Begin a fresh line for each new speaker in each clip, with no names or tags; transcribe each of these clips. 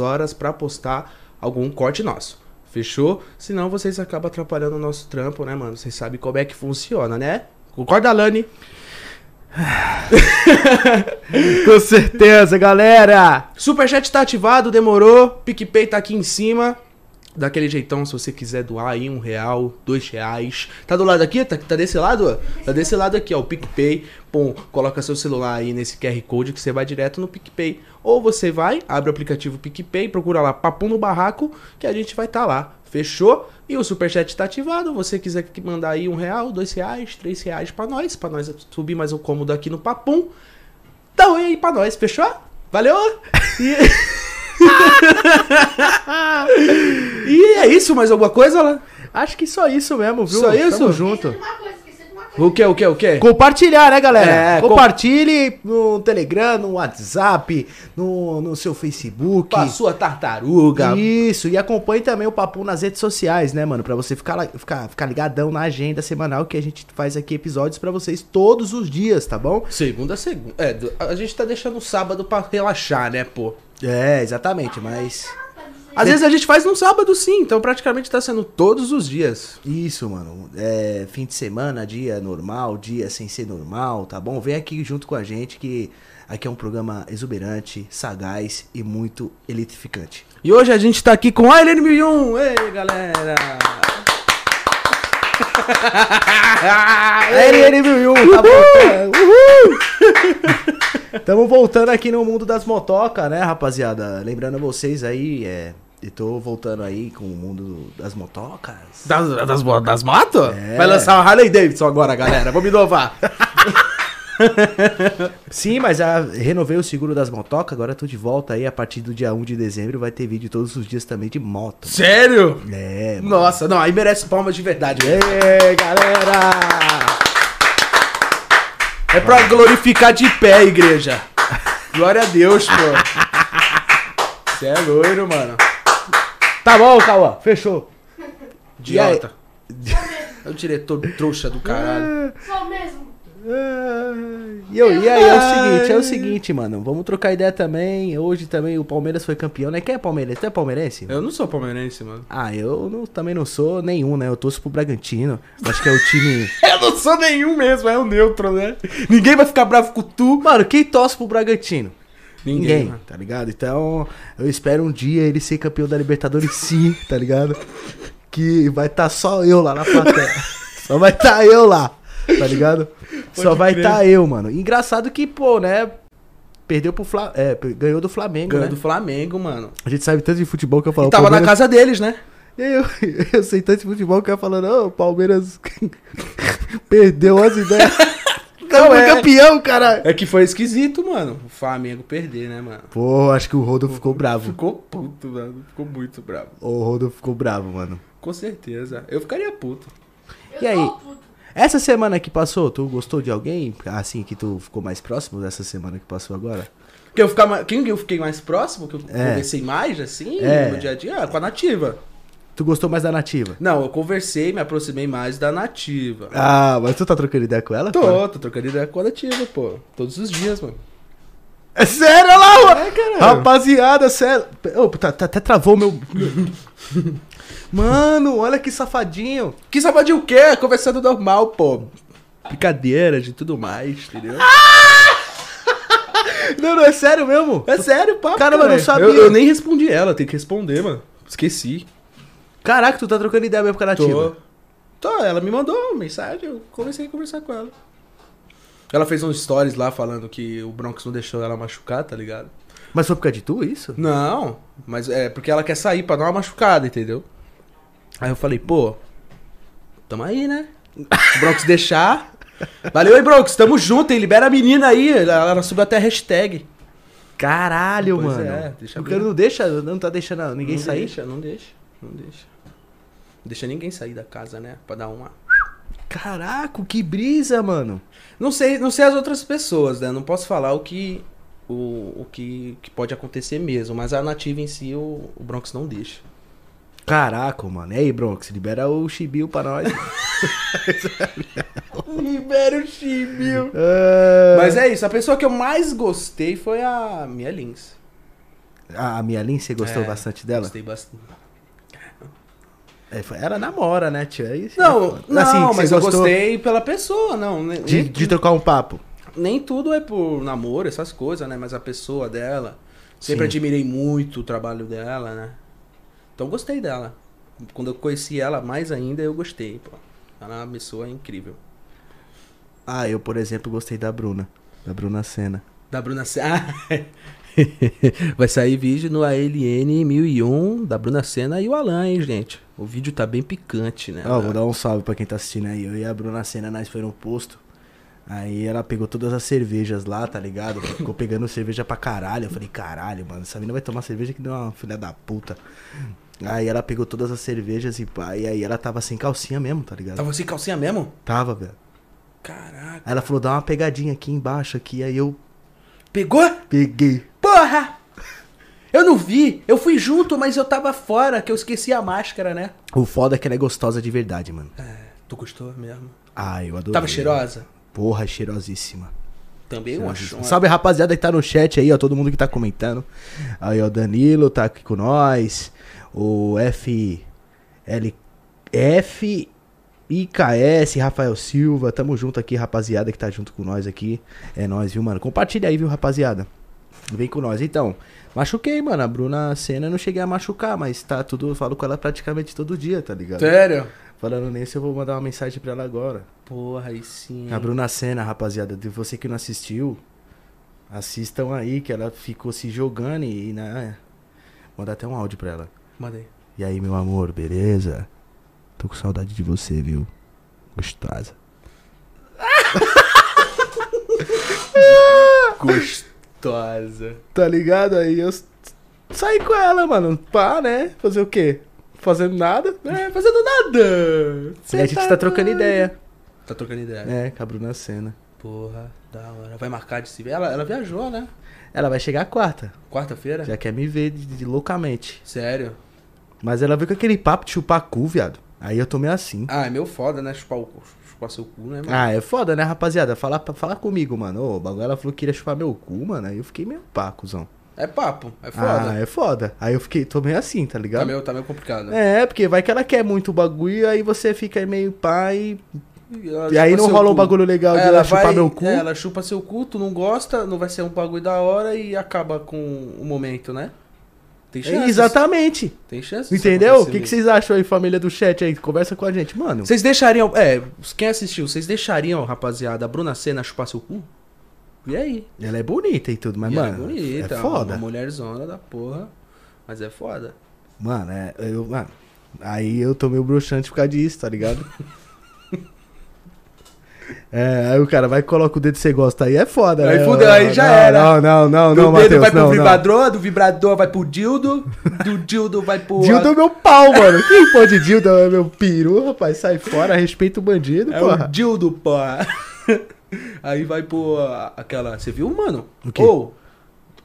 horas para postar algum corte nosso. Fechou? Senão vocês acabam atrapalhando o nosso trampo, né, mano? Vocês sabem como é que funciona, né? Concorda, Lani?
Com certeza, galera!
Superchat tá ativado, demorou. PicPay tá aqui em cima. Daquele jeitão, se você quiser doar aí, um real, dois reais. Tá do lado aqui? Tá, tá desse lado? ó? Tá desse lado aqui, ó. O PicPay. Pum, coloca seu celular aí nesse QR Code que você vai direto no PicPay. Ou você vai, abre o aplicativo PicPay, procura lá Papo no Barraco, que a gente vai tá lá. Fechou? E o superchat tá ativado. Você quiser que mandar aí um real, dois reais, três reais pra nós, pra nós subir mais um cômodo aqui no Papum. Dá oi aí pra nós, fechou? Valeu! E... E é isso, mais alguma coisa, lá?
Acho que só isso mesmo, viu?
Só isso?
Tamo
Esqueci
junto.
de uma coisa, esqueci de uma coisa.
O que, o que, o que?
Compartilhar, né, galera?
É, com-
Compartilhe no Telegram, no WhatsApp, no, no seu Facebook.
Com a sua tartaruga.
Isso, e acompanhe também o Papo nas redes sociais, né, mano? Pra você ficar, lá- ficar, ficar ligadão na agenda semanal que a gente faz aqui episódios pra vocês todos os dias, tá bom?
Segunda, segunda. É, do- a gente tá deixando o sábado pra relaxar, né, pô? Né?
É, exatamente, mas.
Às vezes a gente faz num sábado sim, então praticamente tá sendo todos os dias.
Isso, mano. É, fim de semana, dia normal, dia sem ser normal, tá bom? Vem aqui junto com a gente que aqui é um programa exuberante, sagaz e muito eletrificante.
E hoje a gente tá aqui com a Helene 1001. Ei, galera!
LN1001, tá voltando. Uhul! Tamo voltando aqui no mundo das motocas, né, rapaziada? Lembrando vocês aí, é, eu tô voltando aí com o mundo das motocas.
Das, das, das motos?
É.
Vai lançar o Harley Davidson agora, galera. Vamos inovar.
Sim, mas ah, renovei o seguro das motocas, agora tô de volta aí a partir do dia 1 de dezembro, vai ter vídeo todos os dias também de moto.
Sério?
É, mano.
Nossa, não, aí merece palmas de verdade. É,
Ê, galera!
é pra glorificar de pé, igreja. Glória a Deus, pô. Você é loiro, mano.
Tá bom, Cauã, fechou.
Idiota.
Sou mesmo,
É o diretor trouxa do caralho.
sou mesmo.
E, eu, e aí, é o seguinte, é o seguinte, mano. Vamos trocar ideia também. Hoje também o Palmeiras foi campeão, né? Quem é palmeirense? Tu é palmeirense?
Eu não sou palmeirense, mano.
Ah, eu não- também não sou nenhum, né? Eu torço pro Bragantino. Acho que é o time.
Eu não sou nenhum mesmo, é o neutro, né? Ninguém vai ficar bravo com tu.
Mano, quem torce pro Bragantino? Ninguém,
mano.
tá ligado? Então, eu espero um dia ele ser campeão da Libertadores sim, tá ligado? Que vai estar só eu lá na plateia. só vai estar eu lá, tá ligado? só vai
crer.
estar eu, mano. Engraçado que, pô, né? Perdeu pro Flamengo. É, per- ganhou do Flamengo,
Ganhou
né?
do Flamengo, mano.
A gente sabe tanto de futebol que eu falo.
E tava na
Palmeiras-
casa deles, né?
Eu, eu sei tanto de futebol que eu falo, não, o Palmeiras perdeu as ideias. Não,
é.
é campeão, caralho.
É que foi esquisito, mano. O Flamengo perder, né, mano?
Pô, acho que o Rodo ficou bravo.
Ficou puto, mano. Ficou muito bravo.
O Rodo ficou bravo, mano.
Com certeza. Eu ficaria puto.
Eu
E aí?
tô puto.
Essa semana que passou, tu gostou de alguém? Assim, que tu ficou mais próximo dessa semana que passou agora?
Que eu ficar mais... Quem que eu fiquei mais próximo, que eu
É.
conversei mais, assim,
É.
no meu dia a dia, ah, com a Nativa.
Tu gostou mais da Nativa?
Não, eu conversei, me aproximei mais da Nativa.
Ah, mas tu tá trocando ideia com ela? cara?
Tô, tô trocando ideia com a Nativa, pô. Todos os dias, mano.
É sério, olha lá, mano.
É, caralho.
Rapaziada, sério. Ô, tá, tá- até travou meu... mano, olha que safadinho.
Que saber de o quê? Conversando normal, pô. Brincadeiras e tudo mais, entendeu?
Ah! Não, não, é sério mesmo?
É sério, papo.
Caramba, eu não
caralho.
sabia.
Eu, eu nem respondi ela, tem que responder, mano. Esqueci.
Caraca, tu tá trocando ideia mesmo com a Nativa.
Tô. Tô, ela me mandou uma mensagem, eu comecei a conversar com ela. Ela fez uns stories lá falando que o Bronx não deixou ela machucar, tá ligado?
Mas foi por causa de tu, isso?
Não, mas é porque ela quer sair pra dar uma machucada, entendeu? Aí eu falei, pô, tamo aí, né? O Bronx deixar. Valeu aí, Bronx, tamo junto, hein? Libera a menina aí. Ela, ela subiu até a hashtag.
Caralho,
Pois
mano.
é, deixa
o
abrir.
cara não deixa, não tá deixando ninguém
não
sair?
Deixa, não deixa, não deixa. Não deixa ninguém sair da casa, né? Pra dar uma.
Caraca, que brisa, mano.
Não sei, não sei as outras pessoas, né? Não posso falar o que. O, o que, que pode acontecer mesmo, mas a nativa em si o, o Bronx não deixa.
Caraca, mano. E aí, Bronx, libera o Chibiu pra nós.
Libera o chibio.
É.
é Mas é isso, a pessoa que eu mais gostei foi a Mia Lins.
A, a minha Lindsay gostou
É,
bastante dela?
Gostei bastante.
É, foi- Era namora, né, tio? Aí,
Não,
assim,
não,
que
mas
você
eu
gostou
gostei pela pessoa, não. né?
De,
Nem-
de trocar um papo.
nem tudo é por namoro, essas coisas, né? Mas a pessoa dela. Sempre
Sim.
admirei muito o trabalho dela, né? Então gostei dela. Quando eu conheci ela mais ainda, eu gostei, pô. Ela é uma pessoa incrível.
Ah, eu, por exemplo, gostei da Bruna. Da Bruna Senna.
Da Bruna Ah! Senna. Vai sair vídeo no ALN 1001 da Bruna Senna e o Alan, hein, gente? O vídeo tá bem picante, né?
Ó, vou dar um salve pra quem tá assistindo aí. Eu e a Bruna Senna, nós foi no posto. Aí ela pegou todas as cervejas lá, tá ligado? Ficou pegando cerveja pra caralho. Eu falei, caralho, mano, essa mina vai tomar cerveja que deu uma filha da puta. Aí ela pegou todas as cervejas e pá. E aí ela tava sem calcinha mesmo, tá ligado?
Tava sem calcinha mesmo?
Tava, velho.
Caraca.
Aí ela falou, dá uma pegadinha aqui embaixo, aqui. Aí eu
Pegou?
peguei.
Porra! Eu não vi. Eu fui junto, mas eu tava fora, que eu esqueci a máscara, né?
O foda é que ela é gostosa de verdade, mano.
É, tu gostou mesmo?
Ah, eu adorei.
Tava cheirosa?
Porra, cheirosíssima.
Também eu acho.
Salve, rapaziada, que tá no chat aí, ó. Todo mundo que tá comentando. Aí, ó, Danilo tá aqui com nós. O F. L. F. IKS, Rafael Silva, tamo junto aqui, rapaziada, que tá junto com nós aqui. É nóis, viu, mano? Compartilha aí, viu, rapaziada? Vem com nós. Então, machuquei, mano. A Bruna Senna eu não cheguei a machucar, mas tá tudo. Eu falo com ela praticamente todo dia, tá ligado?
Sério?
Falando nisso, eu vou mandar uma mensagem pra ela agora.
Porra, aí sim.
A Bruna Senna, rapaziada, de você que não assistiu, assistam aí, que ela ficou se jogando e, né? Mandar até um áudio pra ela.
Manda aí.
E aí, meu amor, beleza? Tô com saudade de você, viu? Gostosa.
Gostosa.
Tá ligado? Aí eu s- saí com ela, mano. Pá, né? Fazer o quê? Fazendo nada?
É, fazendo nada.
E a gente tá trocando ideia.
Tá trocando ideia.
É, com a Bruna Senna.
Porra, da hora. Vai marcar de se ver. Ela, ela viajou, né?
Ela vai chegar quarta.
Quarta-feira?
Já quer me ver de- de- loucamente.
Sério?
Mas ela veio com aquele papo de chupar cu, viado. Aí eu tomei assim.
Ah, é meu foda, né? Chupar, o, cu- chupar seu cu, né? mano?
Ah, é foda, né, rapaziada? Fala, fala comigo, mano. Ô, o bagulho ela falou que queria chupar meu cu, mano. Aí eu fiquei meio pá, cuzão.
É papo, é
Ah,
foda.
é foda. Aí eu fiquei, tô meio assim, tá
tá,
ligado?
meio, tá meio complicado.
É, porque vai que ela quer muito o bagulho, aí você fica aí meio pá e.
Ela
E aí
chupa
não
seu
rola um
cu.
bagulho legal de ela chupar
vai-
meu cu.
é, ela chupa seu cu, tu não gosta, não vai ser um bagulho da hora e acaba com o momento, né? Tem chance.
É, Exatamente.
Tem chance. disso
Entendeu? O
acontecer
que, que
mesmo.
vocês acham aí, família do chat aí? Conversa com a gente, mano.
Vocês deixariam. É, quem assistiu, vocês deixariam, rapaziada, a Bruna Senna chupar seu cu? E aí?
Ela é bonita e tudo, mas,
E ela
mano.
é bonita,
é foda.
Uma mulherzona da porra. Mas é foda.
Mano, é, eu, mano, aí eu tomei o broxante por causa disso, tá ligado? É, aí o cara vai e coloca o dedo que você gosta, aí é foda,
Aí
né?
fudeu, aí já
não,
era.
Não, não, não,
do dedo
não, Matheus,
vai pro
não, não.
vibrador, do vibrador vai pro dildo, do dildo vai pro.
Dildo é meu pau, mano. Quem pode dildo é meu peru, rapaz. Sai fora, respeita o bandido,
É o
porra.
dildo, porra. Aí vai pôr a- aquela. Você viu, mano?
O quê?
Ou.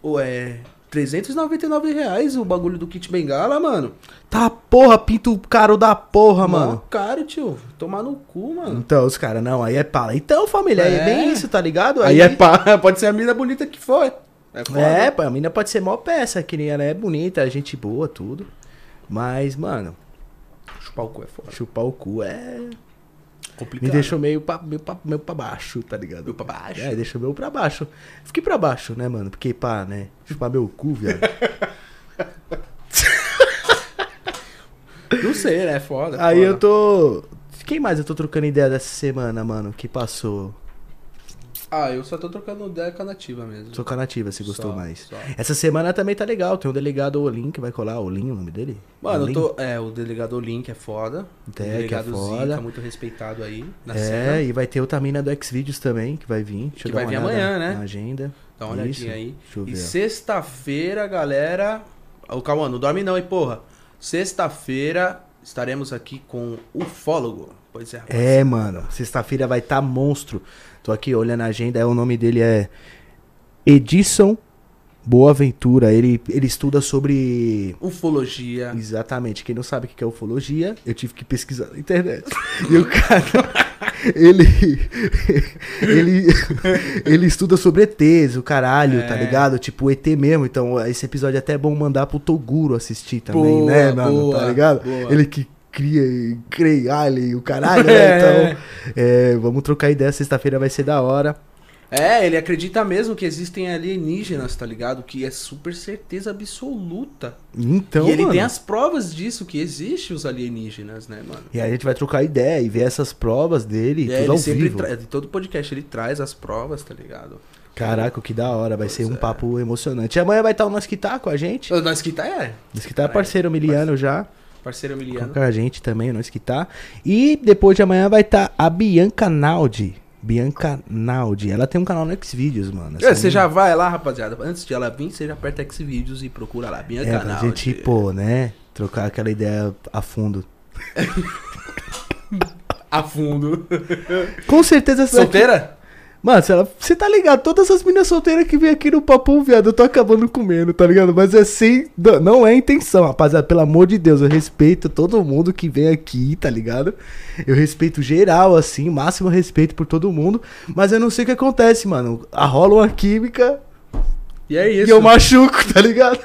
Ou é. 399 reais o bagulho do kit bengala, mano.
Tá porra, pinta o caro da porra, Ah, mano.
Mó Caro, tio. Tomar no cu, mano.
Então, os caras, não, aí é pala. Então, família, aí é
É.
bem isso, tá ligado?
Aí é pá. Pode ser a mina bonita que foi. É, foda.
É, pô, a mina pode ser mó peça, que nem ela é bonita, gente boa, tudo. Mas, mano,
Chupar o cu é foda.
chupar o cu é.
Complicado.
Me deixou meio pra, meio, pra, meio pra baixo, tá ligado?
Meio pra baixo.
É, deixou meio pra baixo. Fiquei pra baixo, né, mano? Porque, pá, né? Chupar meu cu, viado. tá
Não sei, né? É foda. é
Aí
foda.
eu tô. Quem mais eu tô trocando ideia dessa semana, mano? Que passou?
Ah, eu só tô trocando ideia com a nativa mesmo.
Tô com a Nativa, se gostou
Só,
mais.
só.
Essa semana também tá legal. Tem um delegado Olim que vai colar. Olim, o nome dele?
Mano, eu
Olim?
tô. É, o delegado Link é foda. O
Deck é
delegado
foda.
Zica, muito respeitado aí na
É,
cena.
e vai ter outra mina do Xvideos também, que vai vir.
Que
Deixa eu dar
vai
uma
vir
olhada
amanhã, né?
Na agenda.
Dá uma olhadinha
Isso.
aí.
Deixa eu
E
ver.
sexta-feira, galera. Ô, Cauã, não dorme não, hein, porra. Sexta-feira estaremos aqui com o ufólogo. Pois é, rapaz.
É, mano. Sexta-feira vai tá estar monstro. Tô aqui olhando a agenda. é, O nome dele é Edison Boa Ventura, ele, ele estuda sobre.
Ufologia.
Exatamente, quem não sabe o que é ufologia, eu tive que pesquisar na internet. E o cara. Ele, ele ele estuda sobre ETs, o caralho, tá
É.
ligado? Tipo ET mesmo. Então, esse episódio até é bom mandar pro Toguro assistir também,
Boa,
né, mano? tá
boa,
ligado?
boa.
Ele que cria e crê em alien, o caralho, né? Então, é, vamos trocar ideia. Sexta-feira vai ser da hora.
É, ele acredita mesmo que existem alienígenas, tá ligado? Que é super certeza absoluta.
Então,
e ele
mano,
tem as provas disso, que existe os alienígenas, né, mano?
E aí a gente vai trocar ideia e ver essas provas dele,
É,
tudo
ele
ao
sempre
vivo.
traz. Todo podcast ele traz as provas, tá ligado?
Caraca, que da hora. Vai ser
Pois
um
é.
papo emocionante. E amanhã vai estar o Nós Que Tá com a gente.
Ô, Nós que tá é.
Nós Que Tá é parceiro miliano já.
Parceiro Emiliano.
Com a gente também, o Nós Que Tá. E depois de amanhã vai estar a Bianca Naldi. Bianca Naldi. Ela tem um canal no Xvideos,
É,
mano. Essa
você
menina-
já vai lá, rapaziada. Antes de ela vir, você já aperta Xvideos e procura lá. Bianca
É, pra
Naldi.
gente, pô, né? Trocar aquela ideia a fundo.
A fundo.
Com certeza essa daqui-
Solteira?
Mano, se ela- você tá ligado? Todas essas meninas solteiras que vêm aqui no papo, viado, eu tô acabando comendo, tá ligado? Mas é sem. não- Não é a intenção, rapaziada. Pelo amor de Deus, eu respeito todo mundo que vem aqui, tá ligado? Eu respeito geral, assim, máximo respeito por todo mundo. Mas eu não sei o que acontece, mano. A rola uma química
E é isso.
e eu machuco, tá ligado?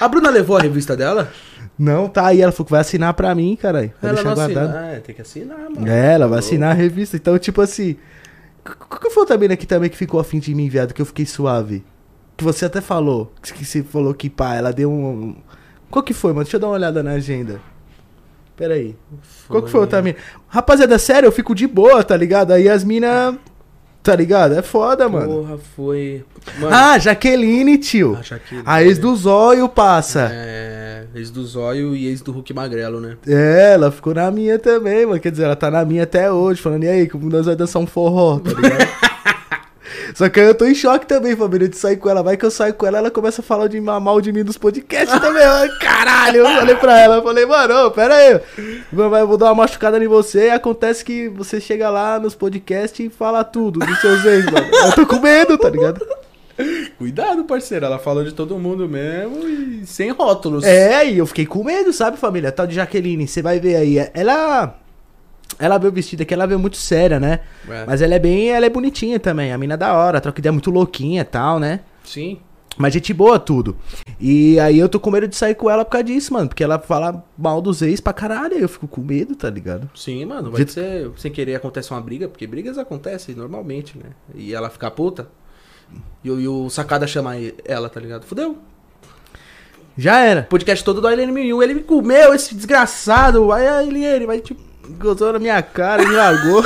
A Bruna levou a revista dela?
Não, tá aí. Ela falou que vai assinar pra mim, caralho. Vai
ela
deixar
não
guardado.
assina. Ah, é, tem que assinar, mano.
É, ela vai assinar a revista. Então, tipo assim. qu- Qual que foi outra mina aqui também que ficou afim de mim, viado, que eu fiquei suave? Que você até falou. Que que você falou que, pá, ela deu um. Qual que foi, mano? Deixa eu dar uma olhada na agenda. Pera aí. Qual que foi outra mina? Rapaziada, sério, eu fico de boa, tá ligado? Aí as minas. Tá ligado? É foda, mano.
Porra, foi. Mano,
Ah, Jaqueline, tio.
a Jaqueline.
A ex do zóio passa.
É, ex do Zóio e ex do Hulk Magrelo, né?
É, ela ficou na minha também, mano. Quer dizer, ela tá na minha até hoje, falando, e aí, como nós vamos dançar um forró, tá ligado? Só que aí eu tô em choque também, família, de sair com ela. Vai que eu saio com ela, ela começa a falar de ma- mal de mim nos podcasts também. Eu, Caralho, eu falei pra ela, eu falei, mano, ô, pera aí. Mano, vai- eu vou dar uma machucada em você. E acontece que você chega lá nos podcasts e fala tudo dos seus ex, mano. Eu tô com medo, tá ligado?
Cuidado, parceiro. Ela falou de todo mundo mesmo e sem rótulos.
É, e eu fiquei com medo, sabe, família? Tal de Jaqueline, você vai ver aí. Ela. Ela veio vestida aqui, ela veio muito séria, né?
É.
Mas ela é bem. Ela é bonitinha também. A mina é da hora, troca ideia muito louquinha e tal, né?
Sim.
Mas gente boa, tudo. E aí eu tô com medo de sair com ela por causa disso, mano. Porque ela fala mal dos ex pra caralho. aí Eu fico com medo, tá ligado?
Sim, mano, vai
Dito-
ser. Sem querer acontece uma briga, porque brigas acontecem normalmente, né? E ela fica puta. E, o- e o sacada chama e- ela, tá ligado? Fudeu.
Já era.
O podcast todo do LN1001, ele me comeu, esse desgraçado. Aí ele, ele vai tipo.
Gozou na minha cara, me largou.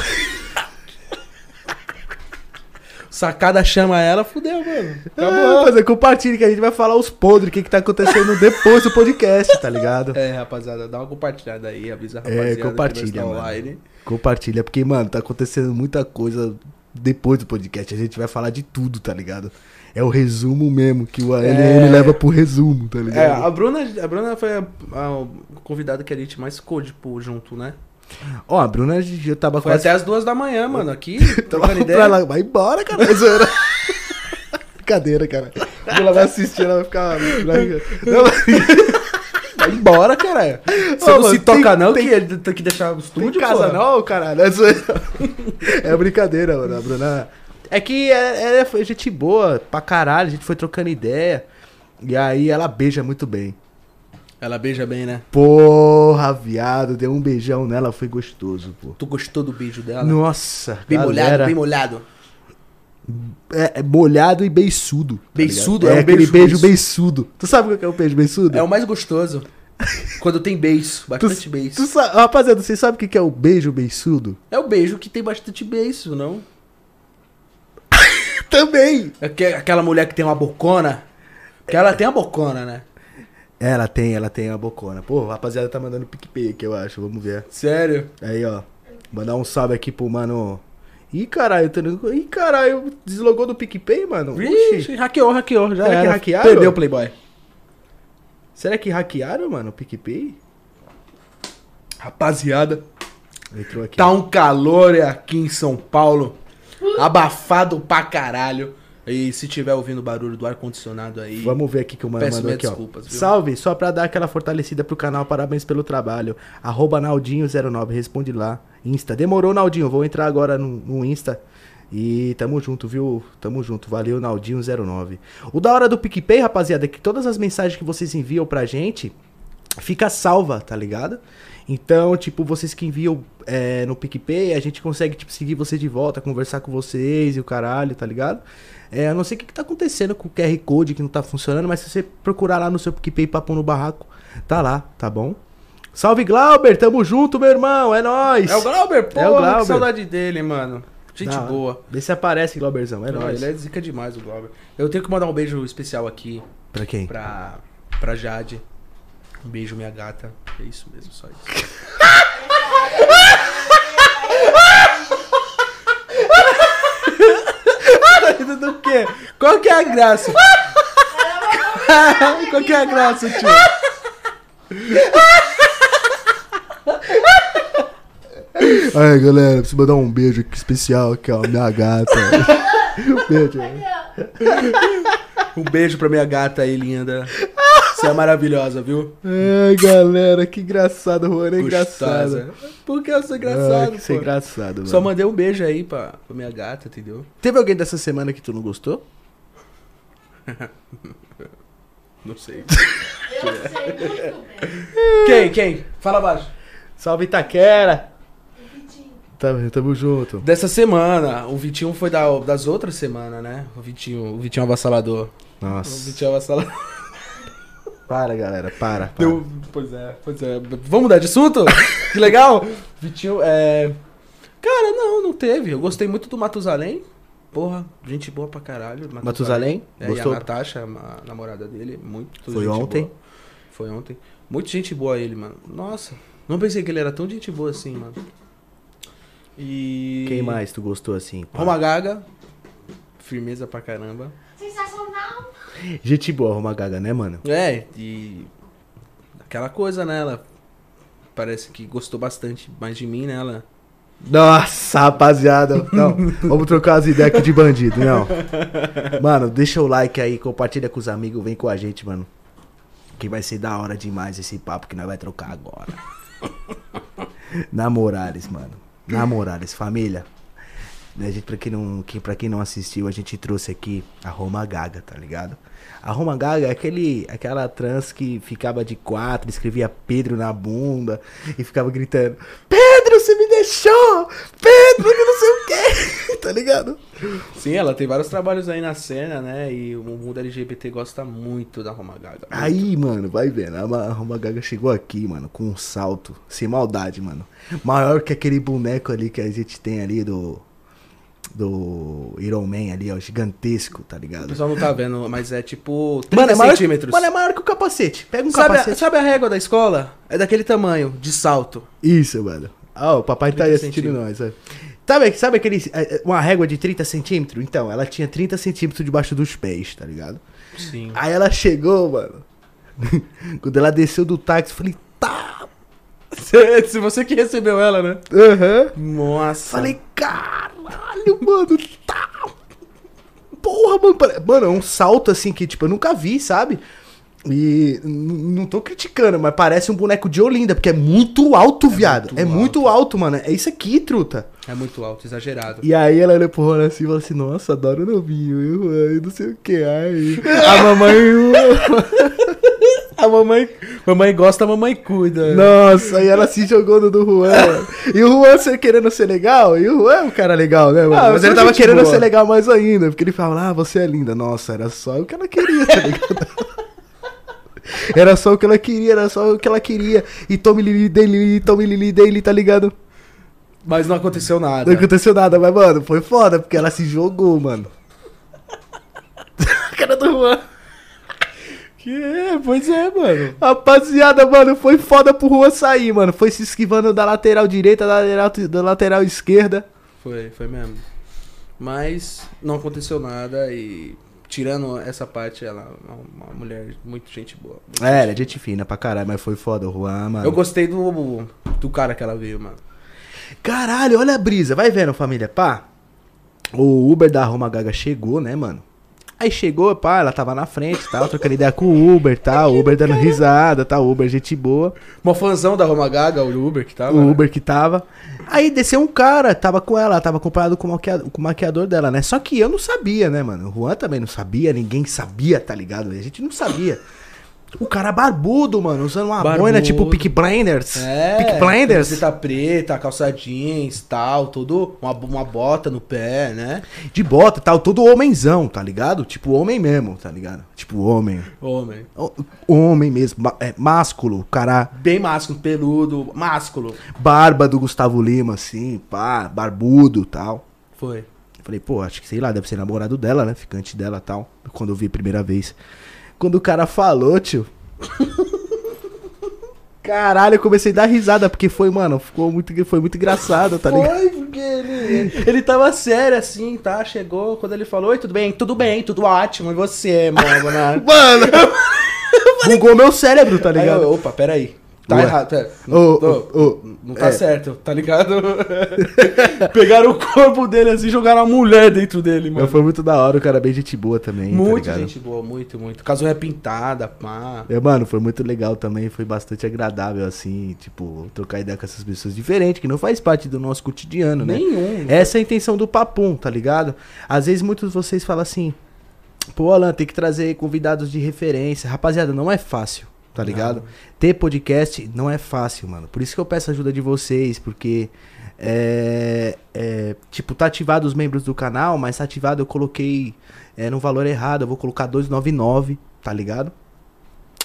Sacada chama ela, fudeu, mano.
Ah, mas é, compartilha que a gente vai falar os podres, o que, que tá acontecendo depois do podcast, tá ligado?
É, rapaziada, dá uma compartilhada aí, avisa a
É,
rapaziada. que nós
compartilha,
tá
mano.
online.
Compartilha, porque, mano, tá acontecendo muita coisa depois do podcast. A gente vai falar de tudo, tá ligado? É o resumo mesmo, que o ALN
É.
leva pro resumo, tá
É,
ligado?
a Bruna, a Bruna foi a, a convidada que a gente mais ficou, tipo, junto, né?
Ó, a Bruna já tava
Foi
quase.
até as duas da manhã, mano, aqui.
Tava
trocando
pra ela, vai embora, cara. Zoeira. Brincadeira, cara. Quando ela vai assistir, ela vai ficar. Não,
Vai embora, caralho. Você
Ô,
não
mano,
se
tem-
toca não
tem-
que ele tem que deixar o
Tem
estúdio,
casa
porra?
não, caralho. É, zoeira. É brincadeira, mano. A Bruna. É que é- é- foi gente boa pra caralho, a gente foi trocando ideia. E aí ela beija muito bem.
Ela beija bem, né?
Porra, viado, deu um beijão nela, foi gostoso, pô.
Tu gostou do beijo dela?
Nossa,
Bem molhado,
galera,
bem molhado.
é, é molhado e beiçudo. tá
Beiçudo, é
ligado? é,
um
aquele
beijo
beijo beiçudo. Tu sabe qual que é o beijo beiçudo?
É o mais gostoso. Quando tem beijo,
tu,
bastante beijo.
tu sa- Rapaziada, vocês sabem o que que é o beijo beiçudo?
É o beijo que tem bastante beijo, não?
Também!
É que- Aquela mulher que tem uma bocona. Que ela tem a bocona, né?
É, Ela tem, ela tem a bocona. Pô, a rapaziada tá mandando PicPay aqui, eu acho, vamos ver.
Sério?
Aí, ó, mandar um salve aqui pro mano... Ih, caralho, tá no- Ih, caralho, deslogou do PicPay, mano? Oxi.
Vixe, hackeou, hackeou. Já
Será que
era.
hackearam?
Perdeu o Playboy.
Será que hackearam, mano, o PicPay?
Rapaziada,
Entrou aqui.
Uh. tá um calor aqui em São Paulo. Abafado pra caralho. E se tiver ouvindo o barulho do ar-condicionado aí.
Vamos ver aqui que o mano
Peço
mandou
minhas
aqui, ó.
desculpas, viu?
Salve, só pra dar aquela fortalecida pro canal, parabéns pelo trabalho. Arroba Naldinho09, responde lá. Insta. Demorou, Naldinho. Vou entrar agora no, no Insta. E tamo junto, viu? Tamo junto. Valeu, Naldinho09. O da hora do PicPay, rapaziada, é que todas as mensagens que vocês enviam pra gente fica salva, tá ligado? Então, tipo, vocês que enviam é, no PicPay, a gente consegue, tipo, seguir vocês de volta, conversar com vocês e o caralho, tá ligado? É, eu não sei o que, que tá acontecendo com o QR Code que não tá funcionando, mas se você procurar lá no seu PicPay Papo no Barraco, tá lá, tá bom? Salve Glauber, tamo junto, meu irmão, é nóis!
É o Glauber, pô,
É o Glauber.
que saudade dele, mano. Gente
Da hora.
boa.
Vê se aparece, Glauberzão, é
Não,
nóis.
ele é zica demais, o Glauber. Eu tenho que mandar um beijo especial aqui
Pra quem?
pra, pra Jade. Um beijo, minha gata. É isso mesmo, só isso.
Tá rindo do quê? Qual que é a graça? Qual que é a graça, tio? Aí, galera, preciso mandar um beijo aqui especial aqui, ó, minha gata. beijo.
Um beijo pra minha gata aí, linda. Você é maravilhosa, viu?
Ai, galera, que engraçado, Juan, é engraçado.
Gostosa. Por que eu sou engraçado,
Ai, que isso é
pô?
engraçado, mano.
Só mandei um beijo aí pra, pra minha gata, entendeu?
Teve alguém dessa semana que tu não gostou?
Não sei.
Eu sei muito bem.
quem, quem? Fala baixo.
Salve, Itaquera.
O Vitinho.
Tamo, tamo junto.
Dessa semana, o Vitinho foi da, das outras semanas, né? O Vitinho, o Vitinho avassalador. O
Nossa.
Vitinho avassalador.
Para, galera, para. para.
Deu- Pois é, pois é. Vamos mudar de assunto? que legal! Vitinho, é. Cara, não, não teve. Eu gostei muito do Matusalém. Porra, gente boa pra caralho.
Matusalém?
É,
Gostou?
E a Natasha, a namorada dele, muito.
Foi
gente
ontem?
boa. Foi ontem. Muito gente boa ele, mano. Nossa, não pensei que ele era tão gente boa assim, mano. E.
Quem mais tu gostou assim? pá?
Roma Gaga. Firmeza pra caramba.
Sensacional.
Gente boa, Roma Gaga, né, mano?
É, e. Aquela coisa, né? Ela parece que gostou bastante mais de mim, né? Ela.
Nossa, rapaziada. Não, vamos trocar as ideias aqui de bandido, não. Mano, deixa o like aí, compartilha com os amigos, vem com a gente, mano. Que vai ser da hora demais esse papo que nós vai trocar agora. Na Morales, mano. Na Morales, família. Né, gente, pra, quem não, que, pra quem não assistiu, a gente trouxe aqui a Roma Gaga, tá ligado? A Roma Gaga é aquele, aquela trans que ficava de quatro, escrevia Pedro na bunda e ficava gritando: Pedro, você me deixou! Pedro, que não sei o quê! tá ligado?
Sim, ela tem vários trabalhos aí na cena, né? E o mundo LGBT gosta muito da Roma Gaga.
Aí, mano, vai vendo. A Ma- a Roma Gaga chegou aqui, mano, com um salto. Sem maldade, mano. Maior que aquele boneco ali que a gente tem ali do. Do Iron Man ali, ó, gigantesco, tá
O
ligado?
pessoal não tá vendo, mas é tipo 30
Mano, é maior,
centímetros.
mano, é maior que o capacete. Pega um
sabe, a,
capacete.
sabe a régua da escola? É daquele tamanho, de salto.
Isso, mano. Ah, o papai tá aí
30
assistindo nós. ó. Sabe, sabe aquele, eh, uma régua de 30 centímetros? Então, ela tinha 30 centímetros debaixo dos pés, tá ligado?
Sim.
Aí ela chegou, mano. Quando ela desceu do táxi, eu falei, tá!
Se você que recebeu ela, né?
Aham.
Nossa.
Falei, caralho, mano, tá. Porra, mano. pare- Mano, é um salto assim que, tipo, eu nunca vi, sabe? E n- não tô criticando, mas parece um boneco de Olinda, porque é muito alto, viado.
muito
é muito alto, mano. É isso aqui, truta.
É muito alto, exagerado.
E aí ela olhou pro Ronan assim e falou assim, nossa, adoro o novinho, eu, eu não sei o que. Ai, a mamãe.
A mamãe. Mamãe gosta, a mamãe cuida.
Nossa, e ela se jogou no do Juan. E o Juan se- querendo ser legal, e o Juan é um cara legal, né, mano?
Ah,
Mas
sou
ele tava
gente
querendo
boa.
ser legal mais ainda, porque ele falava, ah, você é linda. Nossa, era só o que ela queria, tá ligado? Era só o que ela queria, era só o que ela queria. E tome lili dele, tome lili dele, tá ligado?
Mas não aconteceu nada.
Não aconteceu nada, mas, mano, foi foda, porque ela se jogou, mano. A cara do Juan.
Que é, pois é, mano.
Rapaziada, mano, foi foda pro Juan sair, mano. Foi se esquivando da lateral direita, da lateral, da lateral esquerda.
Foi, foi mesmo. Mas não aconteceu nada e tirando essa parte, ela é uma uma mulher muito gente boa.
É, era gente fina pra caralho, mas foi foda o Juan, mano.
Eu gostei do do cara que ela veio, mano.
Caralho, olha a brisa. Vai vendo, família. Pá. O Uber da Roma Gaga chegou, né, mano? Aí chegou, pá, ela tava na frente, tal, trocando ideia com o Uber, tal, o Uber dando risada, tal, Uber gente boa,
Mó fãzão da Roma Gaga, o Uber que tava.
o
né?
Uber que tava. Aí desceu um cara, tava com ela, tava acompanhado com o maquiador, com o maquiador dela, né? Só que eu não sabia, né, mano? O Juan também não sabia, ninguém sabia, tá ligado? A gente não sabia. O cara barbudo, mano, usando uma boina
Barbudo.
tipo Peak Blinders.
É.
Peak Blinders.
Camiseta preta, calça jeans, tal, tudo. Uma, uma bota no pé, né?
de bota e tal, todo homenzão, tá ligado? Tipo homem mesmo, tá ligado? Tipo homem.
Homem.
O- Homem mesmo, ma- é, másculo, cara,
Bem másculo, peludo, másculo.
barba do Gustavo Lima, assim, pá, barbudo tal.
Foi.
Eu falei, pô, acho que sei lá, deve ser namorado dela, né? Ficante dela tal. Quando eu vi a primeira vez. Quando o cara falou, tio. Caralho, eu comecei a dar risada, porque foi, mano, ficou muito, foi muito engraçado, tá ligado?
Foi, porque ele. Ele tava sério assim, tá? Chegou quando ele falou: Oi, tudo bem? Tudo bem, tudo ótimo. E você, mano? né?
Mano! Bugou meu cérebro, tá
Aí
ligado?
eu, opa, peraí. Tá
Ué.
errado, pera.
Ô, ô,
Tô-
ô,
Não tá
é.
certo, tá ligado? Pegaram o corpo dele assim e jogaram a mulher dentro dele,
Mas
mano.
foi muito da hora, o cara é bem gente boa também, tá
Muito
ligado?
gente boa, muito, muito. Casou repintada, pá.
É, mano, foi muito legal também, foi bastante agradável, assim, tipo, trocar ideia com essas pessoas diferentes, que não faz parte do nosso cotidiano, né?
Nenhum.
Essa é a intenção do papum, tá ligado? Às vezes muitos de vocês falam assim, pô, Alan, tem que trazer convidados de referência. Rapaziada, não é fácil, tá ligado? Ter podcast não é fácil, mano. Por isso que eu peço a ajuda de vocês, porque. É, é, tipo, tá ativado os membros do canal, mas tá ativado eu coloquei é, no valor errado, eu vou colocar 299, tá ligado?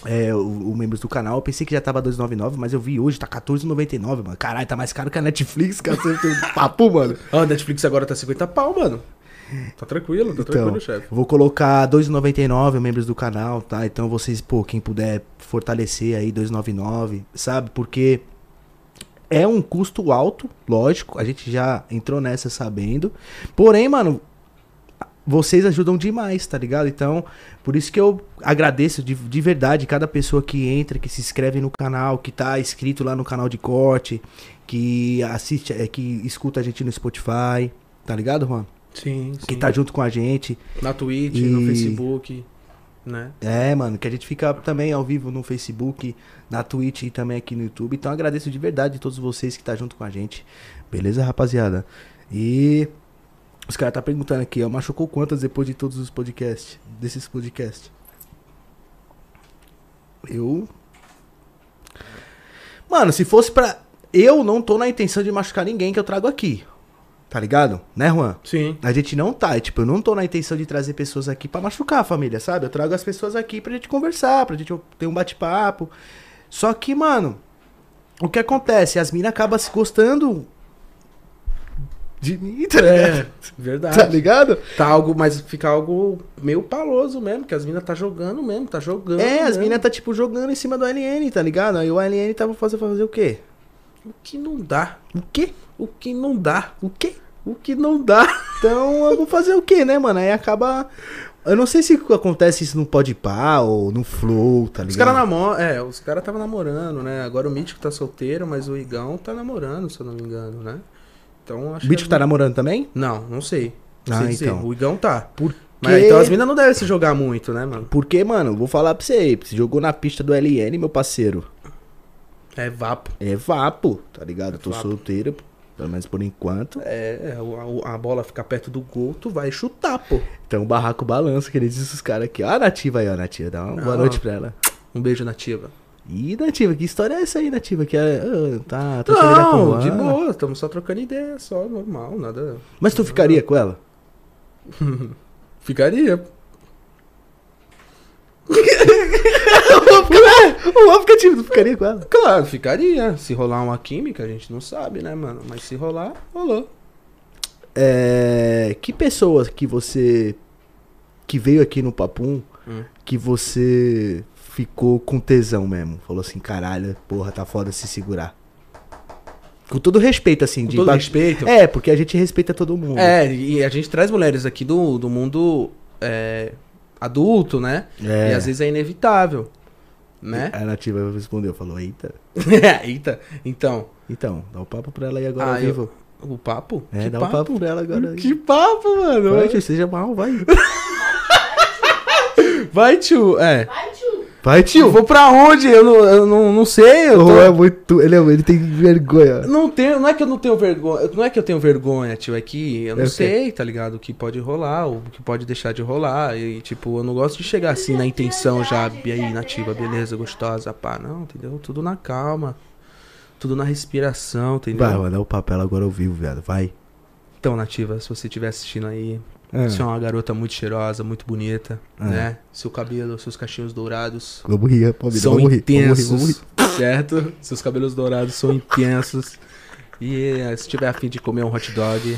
É, o, o membros do canal, eu pensei que já tava 299, mas eu vi hoje, tá 14,99, mano. Caralho, tá mais caro que a Netflix, cacete, um papo, mano.
Ah, Netflix agora tá 50 pau, mano. Tá tranquilo, tá tranquilo, chefe.
Vou colocar 2,99 membros do canal, tá? Então vocês, pô, quem puder fortalecer aí 2,99, sabe? Porque é um custo alto, lógico, a gente já entrou nessa sabendo. Porém, mano, vocês ajudam demais, tá ligado? Então, por isso que eu agradeço de, de verdade cada pessoa que entra, que se inscreve no canal, que tá inscrito lá no canal de corte, que assiste, é, que escuta a gente no Spotify, tá ligado, Juan?
Sim, sim.
Que tá junto com a gente.
Na Twitch,
E-
no Facebook, né?
É, mano, que a gente fica também ao vivo no Facebook, na Twitch e também aqui no YouTube. Então agradeço de verdade a todos vocês que tá junto com a gente. Beleza, rapaziada? E os caras tá perguntando aqui, ó, machucou quantas depois de todos os podcasts, desses podcasts? Eu Mano, se fosse pra eu não tô na intenção de machucar ninguém que eu trago aqui. Tá ligado? Né, Juan?
Sim.
A gente não tá, é, tipo, eu não tô na intenção de trazer pessoas aqui pra machucar a família, sabe? Eu trago as pessoas aqui pra gente conversar, pra gente ter um bate-papo. Só que, mano, o que acontece? As minas acabam se gostando de mim, tá ligado?
É,
Tá
verdade.
ligado?
Tá algo, mas fica algo meio paloso mesmo, que as minas tá jogando mesmo, tá jogando.
É, as
mesmo.
minas tá, tipo, jogando em cima do LN, tá ligado? Aí o LN tava fazendo fazer o quê?
O que não dá,
O quê?
o que não dá,
O quê?
o que não dá.
Então eu vou fazer o quê, né, mano? Aí acaba. Eu não sei se acontece isso no Podpah ou no Flow, tá ligado?
Os caras namoram, é, os caras tava namorando, né? Agora o Mítico tá solteiro, mas o Igão tá namorando, se eu não me engano, né? Então acho
O Mítico
que...
tá namorando também?
Não, não sei. Não
Ah,
sei dizer.
então.
O Igão tá.
Por
Mas então as minas não devem se jogar muito, né, mano?
Porque, mano, vou falar pra você aí. Você jogou na pista do LN, meu parceiro.
É vapo.
É vapo, tá ligado? Eu tô
É vapo.
solteiro, pelo menos por enquanto.
É, é, o- a, a bola fica perto do gol, tu vai chutar, pô.
Então o barraco balança, que eles dizem os caras aqui. Ó a Nativa aí, ó, Nativa. Dá uma boa
Não.
noite pra ela.
Um beijo nativa.
Ih, Nativa, que história é essa aí, Nativa? Que é, ah, tá, tô querendo dar com
Não,
ela.
de boa, estamos só trocando ideia, só normal, nada.
Mas tu ficaria com ela?
Ficaria.
O óbvio que eu tive, tu ficaria com ela.
Claro, ficaria. Se rolar uma química, a gente não sabe, né, mano? Mas se rolar, rolou.
É. Que pessoa que você. que veio aqui no Papum
Hum.
que você ficou com tesão mesmo? Falou assim, caralho, porra, tá foda se segurar. Com todo respeito, assim,
Com
de.
todo
ba-
respeito.
É, porque a gente respeita todo mundo.
É, e a gente traz mulheres aqui do, do mundo é, adulto, né?
É.
E às vezes é inevitável, né?
A Nativa respondeu, falou, eita. É.
Eita, então,
Então, dá o papo pra ela aí agora
Ah,
ao
eu-
vivo.
o papo?
É,
que
dá o
papo?
papo pra ela agora aí.
Que papo, mano.
Vai, tio, seja mal, vai.
Vai, tio. É.
Vai, tio.
Vai,
Tio, vou pra onde? Eu não, eu não, não sei. Eu
O
tô-
Juan é muito. Ele, é- ele tem vergonha.
Não tenho, não é que eu não tenho vergonha, não é que eu tenho vergonha, tio, é que eu não
Eu sei.
sei, tá ligado? O que pode rolar, o que pode deixar de rolar. E, tipo, eu não gosto de chegar assim na intenção já, e aí, nativa, beleza, gostosa, pá, não, entendeu? Tudo na calma, tudo na respiração, entendeu?
Vai, Juan, é o papel agora ao vivo, viado. Vai.
Então, nativa, se você estiver assistindo aí, você é uma garota muito cheirosa, muito bonita,
É.
né? Seu cabelo, seus cachinhos dourados,
Vamos rir, Palmeiras.
são
vamos rir, vamos rir,
intensos,
vamos rir.
certo? Seus cabelos dourados são intensos. E eh, se tiver afim de comer um hot dog.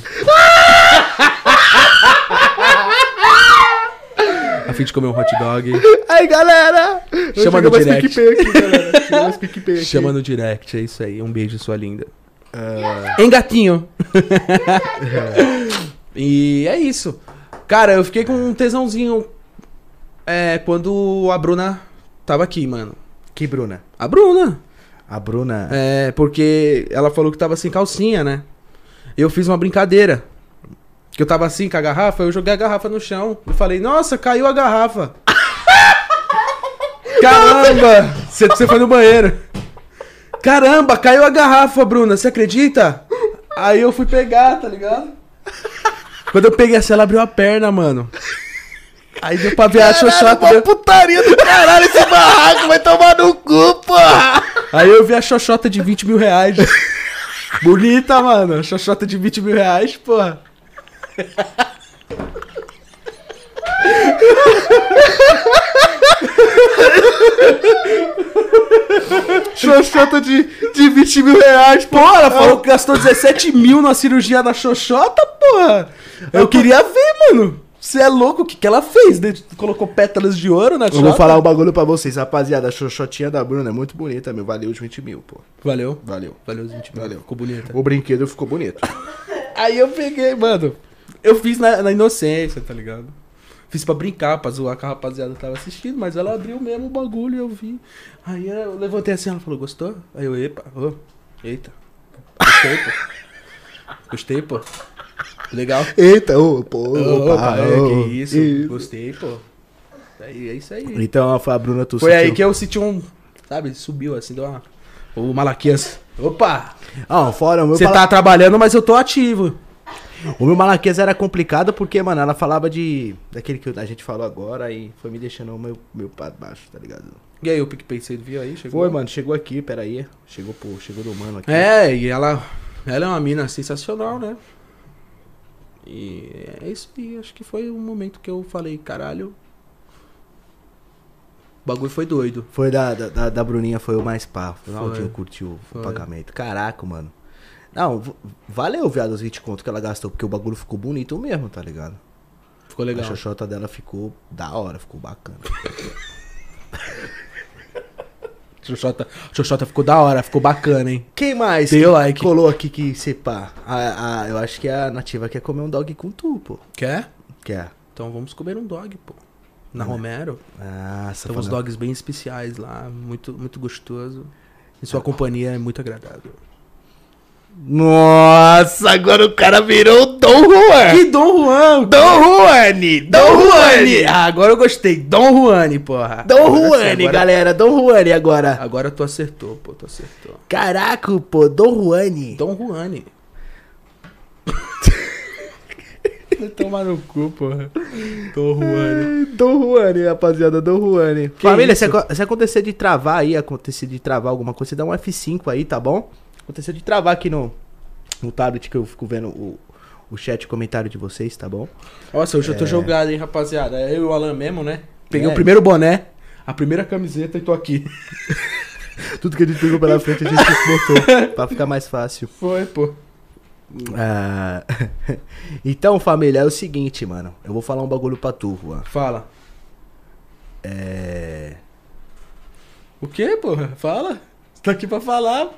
afim de comer um hot dog,
Aí, galera!
Chama
Chama
no
no mais
direct.
PicPay aqui, galera. Chega mais PicPay aqui.
chama no direct, é isso aí. Um beijo, sua linda.
É.
Hein, gatinho? e é isso. Cara, eu fiquei com um tesãozinho é, quando a Bruna tava aqui, mano.
Que Bruna?
A Bruna.
A Bruna.
É, porque ela falou que tava sem calcinha, né? Eu fiz uma brincadeira. Que eu tava assim com a garrafa, eu joguei a garrafa no chão e falei, nossa, caiu a garrafa. Caramba! Você, você foi no banheiro. Caramba, caiu a garrafa, Bruna, você acredita? Aí eu fui pegar, tá ligado? Quando eu peguei assim, ela abriu a perna, mano. Aí deu pra ver a xoxota. deu-
é putaria do caralho esse barraco, vai tomar no cu, porra!
Aí eu vi a xoxota de 20 mil reais. Bonita, mano. Xoxota de 20 mil reais, porra.
Xoxota de, de 20 mil reais, porra!
Ela falou que gastou 17 mil na cirurgia da xoxota, porra. Eu queria ver, mano. Você é louco, o que, que ela fez? De- Colocou pétalas de ouro na
Eu
xoxota?
vou falar um bagulho pra vocês, rapaziada. A xoxotinha da Bruna é muito bonita, meu. Valeu os 20 mil, pô.
Valeu.
Valeu.
Valeu os 20 mil.
Valeu.
Ficou bonita.
O brinquedo ficou bonito.
Aí eu peguei, mano. Eu fiz na, na inocência, tá ligado? Fiz pra brincar, pra zoar que a rapaziada tava assistindo, mas ela abriu mesmo o bagulho e eu vi. Aí eu levantei assim, ela falou, gostou? Aí eu, epa, ô, eita. Gostei, pô. Gostei, pô. Legal.
Eita, ô, pô.
Opa, é,
ô,
que isso. Gostei, pô. Aí, é isso aí.
Então, a Bruna, tu
Foi aí que eu senti um, sabe, subiu assim, deu uma... O Malaquias. Opa!
Ah, fora, o meu
Você
pala-
tá trabalhando, mas eu tô ativo.
O meu malaquias era complicado porque, mano, ela falava de. Daquele que a gente falou agora e foi me deixando meio, meio pra baixo, tá ligado?
E aí, o PicPay, você viu aí? Chegou?
Foi, mano, chegou aqui, peraí. Chegou, pô, chegou do mano aqui.
É, e ela, ela é uma mina sensacional, né? E é isso aí, acho que foi o momento que eu falei, caralho. O bagulho foi doido.
Foi da, da, da, da Bruninha, foi o mais pá. Foi
Foi.
o que curtiu
Foi.
o pagamento. Caraca, mano. Não, v- valeu, viado, os 20 conto que ela gastou, porque o bagulho ficou bonito mesmo, tá ligado?
Ficou
A
legal.
xoxota dela ficou da hora, ficou bacana.
Xoxota, Xoxota ficou da hora, ficou bacana, hein?
Quem mais
Dê
que
o like.
colou aqui que se pá? A, a- eu acho que é a nativa quer comer um dog com tu, pô.
Quer?
Quer.
Então vamos comer um dog, pô. Na Romero.
Ah,
Tem uns dogs bem especiais lá, muito, muito gostoso. E sua companhia é muito agradável.
Nossa, agora o cara virou o Dom Juan.
Que Dom Juan!
É. Dom Juane!
Dom Juane! Ah, agora eu gostei. Dom Juane, porra.
Dom
Agora sim,
Juane,
agora-
galera, Dom Juane agora.
Agora tu acertou, pô, tu acertou.
Caraca, pô, Dom Juane.
Dom Juane. Vai tomar no cu, porra. Dom Juane.
Dom Juane, rapaziada, Dom Juane. Família, se,
isso?
aco- se acontecer de travar aí, acontecer de travar alguma coisa, você dá um F5 aí, tá bom? Aconteceu de travar aqui no, no tablet que eu fico vendo o, o chat e comentário de vocês, tá bom?
Nossa, hoje eu tô jogado, hein, rapaziada. É Eu e o Alan mesmo, né? Peguei
É.
o primeiro boné, a primeira camiseta e tô aqui.
Tudo que a gente pegou pela frente a gente botou, pra ficar mais fácil.
Foi, pô.
Ah, então, família, é o seguinte, mano. Eu vou falar um bagulho pra tu, Juan.
Fala.
É.
O quê, porra? Fala. Você tá aqui pra falar.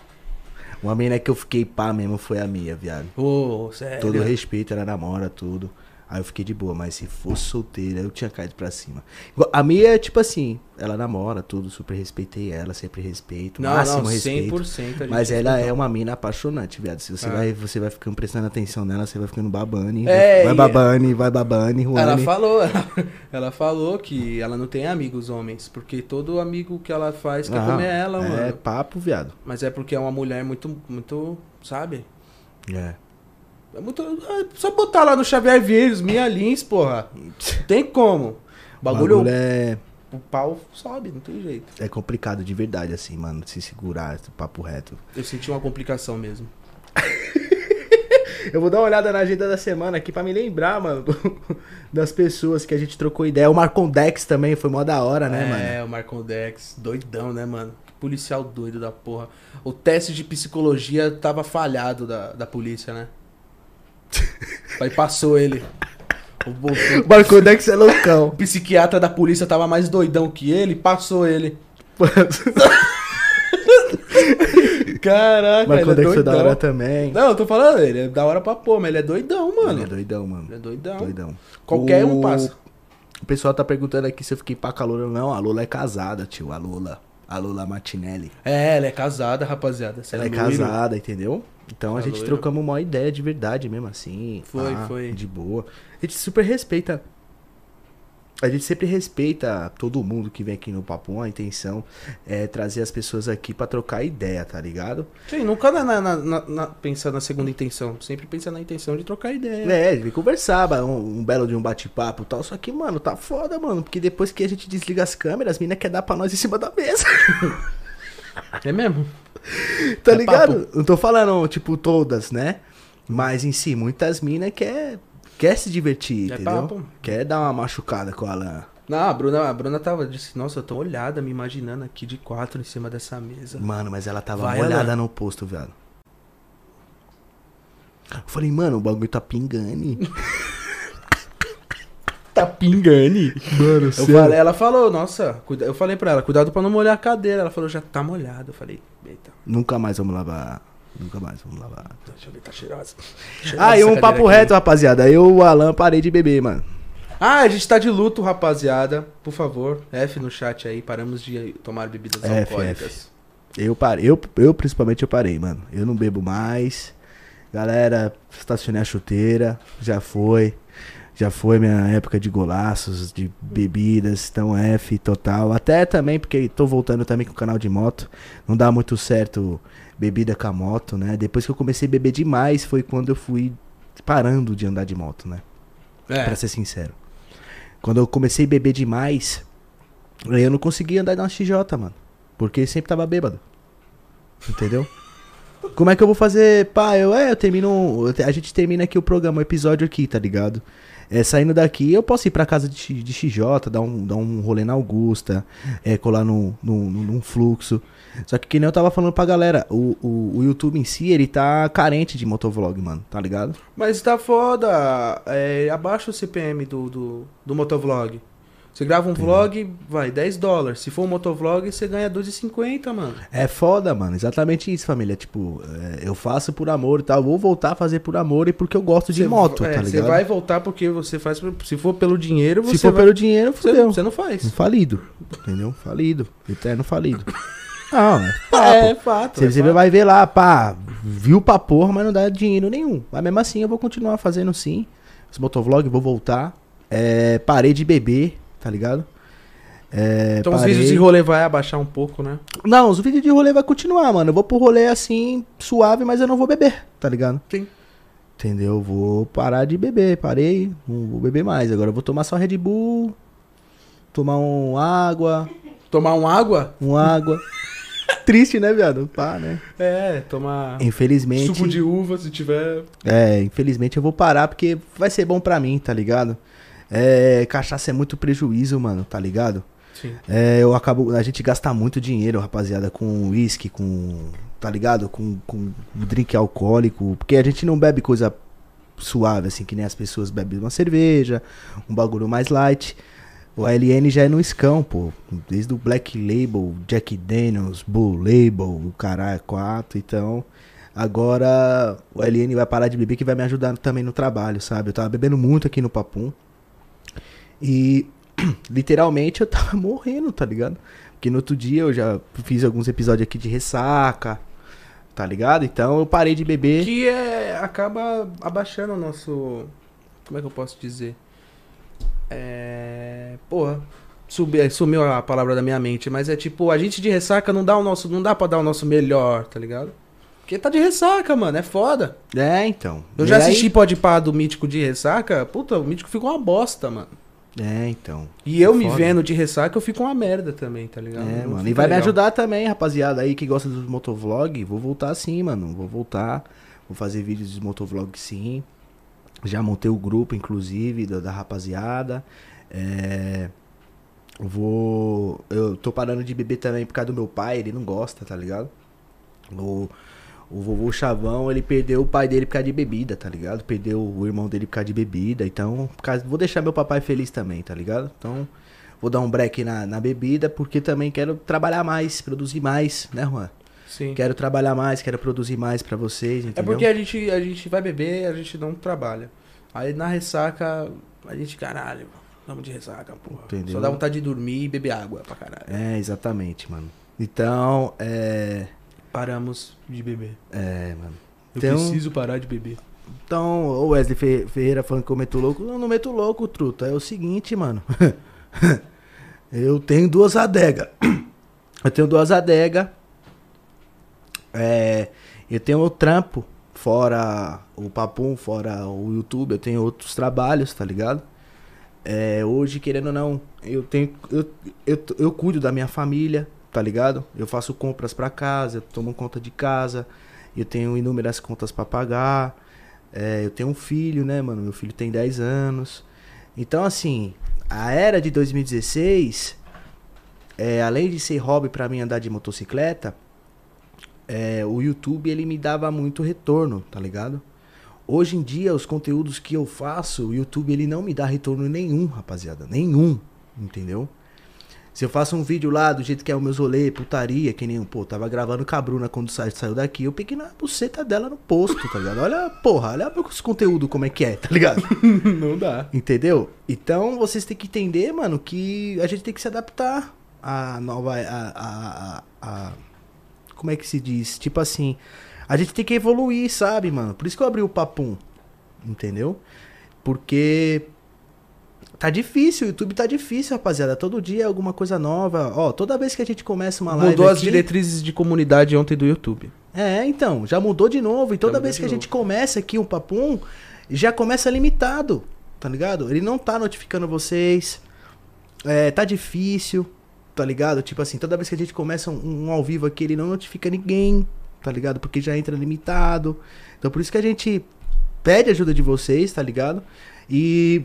Uma mina que eu fiquei pá mesmo foi a minha, viado.
Ô, sério.
Todo respeito, ela namora, tudo. Aí eu fiquei de boa, mas se fosse solteira, eu tinha caído pra cima. Igual- A minha é tipo assim, ela namora, tudo, super respeitei ela, sempre respeito,
Não,
máximo
não, 100%
respeito.
a gente
Mas ela
respeita.
é uma mina apaixonante, viado. Se você,
Ah.
vai, você vai ficando prestando atenção nela, você vai ficando babane.
É,
vai
e-
babane, vai babane,
Ela
Ruane.
falou, ela, ela falou que ela não tem amigos homens, porque todo amigo que ela faz quer
Ah,
comer ela,
é
mano.
papo, viado.
Mas é porque é uma mulher muito, muito, sabe?
É.
É muito. é só botar lá no Xavier Vieves, minha Lins, porra. Tem como. O bagulho,
Bagulho é,
o pau sobe, não tem jeito.
é complicado de verdade, assim, mano. Se segurar, esse papo reto.
Eu senti uma complicação mesmo.
Eu vou dar uma olhada na agenda da semana aqui pra me lembrar, mano, do- das pessoas que a gente trocou ideia. O Marcondex também foi mó da hora, né, mano?
é, o Marcon Dex, doidão, né, mano? Que policial doido da porra. O teste de psicologia tava falhado da, da polícia, né? Aí passou ele. O, o-
O Marcondex é loucão.
o psiquiatra da polícia tava mais doidão que ele, passou ele. Caraca, ele é
Marcondex foi da
doidão.
hora também.
Não, eu tô falando, ele é da hora pra pôr, mas ele é doidão, mano.
Ele é doidão, mano.
Ele é doidão.
Doidão.
Qualquer
O-
um passa.
O pessoal tá perguntando aqui se eu fiquei pra calor ou não. A Lula é casada, tio. A Lula. A Lula Martinelli.
É, ela é casada, rapaziada. Você
Ela é
loiro.
casada, entendeu? Então a
Tá
gente
loiro.
trocamos uma ideia de verdade mesmo, assim.
Foi, foi.
De boa. A gente super respeita. A gente sempre respeita todo mundo que vem aqui no Papo. A intenção é trazer as pessoas aqui pra trocar ideia, tá ligado?
Sim, nunca na, na, na, na- na- pensar na segunda intenção. Sempre pensar na intenção de trocar ideia.
É, ele conversava, um, um belo de um bate-papo e tal. Só que, mano, tá foda, mano. Porque depois que a gente desliga as câmeras, as mina quer dar pra nós em cima da mesa.
É, mesmo?
tá
É
ligado? Não tô falando, tipo, todas, né? Mas em si, muitas minas quer, quer se divertir,
É
entendeu?
papo.
Quer dar uma machucada com a lã.
Não, a Bruna, a Bruna tava, disse, nossa, eu tô olhada, me imaginando aqui de quatro em cima dessa mesa.
Mano, mas ela tava
Vai,
molhada
Alan.
no posto, velho. Eu falei, mano, o bagulho tá pingando.
Tá pingando.
Mano,
Eu falei, ela falou, nossa, cuida- eu falei pra ela, cuidado pra não molhar a cadeira. Ela falou, já tá molhada. Eu falei, eita,
Nunca mais vamos lavar. Nunca mais vamos lavar.
deixa eu ver, tá cheirosa.
Ah, e
Cheirosa
um
essa
papo
cadeira aqui.
reto, rapaziada. Eu, o Alan, parei de beber, mano.
Ah, a gente tá de luto, rapaziada. Por favor, F no chat aí, paramos de tomar bebidas
F,
alcoólicas.
Eu parei. Eu, eu, principalmente, eu parei, mano. Eu não bebo mais. Galera, estacionei a chuteira. Já foi. Já foi minha época de golaços, de bebidas, então F total. Até também, porque tô voltando também com o canal de moto. Não dá muito certo bebida com a moto, né? Depois que eu comecei a beber demais, foi quando eu fui parando de andar de moto, né?
É.
Pra ser sincero. Quando eu comecei a beber demais, eu não conseguia andar na XJ, mano. Porque sempre tava bêbado. Entendeu? Como é que eu vou fazer? Pá, eu, é, eu termino. eu te- A gente termina aqui o programa, o episódio aqui, tá ligado? É, saindo daqui, eu posso ir pra casa de, X- de XJ, dar um, dar um rolê na Augusta, é, colar num, num, num- num fluxo. Só que que nem eu tava falando pra galera, o, o, o YouTube em si, ele tá carente de motovlog, mano, tá ligado?
Mas tá foda. É, abaixa o CPM do, do, do motovlog. Você grava um vlog, vai, 10 dólares. Se for um motovlog, você ganha 12,50, mano.
É foda, mano. Exatamente isso, família. Tipo, é, eu faço por amor e tal. Vou voltar a fazer por amor e porque eu gosto de
Cê-
moto,
é,
tá
Você
ligado?
vai voltar porque você faz. por- Se for pelo dinheiro, você.
Se for
vai-
pelo dinheiro, Hum.
você-
fudeu.
Você não faz.
Falido. Entendeu? Falido. Eterno falido. Não, é papo.
É, fato.
Você
é
você
fato.
vai ver lá, pá, viu pra porra, mas não dá dinheiro nenhum. Mas mesmo assim eu vou continuar fazendo sim. Os motovlog, vou voltar. É, parei de beber, tá ligado? É,
Então os
parei.
vídeos de rolê vai abaixar um pouco, né?
Não, os vídeos de rolê vai continuar, mano. Eu vou pro rolê assim, suave, mas eu não vou beber, tá ligado?
Sim.
Entendeu? Vou parar de beber, parei, não vou beber mais. Agora eu vou tomar só Red Bull, tomar um água,
Tomar um água?
um água. Triste, né, viado? Pá, né?
É, tomar.
Infelizmente.
Suco de uva, se tiver.
É, infelizmente eu vou parar porque vai ser bom pra mim, tá ligado? É, cachaça é muito prejuízo, mano, tá ligado?
Sim.
É, eu acabo, a gente gasta muito dinheiro, rapaziada, com uísque, com, tá ligado? Com, com drink alcoólico, porque a gente não bebe coisa suave, assim, que nem as pessoas bebem uma cerveja, um bagulho mais light. O ALN já é no escão, pô. Desde o Black Label, Jack Daniels, Bull Label, o caralho, 4, então... Agora o LN vai parar de beber que vai me ajudar também no trabalho, sabe? Eu tava bebendo muito aqui no Papum. E literalmente eu tava morrendo, tá ligado? Porque no outro dia eu já fiz alguns episódios aqui de ressaca, tá ligado? Então eu parei de beber.
Que é, acaba abaixando o nosso. Como é que eu posso dizer? É. Porra. Subi, é, sumiu a palavra da minha mente, mas é tipo, a gente de ressaca não dá o nosso. Não dá pra dar o nosso melhor, tá ligado? Porque tá de ressaca, mano, é foda.
É, então.
Eu
E
já
aí-
assisti Pode Pá do Mítico de ressaca, puta, o Mítico ficou uma bosta, mano.
É, então.
E eu me
Foda.
vendo de ressaca, eu fico uma merda também, tá ligado?
É,
Não
mano. E
fica
vai me
legal.
ajudar também, rapaziada aí que gosta dos motovlog. Vou voltar sim, mano. Vou voltar. Vou fazer vídeos de motovlog sim. Já montei o grupo, inclusive, da, da rapaziada. É. Vou. Eu tô parando de beber também por causa do meu pai. Ele não gosta, tá ligado? O, o vovô Chavão, ele perdeu o pai dele por causa de bebida, tá ligado? Perdeu o irmão dele por causa de bebida. Então, por causa- vou deixar meu papai feliz também, tá ligado? Então, vou dar um break na, na bebida, porque também quero trabalhar mais, produzir mais, né, Juan?
Sim.
Quero trabalhar mais, quero produzir mais pra vocês,
É
entendeu?
porque a gente, a gente vai beber, a gente não trabalha. Aí na ressaca, a gente, caralho, vamos de ressaca, porra.
Entendeu?
Só dá vontade de dormir e beber água pra caralho.
É, exatamente, mano. Então, é.
Paramos de beber.
É, mano.
Eu
Então-
preciso parar de beber.
Então, o Wesley Fe- Ferreira falando que eu meto louco. Não, não meto louco, truta. É o seguinte, mano. eu tenho duas adegas. Eu tenho duas adegas. É, eu tenho o trampo, fora o papum, fora o YouTube. Eu tenho outros trabalhos, tá ligado? É, hoje, querendo ou não, eu tenho. Eu, eu, eu cuido da minha família, tá ligado? Eu faço compras pra casa, eu tomo conta de casa, eu tenho inúmeras contas pra pagar. É, eu tenho um filho, né, mano? Meu filho tem 10 anos. Então, assim, a era de 2016, é, além de ser hobby pra mim andar de motocicleta, é, o YouTube ele me dava muito retorno, tá ligado? Hoje em dia, os conteúdos que eu faço, o YouTube ele não me dá retorno nenhum, rapaziada. Nenhum, entendeu? Se eu faço um vídeo lá do jeito que é o meus rolê, putaria, que nem um, pô, tava gravando com a Bruna quando sa- saiu daqui, eu peguei na buceta dela no posto, tá ligado? Olha, porra, olha os conteúdos como é que é, tá ligado?
não dá.
Entendeu? Então vocês têm que entender, mano, que a gente tem que se adaptar à nova. A, a, a- a- como é que se diz? Tipo assim, a gente tem que evoluir, sabe, mano? Por isso que eu abri o papum. Entendeu? Porque. Tá difícil, o YouTube tá difícil, rapaziada. Todo dia é alguma coisa nova. Ó, toda vez que a gente começa uma live.
Mudou as
aqui-
diretrizes de comunidade ontem do YouTube.
é, então, já mudou de novo. E toda
mudou
vez
de
que a gente começa aqui um papum, já começa limitado, tá ligado? Ele não tá notificando vocês. É, tá difícil, tá ligado? Tipo assim, toda vez que a gente começa um, um ao vivo aqui, ele não notifica ninguém, tá ligado? Porque já entra limitado. Então por isso que a gente pede ajuda de vocês, tá ligado? E.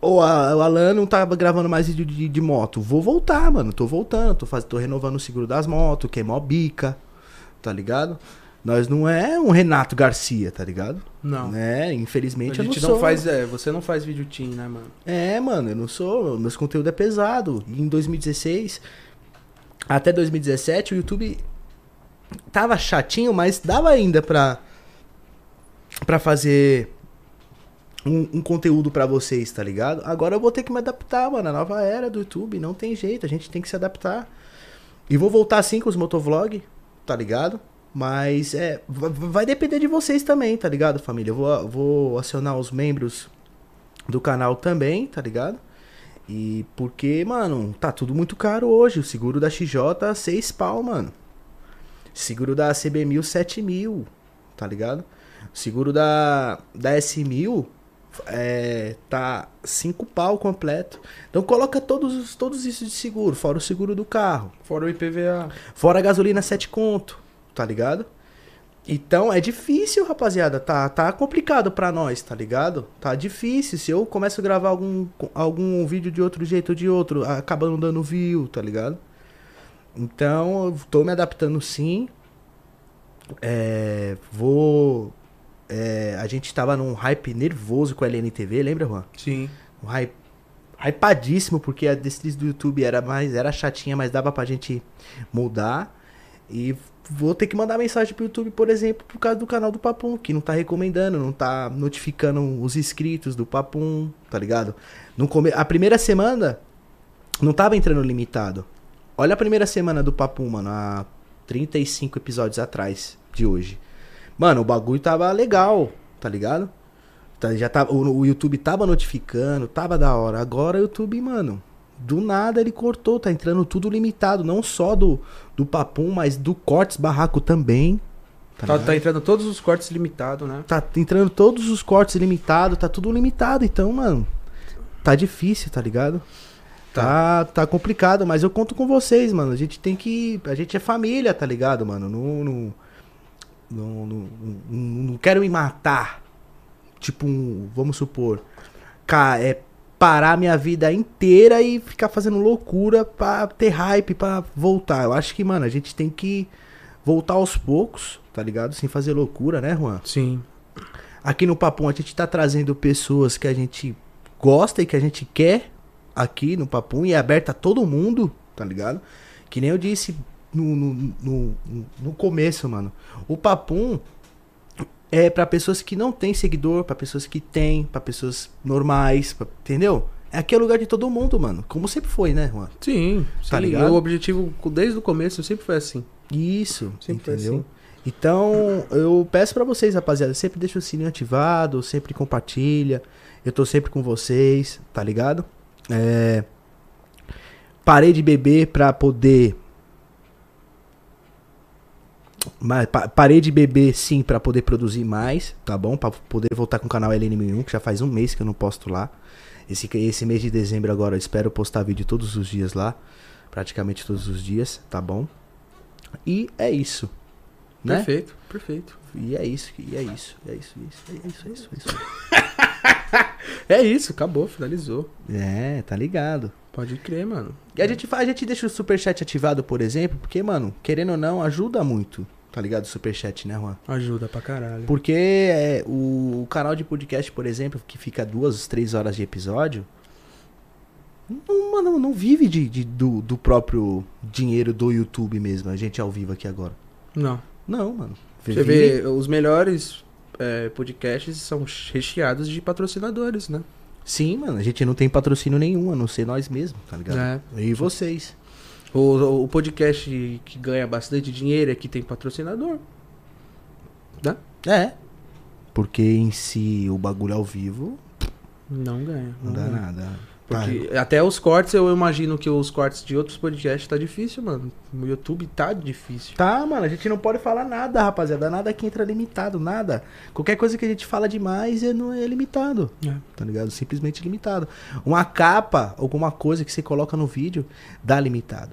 Ou a, o Alan não tá gravando mais vídeo de, de moto. Vou voltar, mano. Tô voltando, tô, faz, tô renovando o seguro das motos, queimou bica, tá ligado? Nós não é um Renato Garcia, tá ligado?
Não.
Né?
A
Infelizmente eu
gente
não
não,
sou.
faz. É, você não faz vídeo team, né, mano?
É, mano, eu não sou. Meus conteúdos é pesado. E em 2016, até 2017, o YouTube tava chatinho, mas dava ainda pra, pra fazer um, um conteúdo pra vocês, tá ligado? Agora eu vou ter que me adaptar, mano. A nova era do YouTube, não tem jeito, a gente tem que se adaptar. E vou voltar sim com os motovlog, tá ligado? Mas é, va- va- vai depender de vocês também, tá ligado, família? Eu vou, vou acionar os membros do canal também, tá ligado? E porque, mano, tá tudo muito caro hoje. O seguro da XJ, 6 pau, mano. Seguro da CB1000, 7 mil, tá ligado? O seguro da, da S1000 é, tá 5 pau completo. Então coloca todos, os- todos isso de seguro, fora o seguro do carro.
Fora o IPVA.
Fora a gasolina, 7 conto, tá ligado? Então é difícil, rapaziada. Tá, tá complicado pra nós, tá ligado? Tá difícil. Se eu começo a gravar algum, algum vídeo de outro jeito ou de outro, acaba não dando view, tá ligado? Então eu tô me adaptando sim. É, vou. é, a gente tava num hype nervoso com a LNTV, lembra, Juan?
Sim.
um hype, hypadíssimo, porque a destriz do YouTube era mais era chatinha, mas dava pra gente mudar. E vou ter que mandar mensagem pro YouTube, por exemplo, por causa do canal do Papum, que não tá recomendando, não tá notificando os inscritos do Papum, tá ligado? No come... A primeira semana não tava entrando limitado. Olha a primeira semana do Papum, mano, há 35 episódios atrás de hoje. Mano, o bagulho tava legal, tá ligado? Tá- já tava, o, o YouTube tava notificando, tava da hora. Agora o YouTube, mano, do nada ele cortou, tá entrando tudo limitado, não só do, do papum, mas do cortes barraco também. Tá,
Tá,
ligado?
tá entrando todos os cortes limitados, né?
tá entrando todos os cortes limitados, tá tudo limitado, então, mano. Tá difícil, tá ligado? Tá, tá complicado, mas eu conto com vocês, mano. A gente tem que. A gente é família, tá ligado, mano? Não. Não, não, não, não- não quero me matar. Tipo, um, vamos supor. Cara, é parar minha vida inteira e ficar fazendo loucura pra ter hype, pra voltar. Eu acho que, mano, a gente tem que voltar aos poucos, tá ligado? Sem fazer loucura, né, Juan?
Sim.
Aqui no Papum a gente tá trazendo pessoas que a gente gosta e que a gente quer aqui no Papum e é aberta a todo mundo, tá ligado? Que nem eu disse no, no, no, no começo, mano. O Papum é pra pessoas que não têm seguidor, pra pessoas que têm, pra pessoas normais, pra- entendeu? Aqui é lugar de todo mundo, mano. Como sempre foi, né, Juan?
Sim,
Tá
sim.
ligado?
O objetivo desde o começo sempre foi assim.
Isso,
Sempre foi
entendeu?
assim.
Então, eu peço pra vocês, rapaziada, sempre deixa o sininho ativado, sempre compartilha. Eu tô sempre com vocês, tá ligado? É, Parei de beber pra poder mas pa- parei de beber sim pra poder produzir mais, tá bom? Pra poder voltar com o canal LNM1, que já faz um mês que eu não posto lá. Esse, esse mês de dezembro agora eu espero postar vídeo todos os dias lá. Praticamente todos os dias, tá bom? E é isso. Né?
Perfeito, perfeito.
E é isso, e é isso, e é isso, e é isso, e é isso, e é isso, e é isso.
É isso, acabou, finalizou.
É, tá ligado.
Pode crer, mano.
E a gente, fa- a gente deixa o superchat ativado, por exemplo, porque, mano, querendo ou não, ajuda muito. Tá ligado o superchat, né, Juan?
Ajuda pra caralho.
Porque é, o, o canal de podcast, por exemplo, que fica duas, três horas de episódio, não, mano, não vive de, de- do, do próprio dinheiro do YouTube mesmo, a gente ao vivo aqui agora.
Não.
Não, mano.
Você
Vive-
vê, os melhores é, podcasts são recheados de patrocinadores, né?
Sim, mano, a gente não tem patrocínio nenhum, a não ser nós mesmos, tá ligado?
É.
E vocês.
O, o podcast que ganha bastante dinheiro é que tem patrocinador.
É. Porque em si o bagulho ao vivo
Não ganha.
não dá
ganha.
nada. Tá.
Porque até os cortes, eu imagino que os cortes de outros podcasts tá difícil, mano. O YouTube tá difícil.
Tá, mano, a gente não pode falar nada, rapaziada. Nada que entra limitado, nada. Qualquer coisa que a gente fala demais é, não é limitado.
É.
Tá ligado? Simplesmente limitado. Uma capa, alguma coisa que você coloca no vídeo, dá limitado.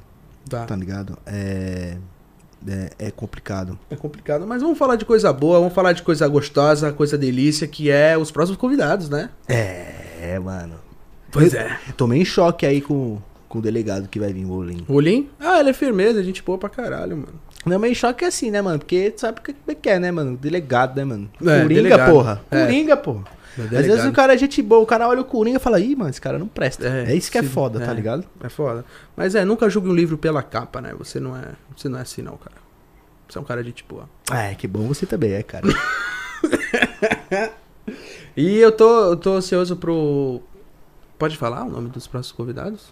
Tá.
Tá ligado? É. É, é complicado.
É complicado, mas vamos falar de coisa boa, vamos falar de coisa gostosa, coisa delícia, que é os próximos convidados, né?
É, mano.
Pois é.
Tomei em choque aí com, com o delegado que vai vir, o Bolim.
O Lin? Ah, ele é firmeza, gente boa pra caralho, mano.
Não, mas em choque é assim, né, mano? Porque sabe o que como é, que é, né, mano? Delegado, né, mano?
É,
Coringa,
delegado.
porra.
É.
Coringa, porra. Às vezes o cara é gente boa, o cara olha o Coringa e fala, ih, mano, esse cara não presta. É,
É,
isso que é
sim,
foda, tá
é.
ligado?
É foda. Mas é, nunca julgue um livro pela capa, né? Você não é, você não é assim não, cara. Você é um cara de gente boa.
Ah, é que bom você também é, cara.
E eu tô, eu tô ansioso pro... Pode falar o nome dos próximos convidados?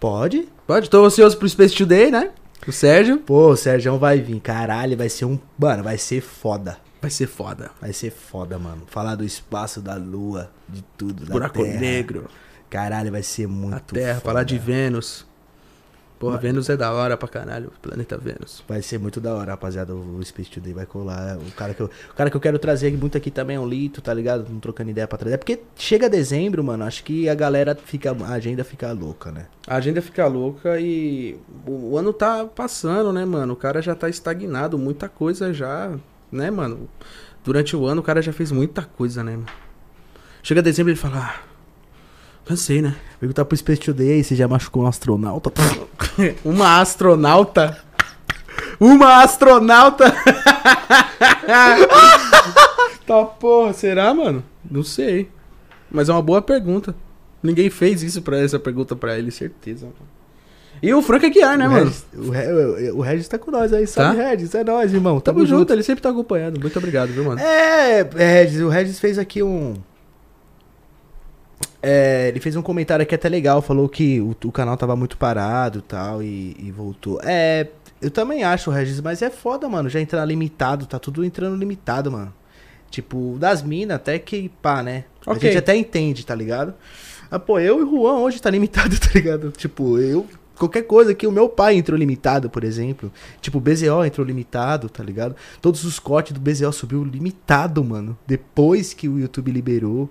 Pode?
Pode, tô ansioso pro Space Today, né? O Sérgio.
Pô, o Sérgio vai vir, caralho, vai ser um. Mano, vai ser foda.
Vai ser foda.
Vai ser foda, mano. Falar do espaço, da lua, de tudo, da
Buraco
terra.
negro,
Caralho, vai ser muito
a Terra,
foda.
falar de Vênus. Porra, Vênus é da hora pra caralho, o planeta Vênus.
Vai ser muito da hora, rapaziada. O Space Today vai colar. O cara, que eu, o cara que eu quero trazer muito aqui também é o Lito, tá ligado? Não trocando ideia pra trazer. É porque chega dezembro, mano, acho que a galera fica. A agenda fica louca, né?
A agenda fica louca e o, o ano tá passando, né, mano? O cara já tá estagnado, muita coisa já, né, mano? Durante o ano o cara já fez muita coisa, né, mano? Chega dezembro ele fala, ah, cansei, né?
Perguntar tá pro Space Today aí, você já machucou um astronauta?
Uma astronauta. Uma astronauta. tá porra, será, mano? Não sei. Mas é uma boa pergunta. Ninguém fez isso para essa pergunta pra ele, certeza. mano. E o Frank Aguiar, né,
o,
mano?
Regis, o, Re- o- o Regis tá com nós aí, sabe,
Tá?
Regis? É nós, irmão.
Tamo, junto. ele sempre tá acompanhando. Muito obrigado, viu, mano?
É, é, Regis, o Regis fez aqui um. É, ele fez um comentário aqui até legal, falou que o, o canal tava muito parado e tal, e, e voltou. É, eu também acho, Regis, mas é foda, mano, já entrar limitado, tá tudo entrando limitado, mano. Tipo, das minas até que pá, né?
Ok.
A gente até entende, tá ligado? Ah, pô, eu e o Juan hoje tá limitado, tá ligado? Tipo, eu. Qualquer coisa que o meu pai entrou limitado, por exemplo. Tipo, o BZO entrou limitado, tá ligado? Todos os cortes do BZO subiu limitado, mano. Depois que o YouTube liberou.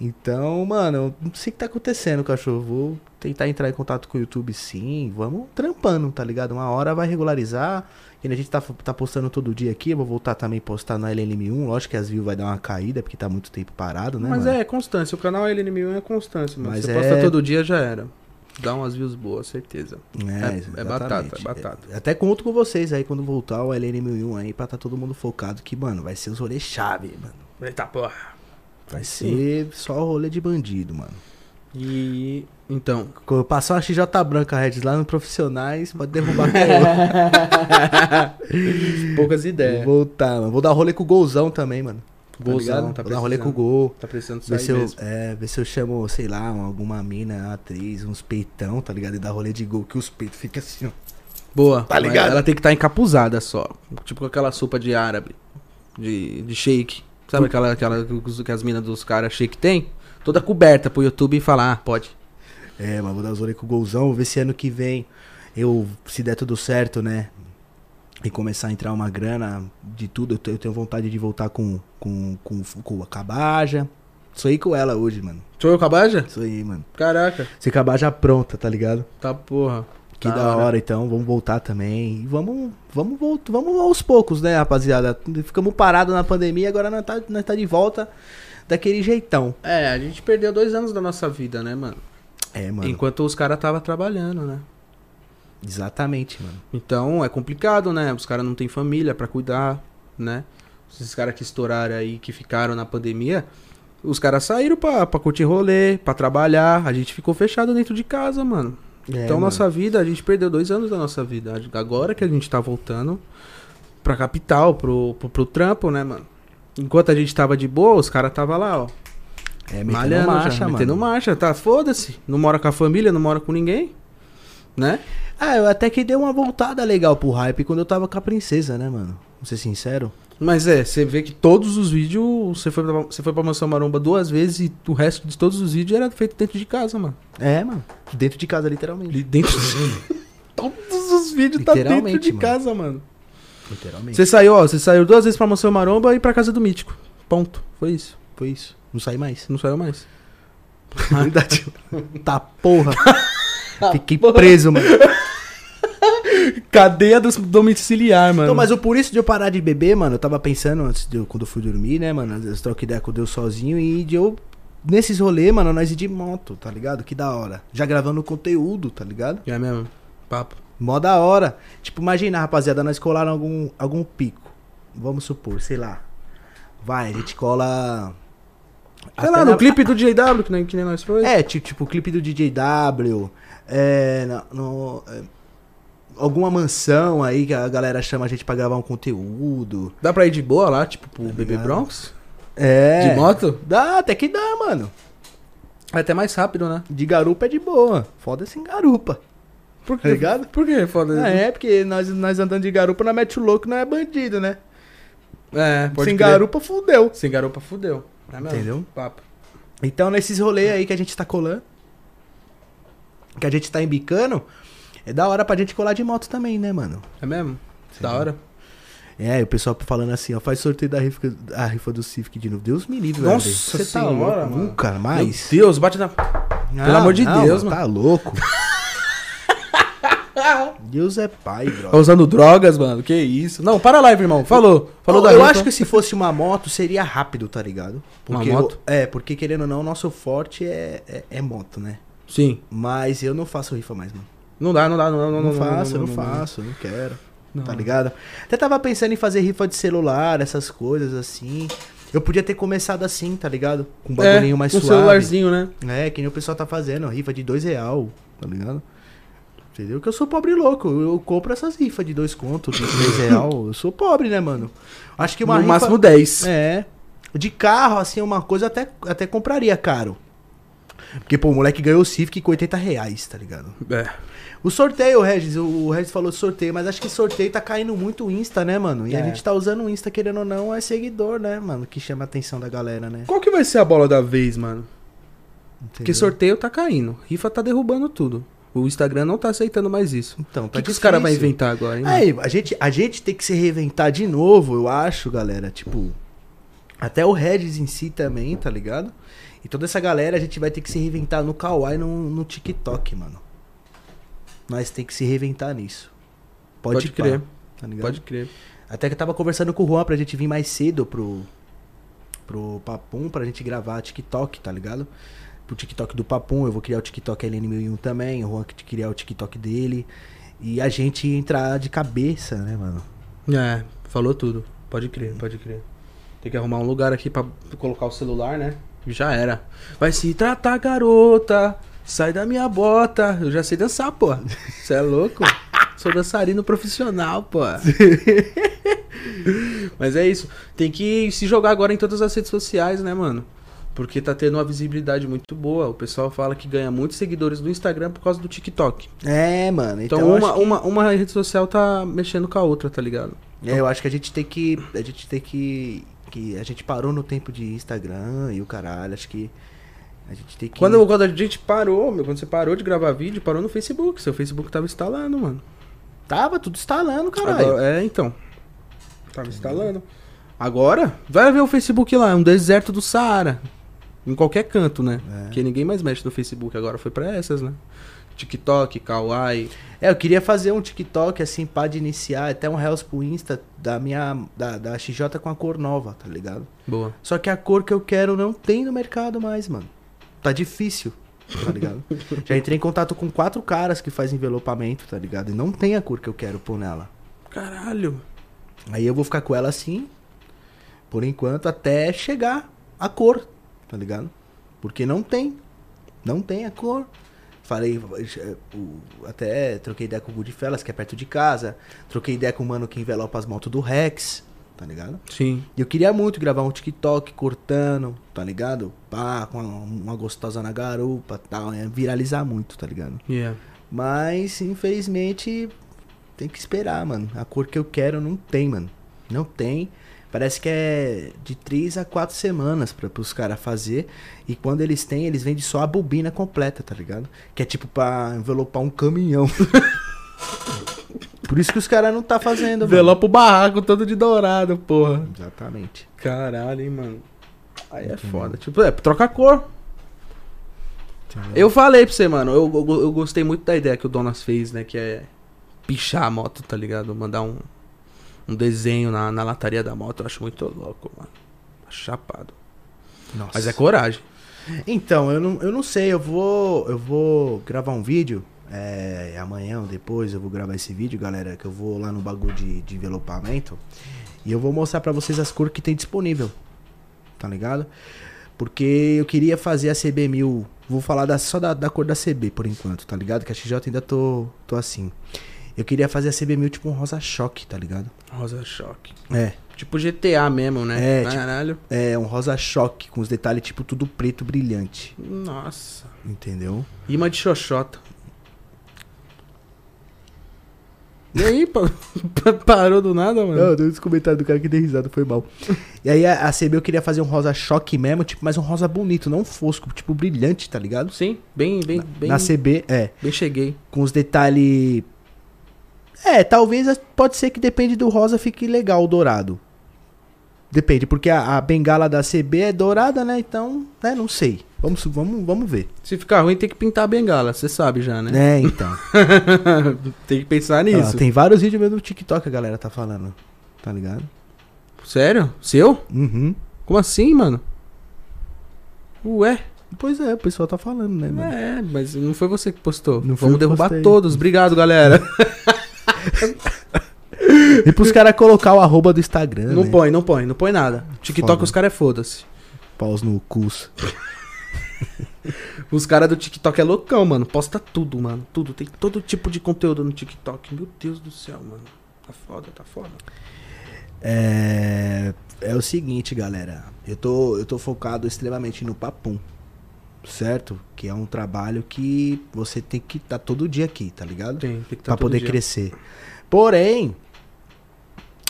Então, mano, eu não sei o que tá acontecendo, cachorro. Vou tentar entrar em contato com o YouTube sim. Vamos trampando, tá ligado? Uma hora vai regularizar. E a gente tá, tá postando todo dia aqui. Eu vou voltar também a postar na LNM1. Lógico que as views vai dar uma caída, porque tá muito tempo parado, né?
Mas
mano?
é, constância. O canal LN1000 é constância, mano.
Mas
Você
é-
posta todo dia, já era. Dá umas views boas, certeza. É- é
exatamente.
batata, é batata.
É, Até conto com vocês aí quando voltar o LN1001 aí pra tá todo mundo focado que, mano, vai ser os rolês chave, mano.
Eita porra.
Vai ser só rolê de bandido, mano.
E... Então...
Quando eu passar uma XJ tá branca Reds lá no Profissionais, pode derrubar até
Poucas
eu.
ideias.
Vou voltar, mano. Vou dar rolê com o Golzão também, mano.
É. Golzão,
ligado?
tá
Vou dar rolê com o
precisando.
Gol.
Tá precisando
Ver
sair
se, eu,
mesmo.
é, ver se eu chamo, sei lá, uma- alguma mina, atriz, uns peitão, tá ligado? E dar rolê de gol, que os peitos ficam assim, ó.
Boa.
Tá
Mas
ligado?
Ela tem que estar encapuzada só. Tipo com aquela sopa de árabe. De, de shake. Sabe aquela, aquela que os- que as minas dos caras shake tem? Toda coberta pro YouTube e falar, ah, pode.
É, mas vou dar os rolê com o golzão, vou ver se ano que vem eu, se der tudo certo, né? E começar a entrar uma grana de tudo, eu te- eu tenho vontade de voltar com, com, com, com a cabaja. Sonhei com ela hoje, mano.
Sou eu com a Baja?
Sonhei, mano.
Caraca.
Se cabaja pronta, tá ligado?
Tá porra.
Que da hora, então, vamos voltar também. E Vamos, vamos, voltar, vamos aos poucos, né, rapaziada? Ficamos parados na pandemia, agora nós tá, nós tá de volta daquele jeitão.
É, a gente perdeu dois anos da nossa vida, né, mano?
É, mano.
Enquanto os caras tava trabalhando, né?
Exatamente, mano.
Então é complicado, né? Os caras não têm família pra cuidar, né? Esses caras que estouraram aí, que ficaram na pandemia, os caras saíram pra, pra curtir rolê, pra trabalhar. A gente ficou fechado dentro de casa, mano.
É,
então
mano.
nossa vida, a gente perdeu dois anos da nossa vida. Agora que a gente tá voltando pra capital, pro, pro, pro trampo, né, mano? Enquanto a gente tava de boa, os caras tava lá, ó.
É, metendo
Malhando
marcha,
já,
mano.
metendo marcha, tá? Foda-se. Não mora com a família, não mora com ninguém, né?
Ah, eu até que dei uma voltada legal pro hype quando eu tava com a princesa, né, mano? Vou ser sincero.
Mas é, você vê que todos os vídeos, você foi, pra, você foi pra Mansão Maromba duas vezes e o resto de todos os vídeos era feito dentro de casa, mano.
É, mano. Dentro de casa, literalmente.
Ali Dentro de... Todos os vídeos tá dentro
Literalmente,
de
mano.
casa, mano.
Literalmente.
Você saiu, ó, você saiu duas vezes pra Mansão Maromba e pra casa do Mítico. Ponto. Foi isso.
Foi isso. Não saí mais.
Você não saiu mais.
Verdade. tá porra. Fiquei preso, mano.
Cadeia dos domiciliar, mano.
Então, mas o por isso de eu parar de beber, mano, eu tava pensando antes de eu, quando eu fui dormir, né, mano? Eu troco ideia com Deus sozinho e de eu. Nesses rolês, mano, nós ir de moto, tá ligado? Que da hora. Já gravando conteúdo, tá ligado?
É mesmo. Papo.
Mó da hora. Tipo, imagina, rapaziada, nós colaram algum, algum pico. Vamos supor, sei lá. Vai, a gente cola.
Sei
até
lá,
na-
no clipe do JW, que nem, que nem nós foi.
É, tipo, tipo o clipe do DJW. É, na- no, é, alguma mansão aí que a galera chama a gente pra gravar um conteúdo.
Dá pra ir de boa lá, tipo, pro Bebê
Tá ligado?
Bronx?
É.
De moto?
Dá, até que dá, mano.
É até mais rápido, né?
De garupa é de boa. Foda-se em garupa.
Por
Tá ligado?
Por que foda
Ah, é, porque nós, nós andando de garupa, nós mete o louco, nós é bandido, né?
É, pode
Sem
crer.
garupa, fudeu.
Sem garupa fudeu. É mesmo?
Entendeu?
Papo.
Então, nesses rolês aí que a gente tá colando, que a gente tá embicando, é da hora pra gente colar de moto também, né, mano?
É mesmo? Da hora.
É, e o pessoal falando assim, ó, faz sorteio da rifa, a rifa do Civic de novo. Deus me livre,
Nossa
velho. tá
Senhora,
louco?
mano.
Nunca mais.
Meu Deus, bate na. Pelo amor de Deus,
Tá louco. Deus é pai,
Tá
brother.
usando drogas, mano. Que isso? Não, para a live, irmão. Falou. Falou da
eu
rifa.
acho que se fosse uma moto, seria rápido, tá ligado?
Uma
Porque
moto?
eu- é, porque querendo ou não, o nosso forte é, é, é moto, né?
Sim.
Mas eu não faço rifa mais, mano.
Não dá, não dá, não, não,
Não,
não,
faço, eu
não,
não, faço, eu não quero.
Não.
Tá ligado? Até tava pensando em fazer rifa de celular, essas coisas assim. Eu podia ter começado assim, tá ligado? Com um bagulhinho mais
um
suave.
celularzinho, né?
É, que nem o pessoal tá fazendo, rifa de dois real, tá ligado? Entendeu? Que eu sou pobre e louco. Eu compro essas rifas de dois contos, de três real. Eu sou pobre, né, mano? Acho que uma
no
rifa-
máximo 10.
É. De carro, assim, uma coisa eu até, até compraria caro. Porque, pô, o moleque ganhou o Civic com 80 reais, tá ligado?
É.
O sorteio, Regis, o, o Regis falou de sorteio, mas acho que sorteio tá caindo muito o Insta, né, mano? E a
É.
gente tá usando o Insta, querendo ou não, é seguidor, né, mano? Que chama a atenção da galera, né?
Qual que vai ser a bola da vez, mano? Porque
Entendeu?
sorteio tá caindo. Rifa tá derrubando tudo. O Instagram não tá aceitando mais isso.
Então,
O que, que os caras vão inventar agora, hein? mano?
Aí, a gente, a gente tem que se reinventar de novo, eu acho, galera. Tipo, até o Regis em si também, tá ligado? E toda essa galera a gente vai ter que se reinventar no Kawaii e no, no TikTok, mano. Nós tem que se reinventar nisso. Pode,
Pode
pá,
crer.
Tá ligado?
Pode crer.
Até que eu tava conversando com o Juan pra gente vir mais cedo pro, pro Papum, pra gente gravar TikTok, tá ligado? Pro TikTok do Papum, eu vou criar o TikTok LN1001 também, o Juan que criar o TikTok dele. E a gente entrar de cabeça, né, mano?
É, falou tudo. Pode crer, pode crer. Tem que arrumar um lugar aqui pra colocar o celular, né? Já era. Vai se tratar, garota. Sai da minha bota. Eu já sei dançar, pô. Você é louco? Sou dançarino profissional, pô. Mas é isso. Tem que se jogar agora em todas as redes sociais, né, mano? Porque tá tendo uma visibilidade muito boa. O pessoal fala que ganha muitos seguidores no Instagram por causa do TikTok.
É, mano.
Então,
Então, eu
uma,
acho que-
uma, uma rede social tá mexendo com a outra, tá ligado?
é, eu acho que a gente tem que. A gente tem que. que a gente parou no tempo de Instagram e o caralho, acho que. A gente tem que.
Quando, quando a gente parou, meu, quando você parou de gravar vídeo, parou no Facebook. Seu Facebook tava instalando, mano.
Tava tudo instalando, caralho.
Agora- é, então. Tava instalando. Agora, vai ver o Facebook lá, é um deserto do Saara. Em qualquer canto, né? Porque ninguém mais mexe no Facebook agora, foi pra essas, né? TikTok, Kawaii.
É, eu queria fazer um TikTok, assim, pá de iniciar, até um Reels pro Insta da minha. Da, da XJ com a cor nova, tá ligado?
Boa.
Só que a cor que eu quero não tem no mercado mais, mano. Tá difícil, tá ligado? Já entrei em contato com quatro caras que fazem envelopamento, tá ligado? E não tem a cor que eu quero pôr nela.
Caralho.
Aí eu vou ficar com ela assim, por enquanto, até chegar a cor, tá ligado? Porque não tem. Não tem a cor. Falei, eh, o- até troquei ideia com o Goodfellas, que é perto de casa. Troquei ideia com o mano que envelopa as motos do Rex, tá ligado?
Sim.
E eu queria muito gravar um TikTok cortando, tá ligado? Pá, com uma, uma gostosa na garupa tal. Ia viralizar muito, tá ligado?
Yeah.
Mas, infelizmente, tem que esperar, mano. A cor que eu quero não tem, mano. Não tem. Parece que é de 3 a 4 semanas para os caras fazer. E quando eles têm, eles vendem só a bobina completa, tá ligado? Que é tipo pra envelopar um caminhão. Por isso que os caras não tá fazendo, mano.
Envelopa o barraco todo de dourado, porra.
Exatamente.
Caralho, hein, mano. Aí é foda. Tipo, é, troca a cor. Eu falei pra você, mano, eu, eu, eu gostei muito da ideia que o Donas fez, né? Que é pichar a moto, tá ligado? Mandar um, um desenho na, na lataria da moto. Eu acho muito louco, mano. Acho chapado.
Nossa.
Mas é coragem.
Então, eu não, eu não sei, eu vou. Eu vou gravar um vídeo. é, amanhã ou depois eu vou gravar esse vídeo, galera, que eu vou lá no bagulho de, de envelopamento. E eu vou mostrar pra vocês as cores que tem disponível. Tá ligado? Porque eu queria fazer a CB1000. Vou falar da- só da, da cor da CB por enquanto, tá ligado? Que a XJ ainda tô, tô assim. Eu queria fazer a CB1000 tipo um rosa-choque, tá ligado?
Rosa choque.
É.
Tipo GTA mesmo, né?
É, tipo-
Caralho.
É, um rosa-choque com os detalhes tipo tudo preto brilhante.
Nossa.
Entendeu?
Imã de xoxota. E aí, pa- pa- parou do nada, mano?
Não, deu esse comentário do cara que deu risada, foi mal. E aí a, a CB eu queria fazer um rosa choque mesmo, tipo, mas um rosa bonito, não fosco, tipo brilhante, tá ligado?
Sim, bem, bem, bem,
Na CB, é,
bem cheguei.
com os detalhes. É, talvez as- pode ser que depende do rosa fique legal o dourado. Depende, porque a, a bengala da CB é dourada, né? Então, né, não sei. Vamos, vamos, vamos ver.
Se ficar ruim, tem que pintar a bengala, você sabe já, né?
É, então.
tem que pensar
Ó,
nisso.
Ah, tem vários vídeos mesmo no TikTok que a galera tá falando. Tá ligado?
Sério? Seu?
Uhum.
Como assim, mano? Ué?
Pois é, o pessoal tá falando, né, mano?
É, mas não foi você que postou.
Não fui eu
Vamos
que
derrubar
postei.
todos. Obrigado, galera.
E pros caras colocar o arroba do Instagram,
não
né?
põe, não põe, não põe nada. TikTok
Foda.
os caras é foda-se.
Paus no cus.
Os caras do TikTok é loucão, mano. Posta tudo, mano. Tudo. Tem todo tipo de conteúdo no TikTok. Meu Deus do céu, mano. Tá foda, tá foda.
É, é o seguinte, galera. Eu tô, eu tô focado extremamente no papum, certo? Que é um trabalho que você tem que estar todo dia aqui, tá ligado?
Tem, tem que tá
Pra poder
crescer.
crescer. Porém,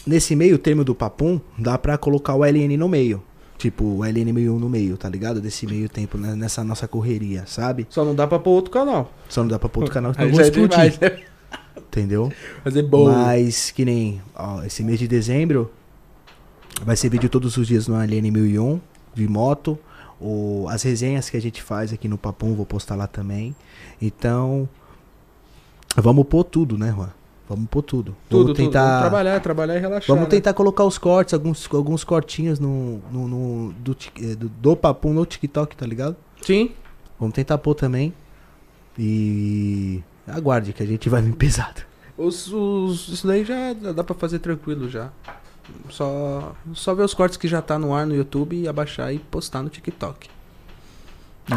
nesse meio termo do papum, dá pra colocar o LN no meio. Tipo, o LN61 no meio, tá ligado? Desse meio tempo, né? nessa nossa correria, sabe?
Só não dá pra pôr outro canal.
Só não dá pra pôr outro canal, senão
Aí
eu vou
já é
explodir,
demais, né?
entendeu?
Fazer bom.
Mas que nem ó, esse mês de dezembro vai ser vídeo todos os dias no Alien 1001 de moto. O, as resenhas que a gente faz aqui no Papum, vou postar lá também. Então, vamos pôr tudo, né, Juan? Vamos pôr tudo.
Tudo, tudo. Vamos
vamos tentar, vamos
trabalhar, trabalhar e relaxar. né?
tentar colocar os cortes, alguns, alguns cortinhos no, no, no- do, tic- eh, do, do Papum no TikTok, tá ligado?
Sim.
Vamos tentar pôr também. E aguarde que a gente vai vir pesado.
Os, os- isso daí já dá pra fazer tranquilo já. Só, só ver os cortes que já tá no ar no YouTube e abaixar e postar no TikTok.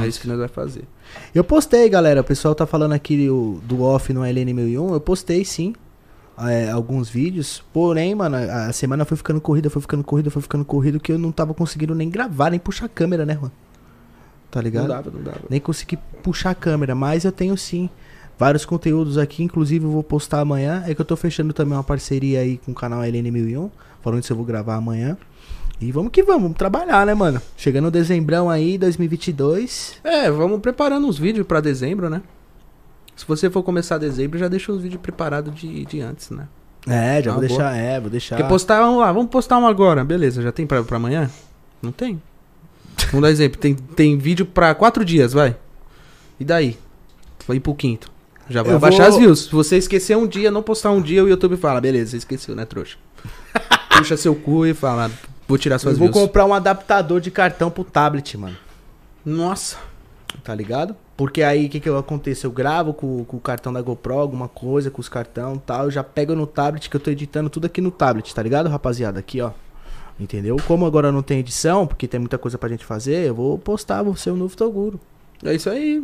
É isso que nós vamos fazer.
Eu postei, galera. O pessoal tá falando aqui o- do off no LN1001. Eu postei sim. é, alguns vídeos. Porém, mano, a, a semana foi ficando corrida, foi ficando corrida, foi ficando corrida. Que eu não tava conseguindo nem gravar, nem puxar a câmera, né, Juan? Tá
Não
ligado?
dava, não dava.
Nem consegui puxar a câmera, mas eu tenho sim vários conteúdos aqui, inclusive eu vou postar amanhã. É que eu tô fechando também uma parceria aí com o canal LN1001, falando isso eu vou gravar amanhã. E vamos que vamos, vamos trabalhar, né, mano? Chegando o dezembrão aí, 2022.
É, vamos preparando uns vídeos pra dezembro, né? Se você for começar dezembro, já deixa os vídeos preparados de, de antes, né?
É, já
Ah,
vou
boa.
deixar, é, vou deixar.
Porque postar, vamos lá, vamos postar um agora. Beleza, já tem pra, pra amanhã? Não tem. Vamos dar exemplo, tem, tem vídeo pra quatro dias, vai. E daí? Vai ir pro quinto. Já vai
Eu
baixar
vou-
as views. Se você esquecer um dia, não postar um dia, o YouTube fala, beleza, você esqueceu, né, trouxa? Puxa seu cu e fala, vou tirar
eu
suas
vou
views.
comprar um adaptador de cartão pro tablet, mano.
Nossa.
Tá ligado? Porque aí o que que eu- acontece? Eu gravo com, com o cartão da GoPro, alguma coisa, com os cartão e tal, eu já pego no tablet que eu tô editando tudo aqui no tablet, tá ligado, rapaziada? Aqui, ó. Entendeu? Como agora não tem edição, porque tem muita coisa pra gente fazer, eu vou postar, vou ser o novo Toguro. tá
É isso aí.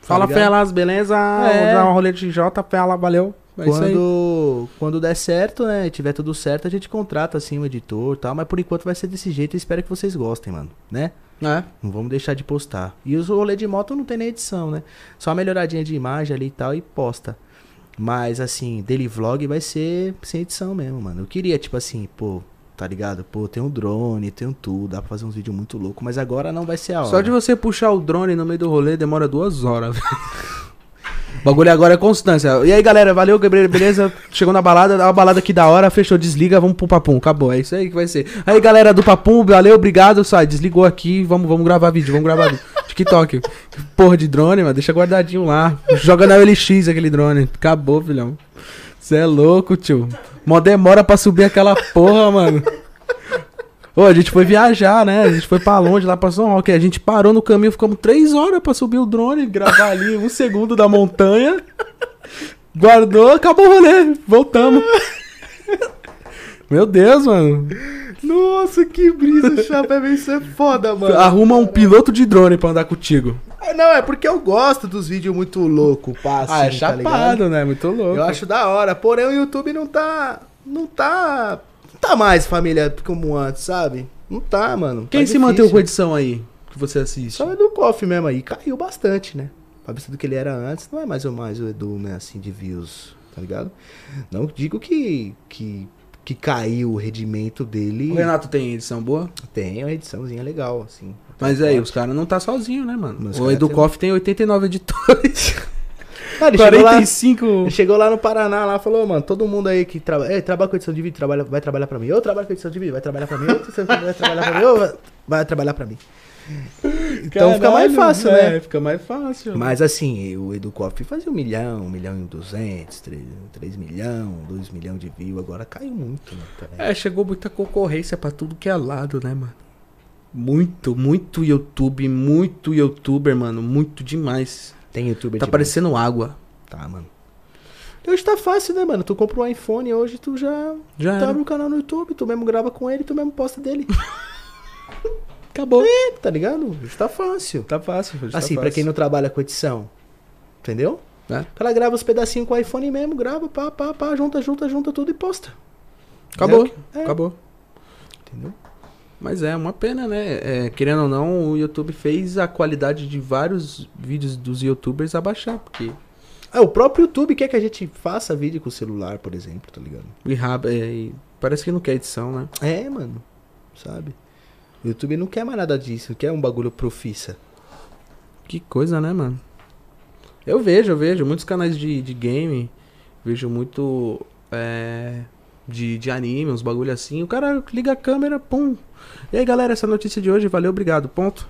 Fala,
ligado?
Felas, beleza?
É.
Dá um rolê de J, Fela, valeu. É isso aí.
quando, quando der certo, né? Tiver tudo certo, a gente contrata assim um editor e tal, mas por enquanto vai ser desse jeito e espero que vocês gostem, mano, né?
É.
Não vamos deixar de postar. E os rolê de moto não tem nem edição, né? Só uma melhoradinha de imagem ali e tal e posta. Mas assim, daily vlog vai ser sem edição mesmo, mano. Eu queria, tipo assim, pô, tá ligado? Pô, tem um drone, tem um tudo, dá pra fazer uns vídeos muito loucos, mas agora não vai ser a hora.
Só de você puxar o drone no meio do rolê demora duas horas. velho. O bagulho agora é constância. E aí, galera, valeu, Gabriel, beleza? Chegou na balada, dá uma balada aqui da hora, fechou, desliga, vamos pro papum, acabou, é isso aí que vai ser. Aí, galera do papum, valeu, obrigado, sai, desligou aqui, vamos, vamos gravar vídeo, vamos gravar vídeo. TikTok. Porra de drone, mano, deixa guardadinho lá. Joga na LX aquele drone, acabou, filhão. Você é louco, tio. Mó demora pra subir aquela porra, mano. Ô, a gente foi viajar, né? A gente foi pra longe, lá pra São Roque. A gente parou no caminho, ficamos três horas pra subir o drone, gravar ali um segundo da montanha. Guardou, acabou o rolê. Voltamos. Meu Deus, mano.
Nossa, que brisa, chapa, isso é foda,
Arruma um piloto de drone pra andar contigo.
Não, é porque eu gosto dos vídeos muito loucos, pá,
ah, é chapado, né? Muito louco.
Assim, tá Eu acho da hora. Porém, o YouTube não tá. Não tá. Não tá mais, família, como antes, sabe? Não tá, mano.
Quem
Tá
se
difícil.
manteve com a edição aí que você assiste?
Só o Edu Koff mesmo aí. Caiu bastante, né? A vista do que ele era antes, não é mais ou mais o Edu, né? Assim, de views, tá ligado? Não digo que. que que caiu o rendimento dele.
O Renato tem edição boa?
Tem uma ediçãozinha legal, assim.
Mas aí, os caras não tá sozinho, né, mano?
Mas
o
cara tem-
Educoff tem 89 editores.
Ah, ele chegou lá-
45.
Ele chegou lá no Paraná, lá falou, mano, todo mundo aí que traba- Ei, trabalha com edição de vídeo, trabalha, vai trabalhar pra mim. Eu trabalho com edição de vídeo, vai trabalhar pra mim. Eu trabalho- vai trabalhar pra mim. Eu, vai- vai trabalhar pra mim. Então fica mais
Caralho,
fácil,
é,
né?
Fica mais fácil.
Mas assim, o Edu Koff fazia um milhão, um milhão e duzentos, três, três milhão, dois milhão de views. Agora caiu muito, né? também.
É, chegou muita concorrência pra tudo que é lado, né, mano? Muito, muito YouTube, muito youtuber, mano, muito demais.
Tem youtuber
tá
demais.
parecendo água.
Tá, mano. E Hoje tá fácil, né, mano? Tu compra um iPhone hoje, tu já,
Já
tu
era.
abre um canal no YouTube, tu mesmo grava com ele, tu mesmo posta dele.
Acabou.
Tá ligado? Hoje tá fácil.
Tá fácil, filho, tá
Assim, pra
fácil.
quem não trabalha com edição, entendeu?
É.
O cara grava os pedacinhos com o iPhone mesmo, grava, pá, pá, pá, junta, junta, junta tudo e posta.
Acabou,
É.
acabou.
Entendeu?
Mas é uma pena, né? É, querendo ou não, o YouTube fez a qualidade de vários vídeos dos youtubers abaixar, porque
Ah, o próprio YouTube quer que a gente faça vídeo com o celular, por exemplo, tá ligado?
e rab- é, e parece que não quer edição, né?
É, mano. Sabe? O YouTube não quer mais nada disso, quer um bagulho profissa.
Que coisa, né, mano? Eu vejo, eu vejo muitos canais de, de game, vejo muito é, de, de anime, uns bagulho assim. O cara liga a câmera, pum. E aí, galera, essa notícia de hoje, valeu, obrigado, ponto.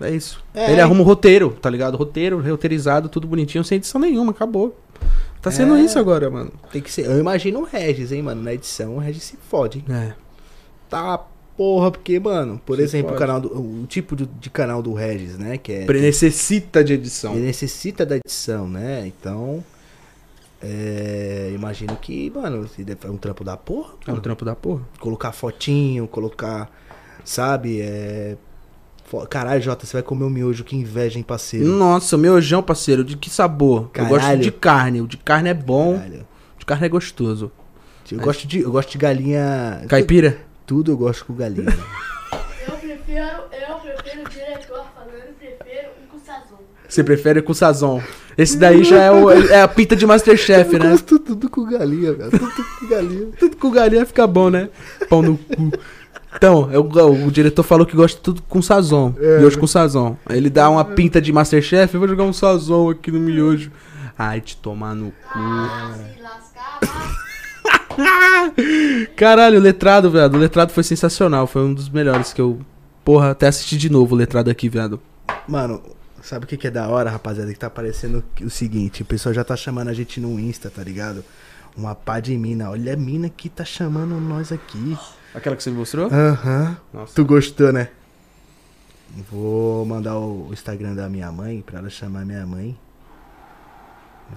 É isso.
É,
Ele arruma o roteiro, tá ligado? Roteiro, roteirizado, tudo bonitinho, sem edição nenhuma, acabou. Tá sendo
É.
isso agora, mano.
Tem que ser. Eu imagino o Regis, hein, mano. Na edição, o Regis se fode, hein?
É.
Tá porra, porque, mano, por
Se
exemplo,
fode.
o canal do. O tipo de, de canal do Regis, né? Que é.
Pre- Necessita de edição.
Ele necessita da edição, né? Então. É, imagino que, mano, se der- é um trampo da porra.
É o trampo da porra.
Colocar fotinho, colocar. Sabe? É. fo- Caralho, Jota, você vai comer um miojo, que inveja, hein, parceiro?
Nossa, miojão, parceiro, de que sabor? Eu gosto
É. Caralho.
de carne. O de carne é bom,
Caralho.
o de carne é gostoso.
Eu gosto, de, eu gosto de galinha.
Caipira.
Tudo eu gosto com galinha.
Eu prefiro, eu prefiro o diretor falando, prefiro um com sazon.
Você prefere com sazon. Esse daí já é, o- é a pinta de Masterchef,
eu
né?
gosto tudo com galinha, velho. Tudo com galinha.
Tudo com galinha fica bom, né? Pão no cu. Então, eu- o diretor falou que gosta de tudo com sazon. Miojo com sazon. Aí Ele dá uma pinta de Masterchef, eu vou jogar um sazon aqui no miojo. Ai, te tomar no cu.
Ah, se lascar, ah,
Caralho, o letrado, viado. O letrado foi sensacional. Foi um dos melhores que eu. Porra, até assisti de novo o letrado aqui, viado.
Mano, sabe o que, que é da hora, rapaziada? Que tá aparecendo o seguinte: o pessoal já tá chamando a gente no Insta, tá ligado? Uma pá de mina. Olha a mina que tá chamando nós aqui.
Aquela que você me mostrou?
Aham.
Nossa.
Tu gostou, né? Vou mandar o Instagram da minha mãe pra ela chamar minha mãe.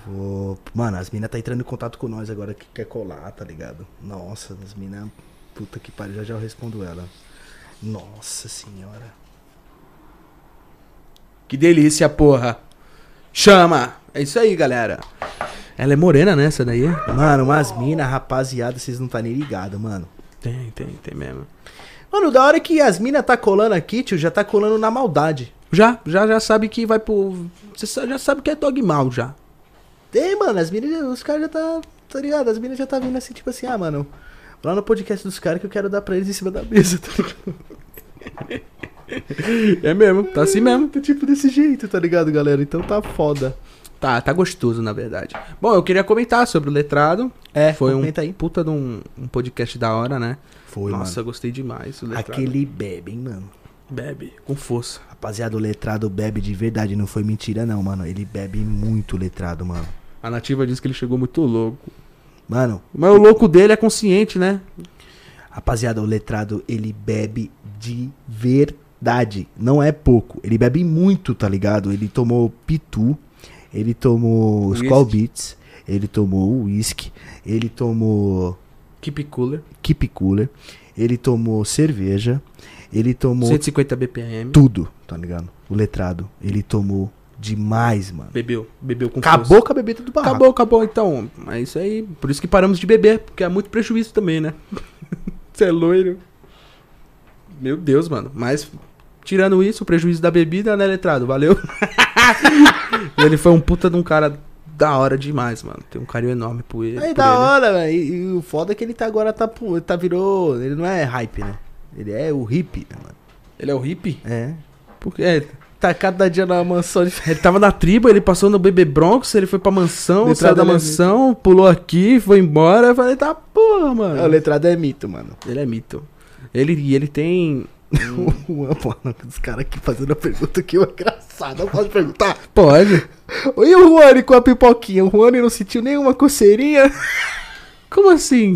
Vou. Mano, as minas tá entrando em contato com nós agora que quer colar, tá ligado? Nossa, as minas. Puta que pariu, já já eu respondo ela. Nossa senhora.
Que delícia, porra. Chama! É isso aí, galera. Ela é morena, né? Essa daí?
Mano, umas minas, rapaziada, vocês não tá nem ligado, mano.
Tem, tem, tem mesmo.
Mano, da hora que as minas tá colando aqui, tio, já tá colando na maldade.
Já, já, já sabe que vai pro. Você sa- já sabe que é dog mal já.
Tem, mano, as minas, os caras já tá, tá ligado? As minas já tá vindo assim, tipo assim, ah, mano, lá no podcast dos caras que eu quero dar pra eles em cima da mesa, tá ligado?
É mesmo, tá assim mesmo.
Tá tipo desse jeito, tá ligado, galera? Então tá foda.
Tá, tá gostoso, na verdade. Bom, eu queria comentar sobre o letrado.
É,
Foi um
comenta aí.
puta de um, um podcast da hora, né?
Foi,
Nossa, eu gostei demais. O
mano.
letrado.
Aquele bebe, hein, mano.
Bebe, com força.
Rapaziada, o letrado bebe de verdade, não foi mentira, não, mano. Ele bebe muito o letrado, mano.
A nativa disse que ele chegou muito louco.
Mano,
Mas o louco dele é consciente, né?
Rapaziada, o letrado, ele bebe de verdade. Não é pouco. Ele bebe muito, tá ligado? Ele tomou pitu, ele tomou
Whisky.
Skull Beats, ele tomou whisky, ele tomou
Keep cooler.
keep cooler, ele tomou cerveja, ele tomou
150 BPM.
tudo, tá ligado? O letrado, ele tomou demais, mano.
Bebeu, bebeu com força.
Acabou com a bebida do barraco.
Ah. Acabou, acabou, então. É isso aí. Por isso que paramos de beber, porque é muito prejuízo também, né? Você é loiro. Meu Deus, mano. Mas, tirando isso, o prejuízo da bebida, né, letrado? Valeu. E ele foi um puta de um cara da hora demais, mano. Tem um carinho enorme por ele.
Aí
por
da
ele.
hora, velho. E, e o foda é que ele tá agora, tá, pu- tá virou. Ele não é hype, né? Ele é o hippie, né, mano?
Ele é o hippie?
É.
Porque é,
Tá cada dia na mansão de
ele tava na tribo, ele passou no bebê Bronx, ele foi pra mansão,
Letrado,
saiu da
ele é
mansão, pulou aqui, foi embora. Eu falei, tá porra, mano.
O letrado é mito, mano.
Ele é mito. Ele, e ele tem.
Uma porra dos caras aqui fazendo a pergunta que é engraçada. Eu posso perguntar?
Pode.
E o Juane com a pipoquinha? O Juane não sentiu nenhuma coceirinha?
Como assim?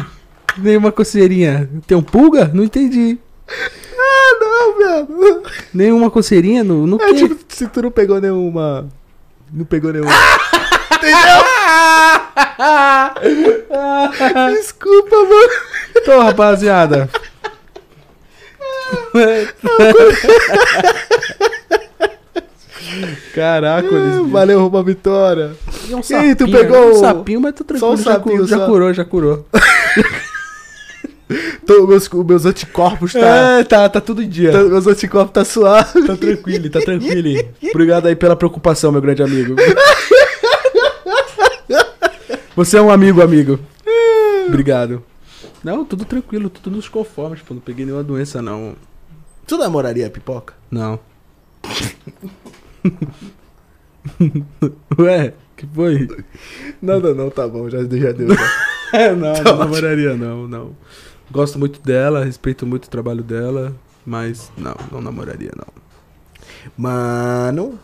Nenhuma coceirinha? Tem um pulga? Não entendi.
Ah, não, velho.
Nenhuma coceirinha no, no
É
quê?
tipo, se tu não pegou nenhuma. Não pegou nenhuma. Desculpa, mano.
Tô, rapaziada. Caraca, eles.
Valeu, Roma Vitória.
É, E um
E aí, tu
sapinho, né?
pegou
Um
o-
sapinho, mas tá tranquilo.
um
já,
sapinho
curou, já
só.
curou, já curou.
Tô, meus, meus anticorpos tá...
É, tá, tá tudo em dia.
tá- Meus anticorpos tá suave.
Tá tranquilo, tá tranquilo. Obrigado aí pela preocupação, meu grande amigo. Você é um amigo, amigo. Obrigado. Não, tudo tranquilo, tudo nos conformes, pô. Não peguei nenhuma doença, não.
Tu namoraria a pipoca?
Não. Ué, que foi?
Nada não, tá bom, já, já deu.
É, não, não namoraria, não, não. Gosto muito dela, respeito muito o trabalho dela, mas não, não namoraria, não.
Mano,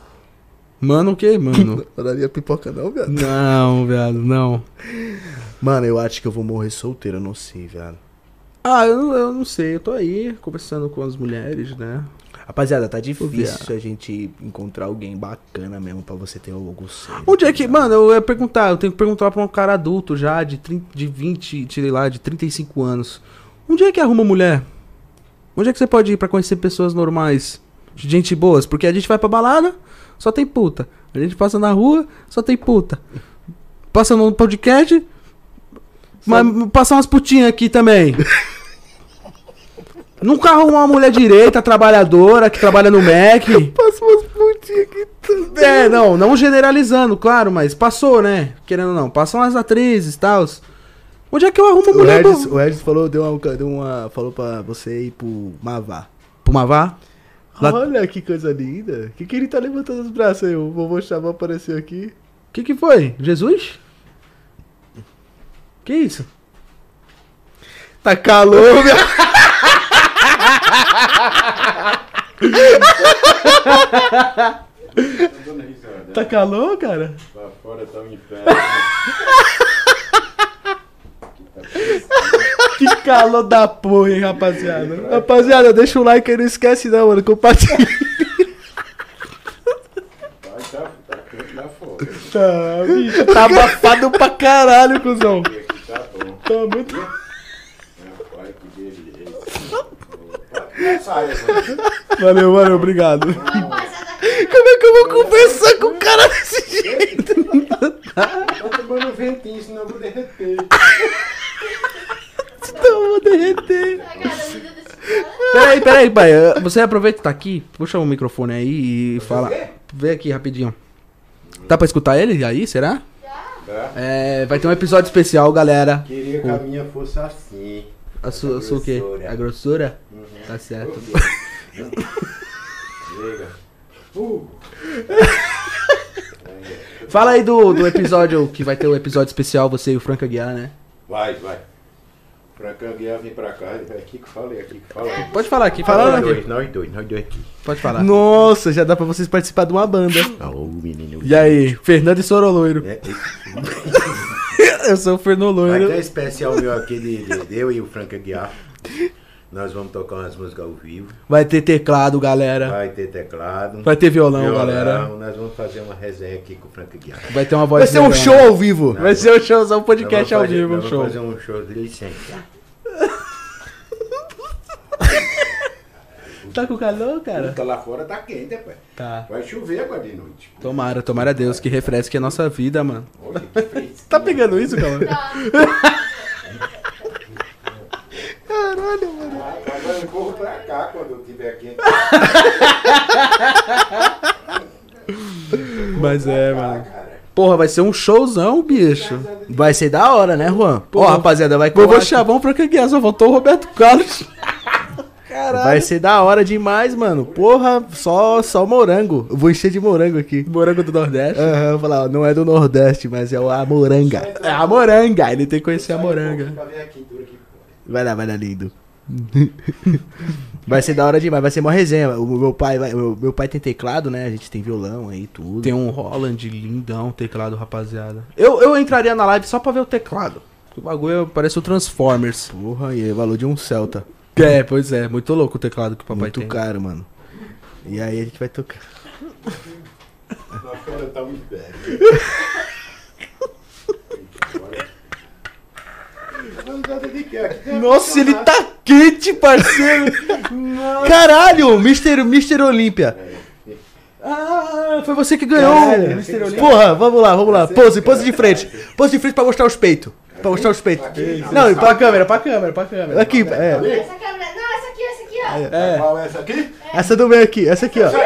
Mano, o que,
não
mano?
namoraria a pipoca não, velho.
Não, viado, não.
Mano, eu acho que eu vou morrer solteiro, eu não sei, velho.
Ah, eu, não- eu não sei, eu tô aí conversando com as mulheres, né?
Rapaziada, tá
viado.
difícil a gente encontrar alguém bacana mesmo pra você ter tá o gosto.
Onde é que, mano, eu ia perguntar, eu tenho que perguntar pra um cara adulto já, de, 30, de 20, sei lá, de 35 anos. Onde é que arruma mulher? Onde é que você pode ir pra conhecer pessoas normais? Gente boas, porque a gente vai pra balada, só tem puta. A gente passa na rua, só tem puta. Passa no podcast, mas passa umas putinhas aqui também. Nunca arruma uma mulher direita, trabalhadora, que trabalha no Mac.
Passa umas pontinhas aqui também.
É, não, não generalizando, claro, mas passou, né? Querendo ou não, passam as atrizes e tal. Onde é que eu arrumo
O
mulher
Edson,
do...
o Edson falou, deu uma, deu uma. Falou pra você ir pro Mavá.
Pumavá? Lá-
Olha que coisa linda. Que que ele tá levantando os braços aí? O vovô Xamã apareceu aqui.
O que que foi? Jesus? Que isso?
Tá calor, meu.
Tô dando risada.
Tá calor, cara?
Lá fora tá um inferno.
Que calor da porra, hein, rapaziada?
Rapaziada, deixa o like aí, não esquece não, mano. Compartilha.
Vai, tá, tá quente lá fora.
Tá, bicho, tá abafado pra caralho, cuzão.
E aqui tá bom.
Tá muito...
Rapaz, que delícia. Opa, Saia, mano.
Valeu, valeu, obrigado.
Como é que eu vou conversar com o cara desse jeito?
Tá tomando ventinho, senão eu vou derreter.
Eu vou
é
derreter.
Peraí, peraí, pai. eh, Você aproveita que tá aqui, puxa o microfone aí e fala. Vê aqui rapidinho. Tá pra escutar ele aí, será?
Tá?
É, vai ter um episódio especial, galera.
Queria que a minha fosse assim.
A sua, a sua o quê?
Grossura.
A grossura?
Uhum.
Tá certo.
Chega. Uh,
Fala aí do, do episódio que vai ter um episódio especial, você e o Franca Guiar, né?
vai, vai. Francão Guiar vem pra cá. É aqui que falei, aqui que falei.
Pode falar aqui,
Nós
fala aqui.
dois, nós dois, nós dois aqui.
Pode falar.
Nossa, já dá pra vocês participar de uma banda.
Alô, menino.
E aí, Fernando e Soroloiro.
É,
Eu sou o Fernando
Vai ter
Loiro.
um especial meu aqui de, de- de eu e o Frank Aguiar. Nós vamos tocar umas músicas ao vivo.
Vai ter teclado, galera.
Vai ter teclado.
Vai ter violão, galera.
Nós vamos fazer uma resenha aqui com o Frank Aguiar. Nós
Vai ter uma voz.
Vai ser um
melhor. né?
show ao vivo.
Não.
Vai ser um showzão, um
vamos
podcast ao
fazer-
vivo, um
nós
show.
Vamos fazer um show de licença.
Tá com calor, cara?
Tá lá fora, tá quente, rapaz.
Tá.
Vai chover agora de noite.
Tomara, tomara a Deus que refresque a nossa vida, mano.
Olha que fresco.
Tá pegando isso, cara?
Agora eu corro pra cá quando eu tiver quente.
Mas é, mano.
Cara,
Porra, vai ser um showzão, bicho.
Vai ser da hora, né, Juan? Ó,
Pô,
rapaziada, vai
Vovô
colar-
Chavão pra caguear, só voltou o Roberto Carlos.
Vai ser da hora demais, mano. Porra, só, só morango. Eu vou encher de morango aqui.
Morango do Nordeste.
Aham, vou falar, ó, não é do Nordeste, mas é o- a moranga.
É a moranga, ele tem que conhecer a moranga.
pra ver a quintura que foi.
Vai lá, vai lá, lindo. vai ser da hora demais, vai ser uma resenha. O meu pai, vai- o meu pai tem teclado, né? A gente tem violão aí, tudo.
Tem um Holland lindão, teclado, rapaziada. Eu, eu entraria na live só pra ver o teclado. O bagulho é, parece o Transformers.
Porra, e é o valor de um Celta.
É, pois é, muito louco o teclado que o papai
Muito
tem.
caro, mano. E aí a gente vai tocar.
Lá fora tá um inferno. Agora- Tá dando de quê? Aqui tem
Nossa, ele
ar-condicionado.
tá
quente, parceiro. Caralho, Mr. Mr. Olímpia. Ah, foi você que ganhou.
Caralho, Mr. Olímpia.
Porra, vamos lá, vamos lá. Pose, pose de frente. Pose de frente pra mostrar os peitos. Pra mostrar os peitos. Não, e pra câmera, pra câmera, pra câmera. Aqui, é.
Essa câmera. Não, essa aqui, essa aqui, ó.
É.
Qual é essa aqui?
Essa do meio aqui, essa aqui, ó.
Qual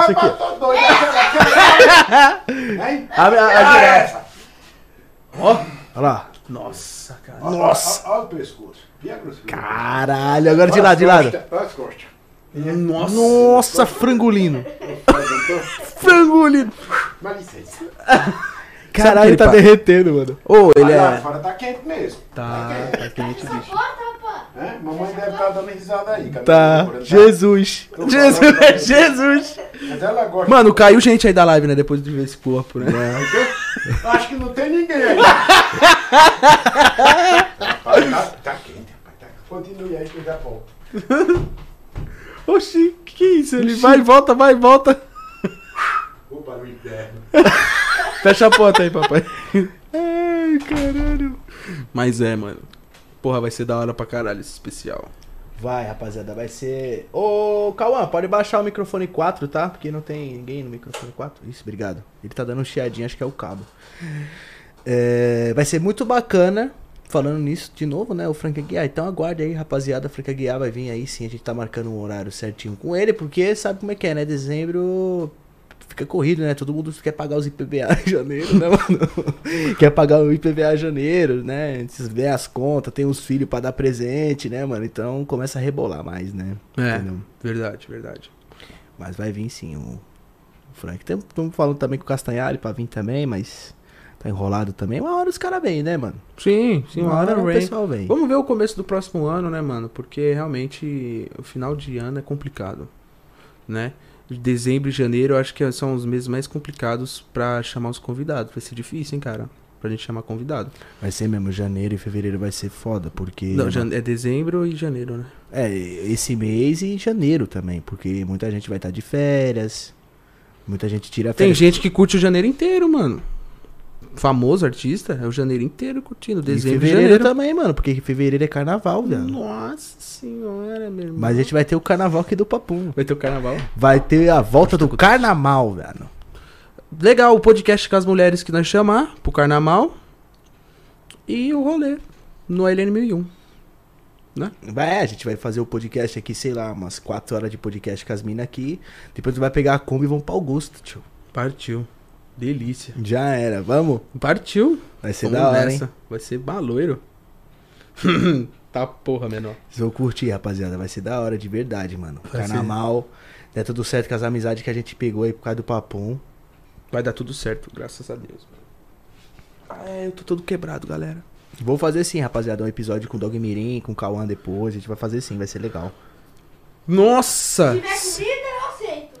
é?
aqui.
Tô doido. Aquela, aquela. Hein?
Abre
Ah,
a, a
Qual é
direita.
essa?
Olha lá.
Nossa, cara.
Nossa.
Olha o pescoço. E a grossura?
Caralho, agora de lado, de lado.
Olha as costas.
Nossa.
Nossa, frangolino.
Frangolino.
Mas licença.
Caralho,
ele
tá
pa-
derretendo, mano.
Ô, ele
Mas lá
é.
fora tá quente mesmo.
Tá, tá quente,
Essa
bicho.
porta, rapá.
Né? Mamãe deve estar dando risada aí. cara.
Tá.
Procurando,
Jesus. Jesus, é Jesus.
Mas ela gosta. né?
Mano, caiu gente aí da live, né? Depois de ver esse corpo, né?
Acho que não tem ninguém aí. Rapaz, tá, tá quente, rapaz. Tá... Continue aí que eu já volto.
Oxi, que que é isso? Ele vai e volta, vai e volta.
Vou para o inferno.
Fecha a porta aí, papai. Ai, caralho. Mas é, mano. Porra, vai ser da hora pra caralho esse especial.
Vai, rapaziada, vai ser. Ô, Cauã, pode baixar o microfone 4, tá? Porque não tem ninguém no microfone 4. Isso, obrigado. Ele tá dando um chiadinho, acho que é o cabo. É, vai ser muito bacana. Falando nisso de novo, né? O Frank Aguiar. Então aguarde aí, rapaziada. O Frank Aguiar vai vir aí sim. A gente tá marcando um horário certinho com ele, porque sabe como é que é, né? Dezembro fica corrido, né? Todo mundo quer pagar os IPVA em janeiro, né, mano? quer pagar o IPVA em janeiro, né? Esses vê as contas, tem os filhos pra dar presente, né, mano? Então começa a rebolar mais, né?
É,
Entendeu?
verdade, verdade.
Mas vai vir sim o, o Frank. Estamos falando também com o Castanhari pra vir também, mas tá enrolado também. Uma hora os caras vêm, né, mano?
Sim, sim,
Uma hora o
vem.
pessoal vem.
um- Vamos ver o começo do próximo ano, né, mano? Porque realmente o final de ano é complicado, né? Dezembro e janeiro eu acho que são os meses mais complicados pra chamar os convidados. Vai ser difícil, hein, cara? Pra gente chamar convidado.
Vai ser mesmo, janeiro e fevereiro vai ser foda, porque.
Não, jan- é dezembro e janeiro, né?
É, esse mês e janeiro também, porque muita gente vai estar de férias. Muita gente tira
Tem
É férias.
gente que curte o janeiro inteiro, mano. Famoso artista é o janeiro inteiro curtindo. Dezembro e
e fevereiro tá
janeiro. tá
também, mano, porque fevereiro é carnaval, velho.
Nossa senhora, meu irmão.
Mas a gente vai ter o carnaval aqui do Papum.
Vai ter o carnaval.
Vai ter a volta do carnaval, velho.
Legal, o podcast com as mulheres que nós chamar pro carnaval. E o rolê no LN1001.
Vai, a gente vai fazer o podcast aqui, sei lá, umas 4 horas de podcast com as minas aqui. Depois tu vai pegar a Kombi e vamos pra Augusto, tio.
Partiu. Delícia.
Já era, vamos?
Partiu.
Vai ser
Vamos
da hora,
nessa.
hein?
Vai ser baloiro. tá porra, menor.
Vocês vão curtir, rapaziada. Vai ser da hora de verdade, mano.
Vai ser.
carnaval, der tudo certo com as amizades que a gente pegou aí por causa do Papum.
Vai dar tudo certo, graças a Deus. mano. Ah, é, eu tô todo quebrado, galera.
Vou fazer sim, rapaziada. Um episódio com o Dog Mirim, com o Cauã depois. A gente vai fazer sim, vai ser legal.
Nossa!
Se tiver comida, eu aceito.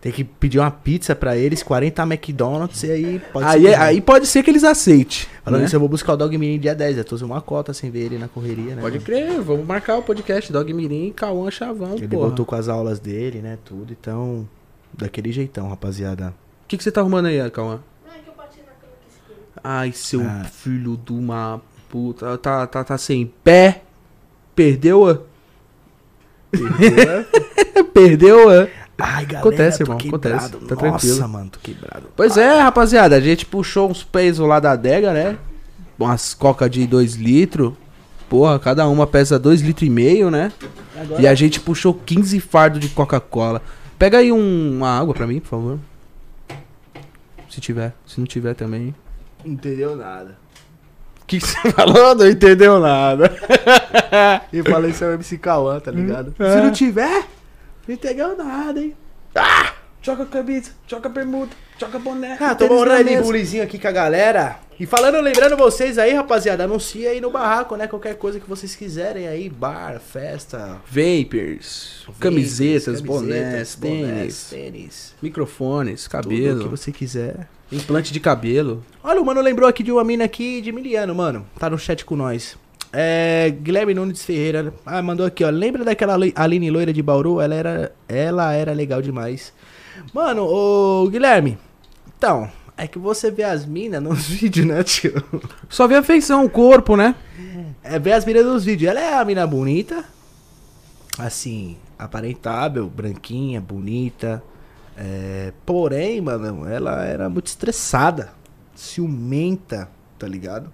Tem que pedir uma pizza pra eles, 40 McDonald's e aí pode
Aí,
ser.
é- aí pode ser que eles aceitem.
Falando
né?
isso, eu vou buscar o Dog Mirim dia 10. Eu tô usando uma cota sem ver ele na correria, né?
Pode
mano?
crer, vamos marcar o podcast Dog Mirim, Cauã Chavão,
Ele
porra.
voltou com as aulas dele, né? Tudo, então. Daquele jeitão, rapaziada.
O que, que você tá arrumando aí, Cauã?
Não, é que eu bati na cama que esquerda.
Ai, seu
Ah.
filho de uma puta. Tá, tá, tá sem pé. é? Perdeu-a? Perdeu-a?
Ai, galera,
Acontece,
tô
irmão,
quebrado.
acontece. Tá
Nossa,
tranquilo.
mano, tô quebrado.
Pois é, rapaziada, a gente puxou uns pesos lá da adega, né? Umas coca de 2 litros. Porra, cada uma pesa 2 litros e meio, né? E a gente puxou 15 fardos de Coca-Cola. Pega aí um- uma água pra mim, por favor. Se tiver. Se não tiver também.
Entendeu nada.
O que que você falou? Não entendeu nada.
E falei isso é o MC Cauã, tá ligado? Se não tiver, não entendeu nada, hein?
Choca camisa, choca bermuda, choca boné.
Ah, tomou um Red Bullzinho aqui com a galera. E falando, lembrando vocês aí, rapaziada, anuncia aí no barraco, né? Qualquer coisa que vocês quiserem aí, bar, festa,
Vapers, camisetas,
camisetas,
bonés,
bonés,
tênis,
tênis,
microfones,
Tudo que
cabelo,
você quiser.
implante de cabelo.
Olha, o mano lembrou aqui de uma mina aqui de Miliano, mano. Tá no chat com nós. É, Guilherme Nunes Ferreira ah, mandou aqui, ó. Lembra daquela Lei- Aline Loira de Bauru? Ela era, ela era legal demais. Mano, ô Guilherme, então, é que você vê as minas nos vídeos, né, tio?
Só vê a feição, o corpo, né?
É ver as minas nos vídeos. Ela é a mina bonita, assim, aparentável, branquinha, bonita. é, porém, mano, ela era muito estressada, ciumenta, tá ligado?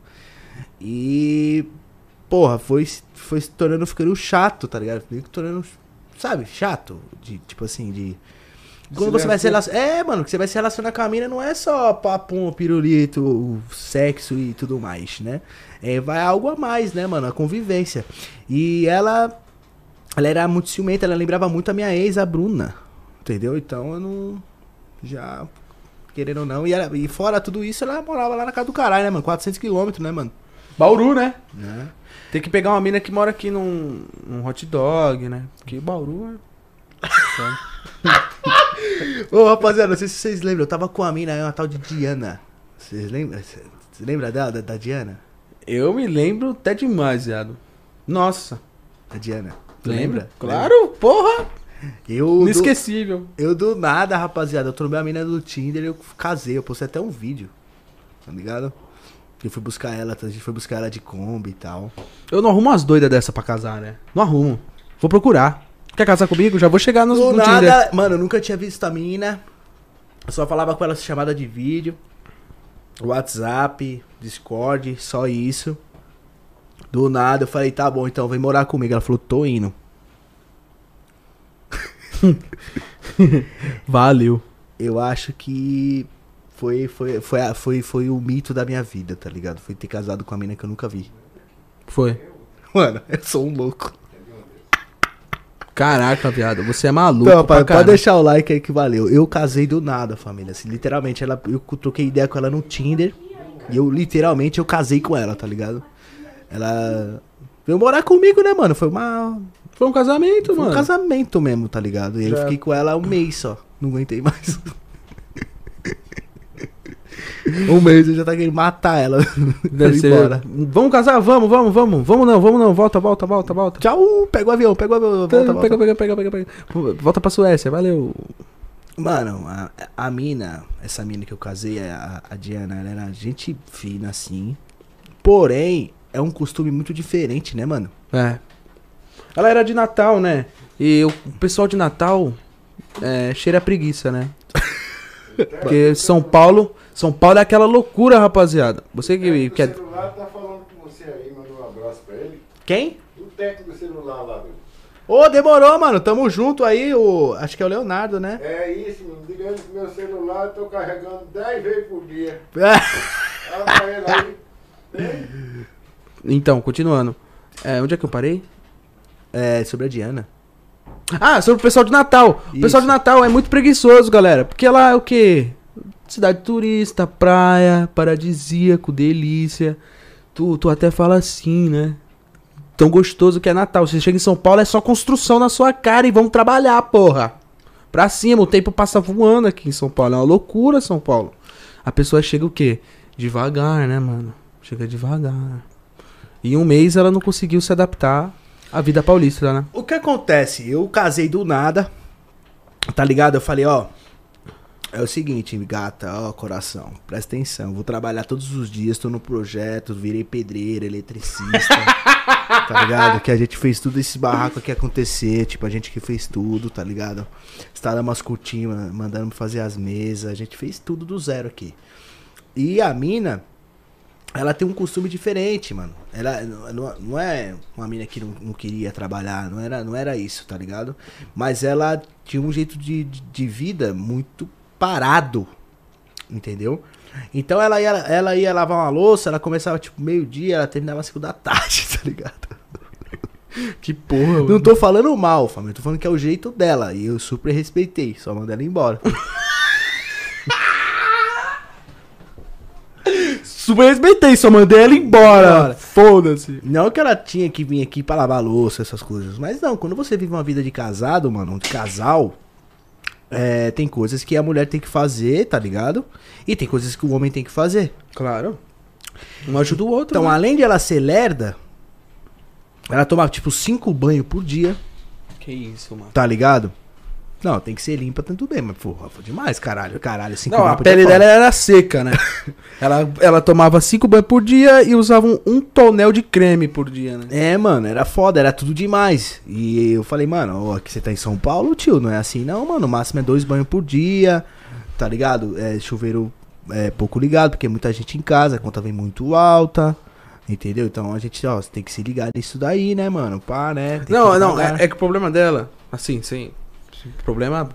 E, porra, foi, se- foi se tornando, ficando chato, tá ligado? Meio que tornando, sabe, chato. De, tipo assim, de. Quando você vai se relacionar. É, mano, que você vai se relacionar com a mina não é só papum, pirulito, sexo e tudo mais, né? É, vai algo a mais, né, mano? A convivência. E ela. Ela era muito ciumenta, ela lembrava muito a minha ex, a Bruna. Entendeu? Então eu não. Já. Querendo ou não. E, ela- e fora tudo isso, ela morava lá na casa do caralho, né, mano? 400km, né, mano?
Bauru, né?
Né?
Tem que pegar uma mina que mora aqui num, num hot dog, né? Porque Bauru é.
Ô, rapaziada, não sei se vocês lembram. Eu tava com a mina, é uma tal de Diana. Vocês lembram? Você lembra dela, da, da Diana?
Eu me lembro até demais, viado. Nossa.
Da Diana. Tu
Lembra?
Lembra?
Claro, porra!
Eu do,
Inesquecível.
eu do nada, rapaziada, eu trombei a mina do Tinder e eu casei. Eu postei até um vídeo, tá ligado? Eu fui buscar ela, a gente foi buscar ela de Kombi e tal.
Eu não arrumo umas doidas dessa pra casar, né? Não arrumo. Vou procurar. Quer casar comigo? Já vou chegar nos,
Do
no Tinder.
nada, mano, eu nunca tinha visto a mina. Eu só falava com ela chamada de vídeo, WhatsApp, Discord, só isso. Do nada, eu falei, tá bom, então vem morar comigo. Ela falou, tô indo.
Valeu.
eu acho que foi, foi, foi, a- foi, foi o mito da minha vida, tá ligado? Foi ter casado com a mina que eu nunca vi.
Foi.
Mano, eu sou um louco.
Caraca, viado. Você é maluco.
Então,
pra
pai, pode
caralho.
deixar o like aí que valeu. Eu casei do nada, família. Assim, literalmente, ela, eu troquei ideia com ela no Tinder. E eu, literalmente, eu casei com ela, tá ligado? Ela veio morar comigo, né, mano? Foi uma
Foi um casamento,
Foi
mano.
um casamento mesmo, tá ligado? E eu
Já.
fiquei com ela um mês só. Não aguentei mais. um mês eu já tá querendo matar ela. Pra
Deve
ir
ser-
embora.
Vamos casar? Vamos, vamos, vamos. Vamos não, vamos não. Volta, volta, volta, volta.
Tchau, pega o avião, pega o avião, volta, volta.
Pega, pega, pega, pega, pega. Volta pra Suécia, valeu.
Mano, a, a mina, essa mina que eu casei, a, a Diana, ela era gente fina assim. Porém, é um costume muito diferente, né, mano?
É. Ela era de Natal, né? E o pessoal de Natal é, cheira a preguiça, né? Porque São Paulo. São Paulo é aquela loucura, rapaziada. Você que é-
técnico do
quer.
celular tá falando com você aí, manda um abraço pra ele.
Quem?
O técnico do celular lá, meu.
Ô, demorou, mano. Tamo junto aí, o. Acho que é o Leonardo, né?
É isso, menino. Diga ele que meu celular eu tô carregando 10 vezes por dia. Fala pra ele aí. Tem?
Então, continuando. É, onde é que eu parei?
É, sobre a Diana.
Ah, sobre o pessoal de Natal. O pessoal
Isso.
de Natal é muito preguiçoso, galera. Porque lá é o quê? Cidade turista, praia, paradisíaco, delícia. Tu, tu até fala assim, né? Tão gostoso que é Natal. Você chega em São Paulo, é só construção na sua cara e vamos trabalhar, porra. Pra cima, o tempo passa voando aqui em São Paulo. É uma loucura, São Paulo. A pessoa chega o quê? Devagar, né, mano? Chega devagar. Em um mês ela não conseguiu se adaptar à vida paulista, né?
O que acontece? Eu casei do nada, tá ligado? Eu falei, ó. É o seguinte, gata, ó, coração, presta atenção. Vou trabalhar todos os dias, tô no projeto, virei pedreiro, eletricista. tá ligado? Que a gente fez tudo esse barraco que acontecer, tipo, a gente que fez tudo, tá ligado? Estava umas cortinas, mandando fazer as mesas, a gente fez tudo do zero aqui. E a mina, ela tem um costume diferente, mano. Ela não- não, não é uma mina que não, não queria trabalhar, não era, não era isso, tá ligado? Mas ela tinha um jeito de, de- de vida muito parado, entendeu? Então ela ia, ela ia lavar uma louça, ela começava tipo meio-dia, ela terminava às 5 da tarde, tá ligado?
Que porra,
Não tô falando mal, família, tô falando que é o jeito dela. E eu super respeitei, só mandei ela embora.
Super respeitei, só mandei ela embora.
Embora.
Foda-se.
Não que ela tinha que vir aqui pra lavar louça, essas coisas. Mas não, quando você vive uma vida de casado, mano, de casal, é, tem coisas que a mulher tem que fazer, tá ligado? E tem coisas que o homem tem que fazer.
Claro. Um ajuda o outro.
Então,
né?
além de ela ser lerda, ela toma tipo cinco banhos por dia,
Que isso, mano.
tá ligado? Não, tem que ser limpa, tanto bem, mas porra, foi demais, caralho, caralho. Cinco
Não, a
gramas por dia,
pele
pô.
dela é era seca, né? ela, ela tomava cinco banhos por dia e usava um, um tonel de creme por dia, né?
É, mano, era foda, era tudo demais. E eu falei, mano, ó, aqui você tá em São Paulo, tio, não é assim não, mano. O máximo é dois banhos por dia, tá ligado? É, chuveiro é pouco ligado, porque muita gente em casa, a conta vem muito alta, entendeu? Então a gente, ó, você tem que se ligar nisso daí, né, mano? Pá, né? Tem
não,
que
não,
pagar.
é, é que o problema dela, assim, sim. O problema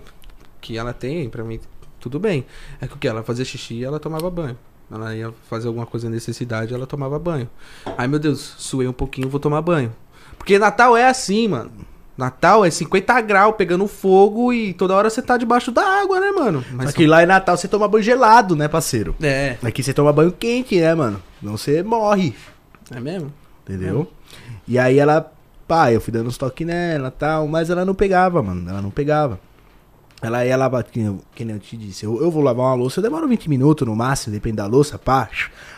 que ela tem, pra mim, tudo bem. É que o que? Ela fazia xixi e ela tomava banho. Ela ia fazer alguma coisa de necessidade ela tomava banho. Ai, meu Deus, suei um pouquinho, vou tomar banho. Porque Natal é assim, mano. Natal é 50 graus pegando fogo e toda hora você tá debaixo da água, né, mano? Mas
Aqui lá em Natal você toma banho gelado, né, parceiro?
é,
Aqui você toma banho quente, né, mano? Não você morre.
é mesmo?
Entendeu? E aí ela, pá, eu fui dando uns toques nela e tal, mas ela não pegava, mano. Ela não pegava. Ela ia lavar, que nem eu, que nem eu te disse, eu, eu vou lavar uma louça, eu demoro 20 minutos no máximo, depende da louça, pá,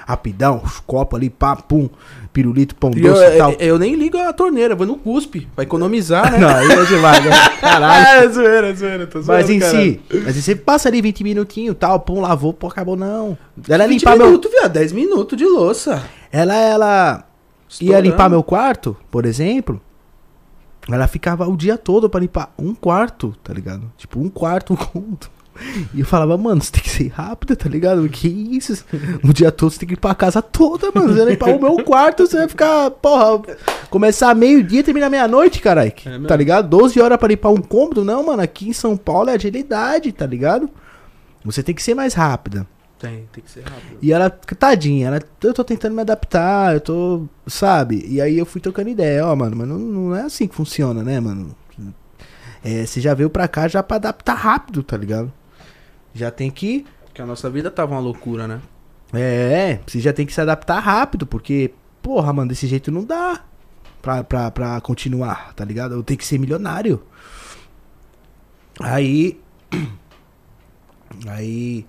rapidão, copo ali, pá, pum, pirulito, pão
Eu,
Um
é,
doce e tal.
eu- eu nem ligo a torneira, vou no cuspe, pra economizar, né?
Não, aí é demais, né? Caralho.
é zoeira, zoeira, tô
Mas em si, mas você passa ali 20 minutinhos, tal, pum, lavou, pô, acabou, não. Ela
20
limpar meu,
minutos, viado, 10 minutos de louça.
Ela, ela ia
Estourando.
limpar meu quarto, por exemplo. Ela ficava o dia todo pra limpar um quarto, tá ligado? Tipo, um quarto, um conto. E eu falava, mano, você tem que ser rápida, tá ligado? Que isso? O dia todo você tem que limpar a casa toda, mano. Você vai limpar o meu quarto, você vai ficar, porra, começar meio-dia e terminar meia-noite, caralho. tá ligado? 12 horas pra limpar um cômodo. Não, mano, aqui em São Paulo é agilidade, tá ligado? Você tem que ser mais rápida.
Tem, tem que ser rápido.
E ela, tadinha, ela, eu tô tentando me adaptar, eu tô, sabe? E aí eu fui trocando ideia, ó, mano, mas não, não é assim que funciona, né, mano? É, você já veio pra cá já pra adaptar rápido, tá ligado? Já tem que,
Porque a nossa vida tava uma loucura, né?
é, você já tem que se adaptar rápido, porque, porra, mano, desse jeito não dá pra, pra, pra continuar, tá ligado? Eu tenho que ser milionário. Aí, aí,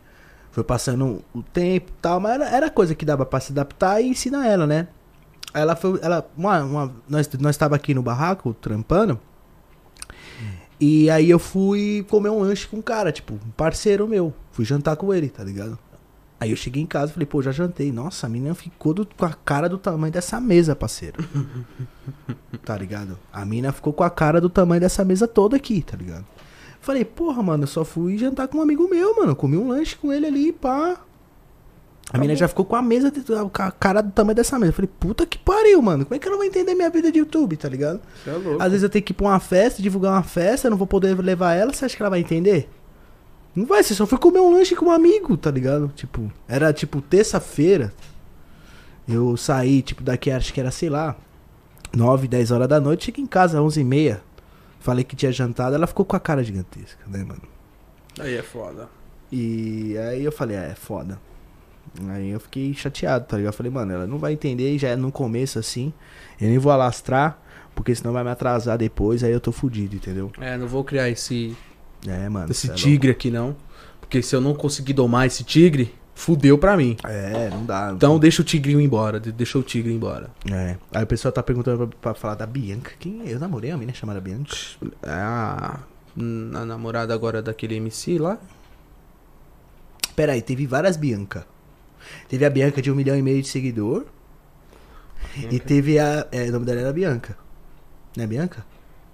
foi passando o tempo e tal, mas era, era coisa que dava pra se adaptar e ensinar ela, né? Aí Ela foi, ela, uma, uma- nós nós tava aqui no barraco trampando. E aí eu fui comer um lanche com um cara, tipo, um parceiro meu. Fui jantar com ele, tá ligado? Aí eu cheguei em casa e falei, pô, já jantei. Nossa, a menina ficou do- com a cara do tamanho dessa mesa, parceiro. tá ligado? A mina ficou com a cara do tamanho dessa mesa toda aqui, tá ligado? Falei, porra, mano, eu só fui jantar com um amigo meu, mano. Comi um lanche com ele ali, pá. A mina já ficou com a mesa, de- com a cara do tamanho dessa mesa. Eu Falei, puta que pariu, mano. Como é que ela vai entender minha vida de YouTube, tá ligado?
Você é louco.
Às vezes eu tenho que ir pra uma festa, divulgar uma festa, eu não vou poder levar ela, você acha que ela vai entender? Não vai, você só foi comer um lanche com um amigo, tá ligado? Tipo, era tipo terça-feira. Eu saí, tipo, daqui acho que era, sei lá, 9, 10 horas da noite, cheguei em casa, 11 e meia. Falei que tinha jantado, ela ficou com a cara gigantesca, né, mano?
Aí é foda.
E aí eu falei, ah, é foda. Aí eu fiquei chateado, tá ligado? Eu falei, mano, ela não vai entender, já é no começo assim. Eu nem vou alastrar, porque senão vai me atrasar depois, aí eu tô fudido, entendeu?
É, não vou criar esse,
É, mano.
esse
cê é
tigre aqui, não. Porque se eu não conseguir domar esse tigre, fudeu pra mim.
louco. É, não dá. não
Então deixa o tigrinho embora, de- deixa o tigre embora.
É. Aí o pessoal tá perguntando pra, pra falar da Bianca. Quem é? Eu namorei uma menina chamada Bianca.
É a, a namorada agora daquele MC lá.
Pera aí, teve várias Bianca. Teve a Bianca de um milhão e meio de seguidor. E teve a. É, o nome dela era Bianca. Não é Bianca?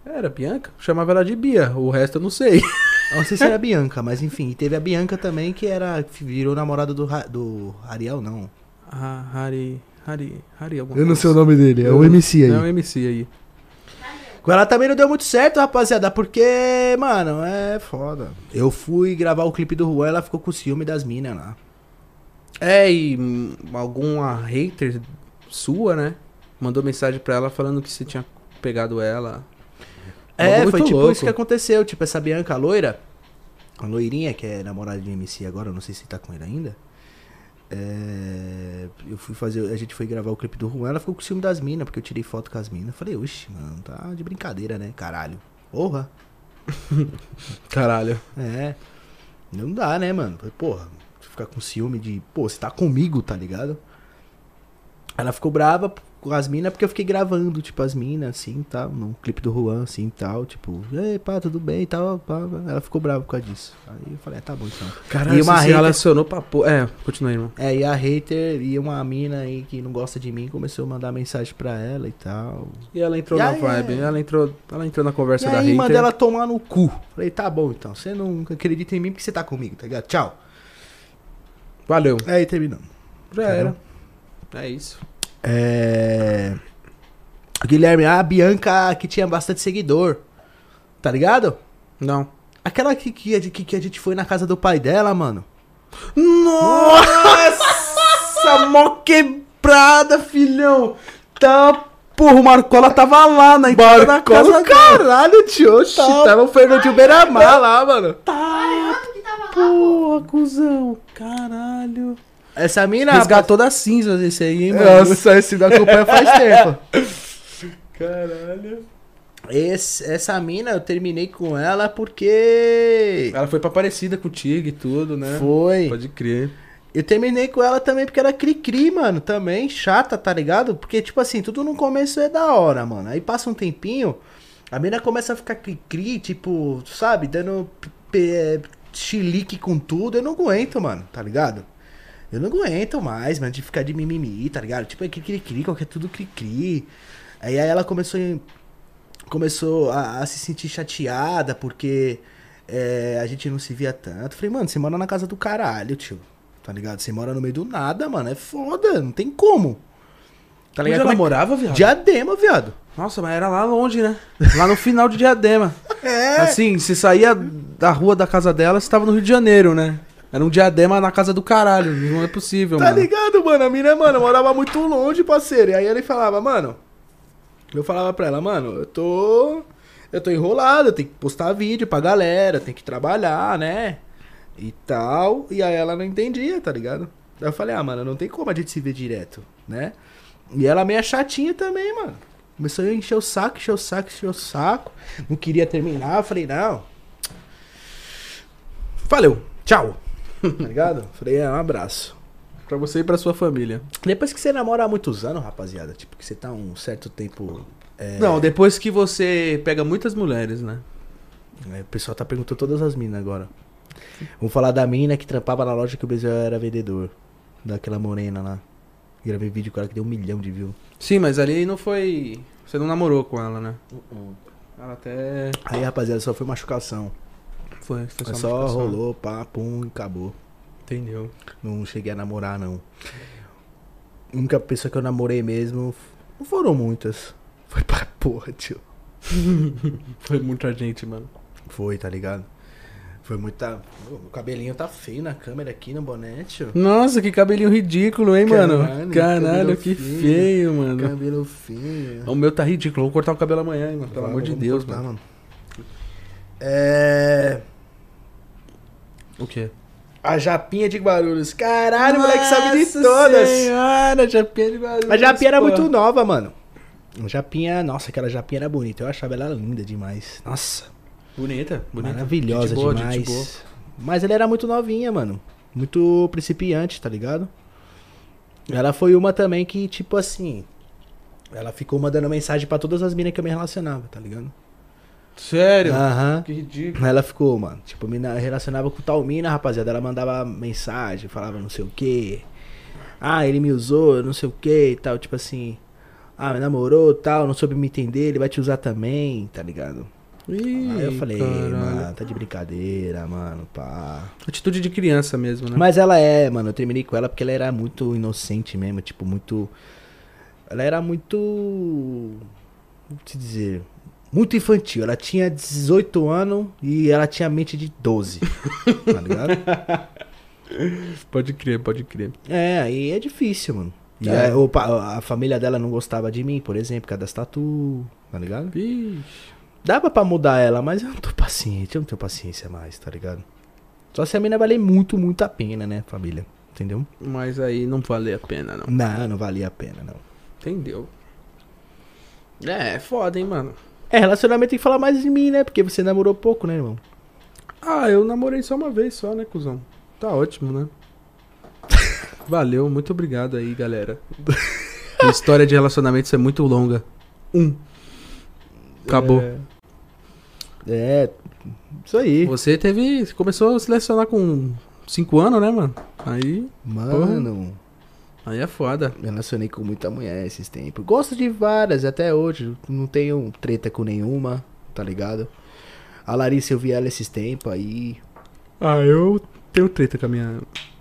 Era Bianca? Chamava ela de Bia, o resto eu não sei.
Eu Não sei se era a Bianca, mas enfim. E teve a Bianca também, que era. Virou namorada do, Ra- do Ariel, não.
Ah, Hari. Hari. Hari alguma assim.
nome dele,
Eu- É o MC aí.
Com ela também não deu muito certo, rapaziada, porque, mano, é foda. Eu fui gravar o clipe do Juan, ela ficou com ciúme das minas lá.
É, e hum, alguma hater sua, né? Mandou mensagem pra ela falando que você tinha pegado ela.
É,
Bagulho
foi
muito
tipo
louco.
isso que aconteceu. Tipo, essa Bianca loira, a loirinha, que é namorada de MC agora, eu não sei se tá com ele ainda. É, eu fui fazer, a gente foi gravar o clipe do Juan, ela ficou com ciúme das minas, porque eu tirei foto com as minas. Falei, oxe, mano, tá de brincadeira, né? Caralho. Porra.
Caralho.
É. Não dá, né, mano? Falei, Porra, ficar com ciúme de, pô, você tá comigo, tá ligado? Ela ficou brava, com as minas porque eu fiquei gravando, tipo, as minas, assim, tal, num clipe do Juan, assim, tal, tipo, ei, pá, tudo bem e tal, pá, pá. ela ficou brava por causa disso. Aí eu falei, ah, tá bom então.
Caralho,
E uma
você se
hater-
relacionou pra pô. É, continua aí, irmão.
É, e a hater e uma mina aí que não gosta de mim começou a mandar mensagem pra ela e tal.
E ela entrou
E
na
aí,
vibe,
é.
ela entrou, ela entrou na conversa
e
da
aí
hater.
manda ela tomar no cu. Falei, tá bom então, você não acredita em mim porque você tá comigo, tá ligado? Tchau.
Valeu.
Aí terminamos.
Já
Caramba.
era. É isso.
É. Guilherme, a Bianca que tinha bastante seguidor. Tá ligado?
Não.
Aquela que, que, a gente- que, que a gente foi na casa do pai dela, mano.
Nossa, mó quebrada, filhão. Tá, porra, o Marcola tava lá na entrada da casa.
caralho, tio. oxi,
um
tava o Fernandinho Beiramar lá, mano.
Mariano que tava lá, pô.
Porra, cuzão. Caralho.
Essa mina.
Resgatou das cinzas esse É, aí, hein, mano.
Nossa, esse da acompanha faz tempo. Caralho. essa mina, eu terminei com ela porque.
Ela foi pra parecida contigo e tudo, Ah, né?
Foi.
Pode crer.
Eu terminei com ela também porque era cri-cri, mano, também, chata, tá ligado? Porque, tipo assim, tudo no começo é da hora, mano. Aí passa um tempinho, a menina começa a ficar cri-cri, tipo, sabe, dando p- p- é, chilique com tudo. Eu não aguento, mano, tá ligado? Eu não aguento mais, mano, de ficar de mimimi, tá ligado? Tipo, é cri-cri, qualquer tudo cri-cri. Aí, aí ela começou, em- começou a, a se sentir chateada porque é, a gente não se via tanto. Falei, mano, você mora na casa do caralho, tio. Tá ligado? Você mora no meio do nada, mano. É foda, não tem como.
Tá
ligado
ligado? Ela
como é que-
morava, viado?
Diadema, viado.
Nossa, mas era lá longe, né? Lá no final de Diadema.
É.
Assim, se saía da rua da casa dela, você tava no Rio de Janeiro, né? Era um diadema na casa do caralho. Não é possível,
Tá
mano.
ligado, mano? A mina, mano, morava muito longe, parceiro. E aí ele falava, mano. Eu falava pra ela, mano, eu tô. Eu tô enrolado, eu tenho que postar vídeo pra galera, eu tenho que trabalhar, né? E tal. E aí ela não entendia, tá ligado? Aí eu falei, ah, mano, não tem como a gente se ver direto, né? E ela meio chatinha também, mano. Começou a encher o saco, encher o saco, encher o saco. Não queria terminar, eu falei, não. Valeu, tchau. tá ligado? Falei, é, um abraço.
Pra você e pra sua família.
Depois que você namora há muitos anos, rapaziada, tipo, que você tá um certo tempo. é,
Não, depois que você pega muitas mulheres, né?
né, o pessoal tá perguntando todas as minas agora. Vamos falar da mina que trampava na loja que o Bezerra era vendedor. Daquela morena lá. Gravei vídeo com ela que deu um milhão de views.
Sim, mas ali não foi. Você não namorou com ela, né? Ela até.
Aí, rapaziada, só foi machucação.
Foi, foi
Só,
uma
só
notificação.
rolou, pá, pum, e acabou.
Entendeu?
Não cheguei a namorar, não. A única pessoa que eu namorei mesmo. Não foram muitas. Foi pra porra, tio.
Foi muita gente, mano.
Foi, tá ligado? Foi muita. Ô, O cabelinho tá feio na câmera aqui no bonete. ó.
Nossa, que cabelinho ridículo, hein,
Caralho,
mano? Caralho,
cabelo
que
feio.
feio, mano.
Cabelo feio.
O meu tá ridículo. Vou cortar o cabelo amanhã, hein, mano. Pelo
Vamos,
amor de
vamos
Deus,
cortar,
mano.
É.
O quê?
A Japinha de Guarulhos. Caralho, moleque sabe de todas.
Senhora, Japinha de
A Japinha era muito nova, mano. A Japinha, nossa, aquela Japinha era bonita. Eu achava ela linda demais. Nossa,
Bonita, bonita.
maravilhosa
Gente boa,
demais.
gente boa.
Mas ela era muito novinha, mano. Muito principiante, tá ligado? Ela foi uma também que, tipo assim. Ela ficou mandando mensagem pra todas as minas que eu me relacionava, tá ligado?
Sério?
Aham.
Que ridículo.
Aí Ela ficou, mano. Tipo, me na- relacionava com tal mina, rapaziada. Ela mandava mensagem, falava não sei o que. Ah, ele me usou, não sei o que e tal. Tipo assim. Ah, me namorou tal, não soube me entender, ele vai te usar também, tá ligado?
Ih,
Aí eu falei,
caralho.
mano, tá de brincadeira, mano, pá.
Atitude de criança mesmo, né?
Mas ela é, mano, eu terminei com ela porque ela era muito inocente mesmo, tipo, muito. Ela era muito. Como te dizer? Muito infantil. Ela tinha 18 anos e ela tinha mente de 12. tá ligado?
Pode crer, pode crer.
É, aí é difícil, mano. E
É.
aí, o pa- a família dela não gostava de mim, por exemplo, por causa das tatu, tá ligado?
Vixe.
Dava pra mudar ela, mas eu não tô paciente, eu não tenho paciência mais, tá ligado? Só se a mina valer muito, muito a pena, né, família? Entendeu?
Mas aí não vale a pena, não.
Não, não valia a pena, não.
Entendeu? É, é foda, hein, mano.
É, relacionamento tem que falar mais de mim, né? Porque você namorou pouco, né, irmão?
Ah, eu namorei só uma vez só, né, cuzão? Tá ótimo, né? Valeu, muito obrigado aí, galera. Minha história de relacionamentos é muito longa. Um. Acabou.
É. Isso aí.
Você teve. você Começou a se relacionar com 5 anos, né, mano? Aí.
Mano,
Aí é foda.
me relacionei com muita mulher esses tempos. Gosto de várias até hoje. Não tenho treta com nenhuma, tá ligado? A Larissa, eu vi ela esses tempos aí.
Ah, eu tenho treta com a minha.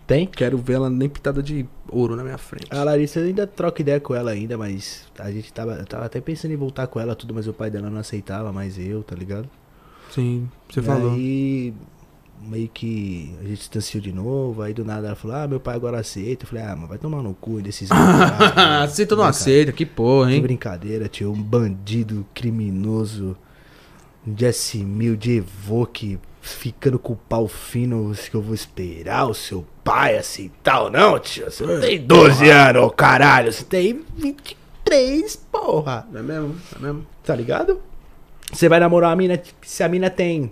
Tem?
Quero ver ela nem pitada de ouro na minha frente.
A Larissa eu ainda troca ideia com ela ainda, mas a gente tava, eu tava até pensando em voltar com ela, tudo, mas o pai dela não aceitava, mas eu, tá ligado?
Sim, você
E
falou.
Aí meio que a gente distanciou de novo, aí do nada ela falou, ah, meu pai agora aceita. Eu falei, ah, mas vai tomar no cu desses.
Ah, aceita ou não aceita? Que porra,
Que
hein?
brincadeira, tio. Um bandido criminoso de S1000, de Evoque, ficando com o pau fino. Isso que eu vou esperar o seu pai aceitar ou não, tio? Você não tem 12 anos, ô caralho. Você tem 23, porra.
É mesmo, é mesmo.
Tá ligado? Você vai namorar a mina. Se a mina tem.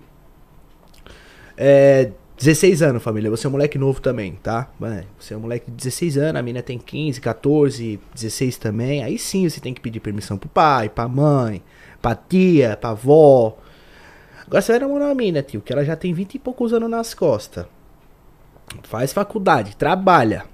É. 16 anos, família. Você é um moleque novo também, tá? Mano, Você é um moleque de 16 anos, a mina tem 15, 14, 16 também. Aí sim você tem que pedir permissão pro pai, pra mãe, pra tia, pra avó. Agora você vai namorar uma mina, tio, que ela já tem 20 e poucos anos nas costas. Faz faculdade, trabalha.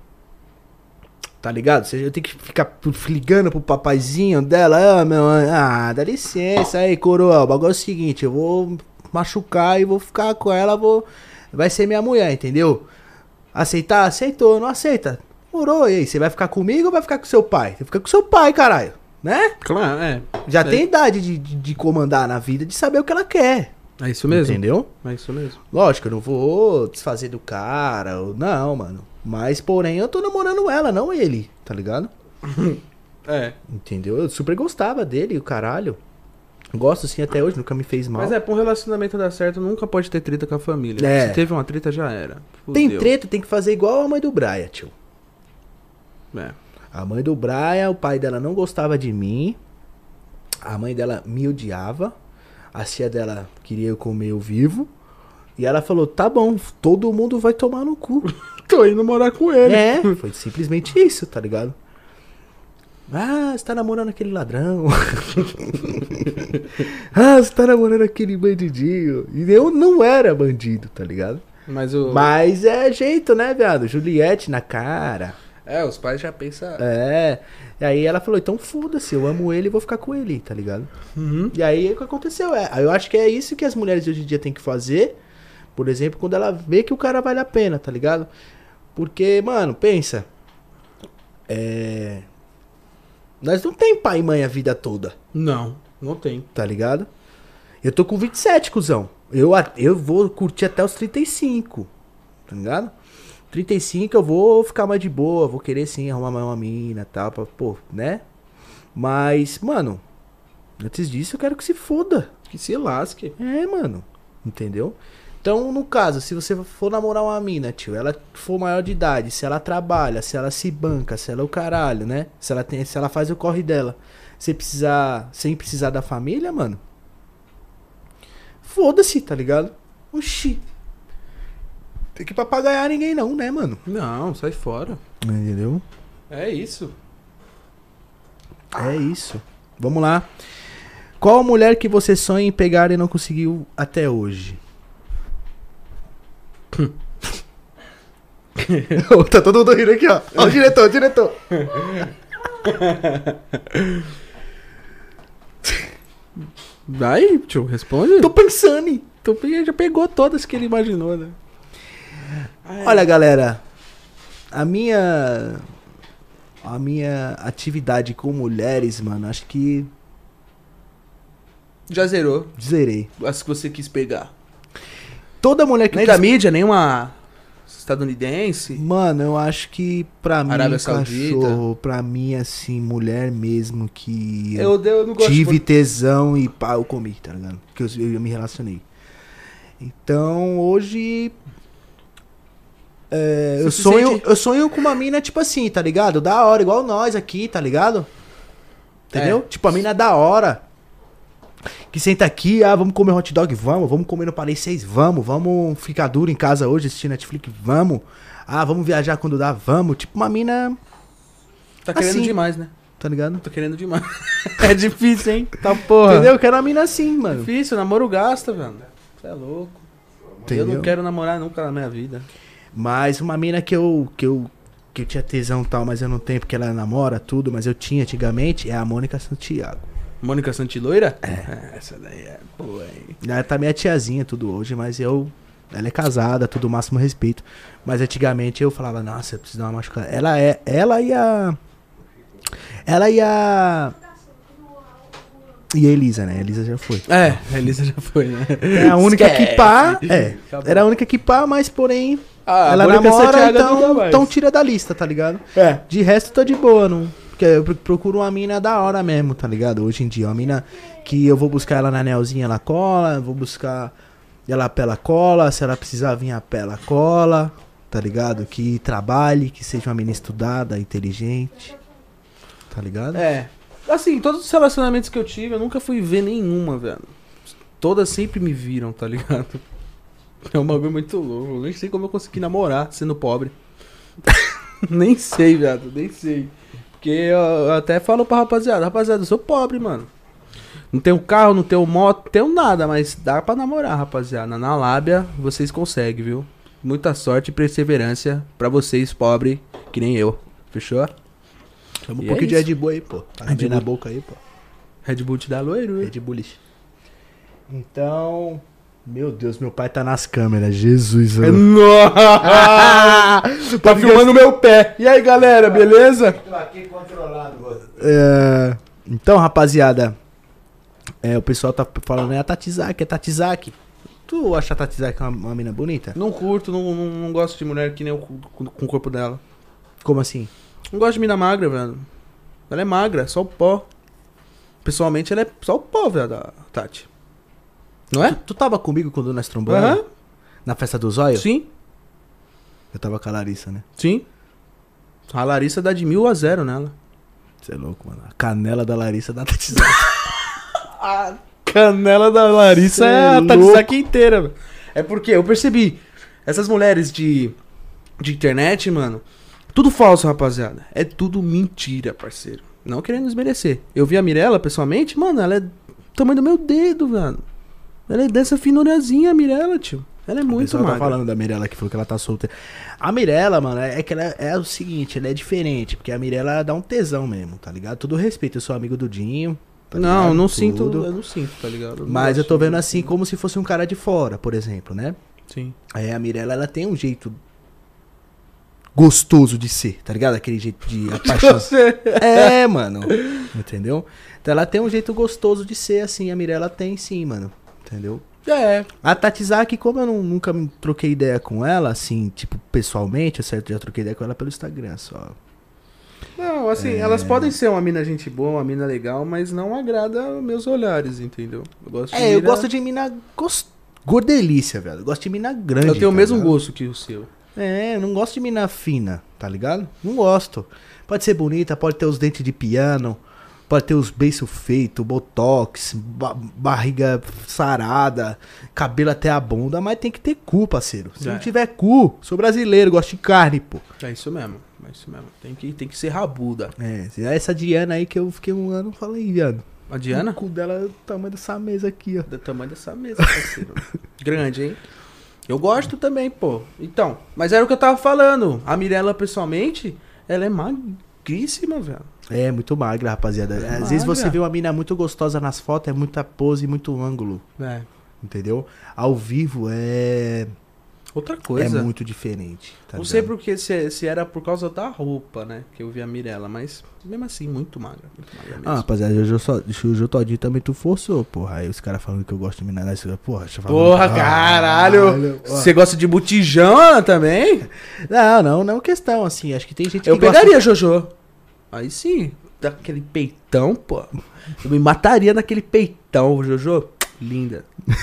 Tá ligado? Você já tem que ficar ligando pro papaizinho dela. Ah, meu, ah, dá licença aí, coroa. O bagulho é o seguinte, eu vou machucar e vou ficar com ela, vou. Vai ser minha mulher, entendeu? Aceitar? Aceitou, não aceita? Morou, e aí? Você vai ficar comigo ou vai ficar com seu pai? Você fica com seu pai, caralho. Né?
Claro, é.
Já
É.
tem idade de, de, de comandar na vida, de saber o que ela quer.
É isso mesmo.
Entendeu?
É isso mesmo.
Lógico, eu não vou desfazer do cara, ou não, mano. Mas, porém, eu tô namorando ela, não ele, tá ligado?
É.
Entendeu? Eu super gostava dele, o caralho. Gosto sim até hoje, nunca me fez mal.
Mas é, pra um relacionamento dar certo, nunca pode ter treta com a família.
É.
Se teve uma treta, já era.
tem
Fudeu.
treta, tem que fazer igual a mãe do Brian, tio.
É.
A mãe do Brian, o pai dela não gostava de mim. A mãe dela me odiava. A tia dela queria eu comer eu vivo. E ela falou: tá bom, todo mundo vai tomar no cu.
Tô indo morar com ele.
É, foi simplesmente isso, tá ligado? Ah, você tá namorando aquele ladrão. ah, você tá namorando aquele bandidinho. E eu não era bandido, tá ligado?
Mas o.
Mas é jeito, né, viado? Juliette na cara.
É, os pais já pensam.
É. E aí ela falou, então foda-se, eu amo ele e vou ficar com ele, tá ligado?
Uhum.
E aí o que aconteceu? É, eu acho que é isso que as mulheres de hoje em dia têm que fazer. Por exemplo, quando ela vê que o cara vale a pena, tá ligado? Porque, mano, pensa. É. Nós não tem pai e mãe a vida toda,
Não, não tem.
tá ligado? Eu tô com 27, cuzão. Eu, a- eu vou curtir até os 35, tá ligado? 35 eu vou ficar mais de boa, vou querer sim arrumar mais uma mina e tal, pra, pô, né? Mas, mano, antes disso eu quero que se foda.
Que se lasque.
É, mano. Entendeu? Então, no caso, se você for namorar uma mina, tio, ela for maior de idade, se ela trabalha, se ela se banca, se ela é o caralho, né? Se ela tem, se ela faz o corre dela, sem precisar, sem precisar da família, mano. Foda-se, tá ligado? Oxi. Tem que papagaiar ninguém não, né, mano?
Não, sai fora.
Entendeu?
É isso.
É isso. Vamos lá. Qual mulher que você sonha em pegar e não conseguiu até hoje? tá todo mundo rindo aqui, ó. Ó o diretor, o diretor.
Vai, tio, responde.
Tô pensando.
Então ele já pegou todas que ele imaginou, né? É.
Olha, galera. A minha. A minha atividade com mulheres, mano, acho que
Já zerou.
zerei.
As que você quis pegar.
Toda mulher que. eu
Nem da mídia, nem uma estadunidense.
Mano, eu acho que pra mim,
Arábia Saudita.
cachorro, pra mim, assim, mulher mesmo que.
Eu, eu não gosto
tive
de...
tesão e pá, eu comi, tá ligado? Porque eu, eu me relacionei. Então, hoje. é, eu,
se
sonho,
sente-
eu sonho com uma mina, tipo assim, tá ligado? Da hora, igual nós aqui, tá ligado? Entendeu?
É.
Tipo, a mina da hora. Que senta aqui, ah, vamos comer hot dog, vamos, vamos comer no Palais 6, vamos, vamos ficar duro em casa hoje, assistir Netflix, vamos. Ah, vamos viajar quando dá, vamos. Tipo, uma mina
Tá querendo
assim.
demais, né?
tá ligado?
Tô querendo demais. é difícil, hein? Tá porra.
Entendeu? Eu quero uma mina assim, mano.
Difícil, namoro gasta, velho. Você é louco. Eu
Entendeu?
não quero namorar nunca na minha vida.
Mas uma mina que eu, que eu que eu tinha tesão e tal, mas eu não tenho porque ela namora tudo, mas eu tinha antigamente, é a Mônica Santiago.
Mônica Santiloira? É. Essa daí é boa, hein?
Ela tá minha tiazinha tudo hoje, mas eu. Ela é casada, tudo o máximo respeito. Mas antigamente eu falava, nossa, eu preciso dar uma machucada. Ela é. Ela e a. Ela e a. E a Elisa, né? A Elisa já foi.
É, a Elisa já foi, né?
É a única que
Esquece.
pá. É.
Acabou.
Era a única que pá, mas porém.
Ah,
ela
Mônica
namora,
Santiago não dá
então,
mais.
então tira da lista, tá ligado?
É.
De resto, tá de boa, não. Porque eu pro- procuro uma mina da hora mesmo, tá ligado? Hoje em dia, uma mina que eu vou buscar ela na anelzinha, ela cola, eu vou buscar ela pela cola, se ela precisar vir a pé, ela cola, tá ligado? Que trabalhe, que seja uma mina estudada, inteligente, tá ligado?
É. Assim, todos os relacionamentos que eu tive, eu nunca fui ver nenhuma, velho. Todas sempre me viram, tá ligado? É um bagulho muito louco. Eu nem sei como eu consegui namorar sendo pobre. nem sei, viado, nem sei. Porque eu, eu até falo pra rapaziada, rapaziada, eu sou pobre, mano. Não tenho carro, não tenho moto, não tenho nada, mas dá pra namorar, rapaziada. Na lábia, vocês conseguem, viu? Muita sorte e perseverança pra vocês, pobre, que nem eu. Fechou?
Toma um
E é
pouquinho de
isso.
Red Bull aí, pô. Tá
Red
bem na
Bull.
boca aí, pô.
Red Bull te dá loiro, hein?
Red Bullish. Então. Meu Deus, meu pai tá nas câmeras. Jesus.
É
eu-
Nossa! tá filmando meu pé. E aí, galera, beleza?
Tô aqui controlado, você.
É, Então, rapaziada. é, o pessoal tá falando, é a Tatizaki, é Tatizaki. Tu acha a Tatizaki uma, uma mina bonita?
Não curto, não, não, não gosto de mulher que nem eu com, com o corpo dela.
Como assim?
Não gosto de mina magra, velho. Ela é magra, só o pó. Pessoalmente, ela é só o pó, velho, da Tati. Não é?
Tu tava comigo quando nós trombamos?
Aham.
Na festa do zóio?
Sim,
Eu tava com a Larissa, né?
sim. A Larissa dá de mil a zero nela.
Você é louco, mano. A canela da Larissa da Tatizaki.
Canela da Larissa
Cê é
é a
louco.
Tatsaki inteira, velho. É porque eu percebi. Essas mulheres de, de internet, mano. Tudo falso, rapaziada. É tudo mentira, parceiro. Não querendo desmerecer. Eu vi a Mirella pessoalmente, mano, ela é do tamanho do meu dedo, mano. Ela é dessa finurazinha, a Mirella, tio. Ela é
O
muito
pessoal
magra.
tá falando da Mirella que falou que ela tá solteira. A Mirella, mano, é é que ela é o seguinte, ela é diferente, porque a Mirella dá um tesão mesmo, tá ligado? Todo respeito, eu sou amigo do Dinho. tá
não,
ligado?
não sinto,
Tudo.
eu não sinto, tá ligado? não
Mas eu
gosto
tô vendo
de-
assim como se fosse um cara de fora, por exemplo, né?
Sim.
Aí a Mirella, ela tem um jeito gostoso de ser, tá ligado? Aquele jeito de apaixonado. É, mano. Entendeu? Então ela tem um jeito gostoso de ser, assim. A Mirella tem sim, mano. Entendeu?
É,
A Tatizaki, como eu não- nunca me troquei ideia com ela, assim, tipo, pessoalmente, eu certo? Já troquei ideia com ela pelo Instagram só.
Não, assim, elas podem ser uma mina gente boa, uma mina legal, mas não agrada meus olhares, entendeu? Eu gosto de
É, eu
mina-
gosto de mina gos- gordelícia, velho. Eu gosto de mina grande.
Eu tenho o
tá
mesmo
ligado?
gosto que o seu.
É, eu não gosto de mina fina, tá ligado? Não gosto. Pode ser bonita, pode ter os dentes de piano, pode ter os beiços feitos, botox, ba- barriga sarada, cabelo até a bunda, mas tem que ter cu, parceiro. Se não
É.
tiver cu, sou brasileiro, gosto de carne, pô.
É isso mesmo, é isso mesmo. Tem que, tem que ser rabuda.
É, essa Diana aí que eu fiquei um ano, falei, viado.
A Diana?
O cu dela é o tamanho dessa mesa aqui, ó.
É Do tamanho dessa mesa, parceiro. Grande, hein? Eu gosto também, pô. Então, mas era o que eu tava falando. A Mirella, pessoalmente, ela é magríssima, velho.
É, muito magra, rapaziada. Às
Magra.
vezes você vê uma mina muito gostosa nas fotos, é muita pose, muito ângulo,
É.
entendeu? Ao vivo é
Outra coisa.
é muito diferente. tá
Não sei
ligado?
porque se, se era por causa da roupa, né? Que eu vi a Mirella, mas mesmo assim, muito magra. Muito magra mesmo.
Ah, rapaziada, Jojo, só, Jojo Todinho também tu forçou, porra. Aí os caras falando que eu gosto de mina nas porra, deixa eu falar.
Porra,
Ah,
caralho!
ó.
Você gosta de botijão também?
Não, não, não é questão, assim. Acho que tem gente que
Eu
gosta-
pegaria, Jojo. Aí sim, daquele peitão, pô. Eu me mataria naquele peitão, Jojo. Linda.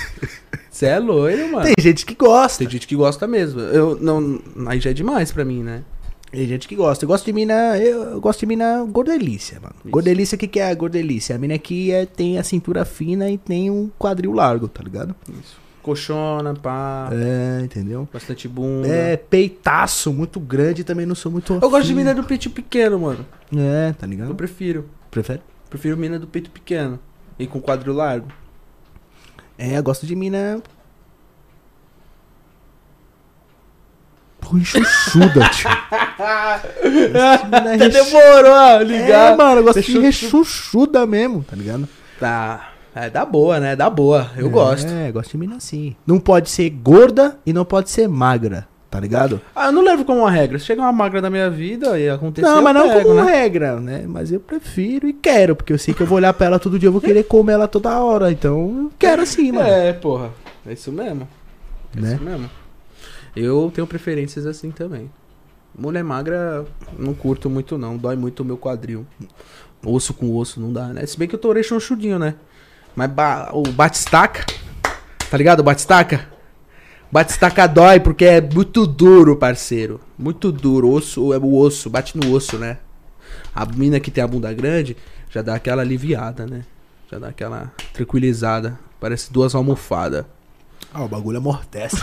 Você é loiro, mano.
Tem gente que gosta.
Tem gente que gosta mesmo. Eu não. Aí já é demais pra mim, né?
Tem gente que gosta. Eu gosto de mina. Eu, eu gosto de mina gordelícia, mano. Gordelícia, o que, que é a gordelícia? A mina que é, tem a cintura fina e tem um quadril largo, tá ligado?
Isso. Coxona, pá.
É, entendeu?
Bastante bunda.
É, peitaço muito grande também não sou muito
Uhum. Eu gosto de
afim.
mina do peito pequeno, mano.
É, tá
Eu
ligado?
prefiro.
Prefere?
Prefiro mina do peito pequeno. E com quadril largo.
É, eu gosto de mina. Rechonchuda, tio. Até
Demorou a
É, mano, eu gosto de rechonchuda mesmo, tá ligado?
Tá. É, dá boa, né? Dá boa. Eu
É,
gosto.
É, gosto de mina assim. Não pode ser gorda e não pode ser magra, tá ligado?
Ah, eu não levo como uma regra. Se chegar uma magra da minha vida e acontecer.
não,
eu
mas não
pego,
como
né?
regra, né? Mas eu prefiro e quero, porque eu sei que eu vou olhar pra ela todo dia, eu vou querer comer ela toda hora, então eu quero sim, mano.
É, porra. É isso mesmo. É
Né?
isso mesmo. Eu tenho preferências assim também. Mulher magra, não curto muito não. Dói muito o meu quadril. Osso com osso não dá, né? Se bem que eu tô chonchudinho, né? Mas ba- o batistaca, tá ligado? O batistaca? Batistaca dói porque é muito duro, parceiro. Muito duro. Osso é o osso, bate no osso, né? A mina que tem a bunda grande já dá aquela aliviada, né? Já dá aquela tranquilizada. Parece duas almofadas.
Ah, o bagulho amortece.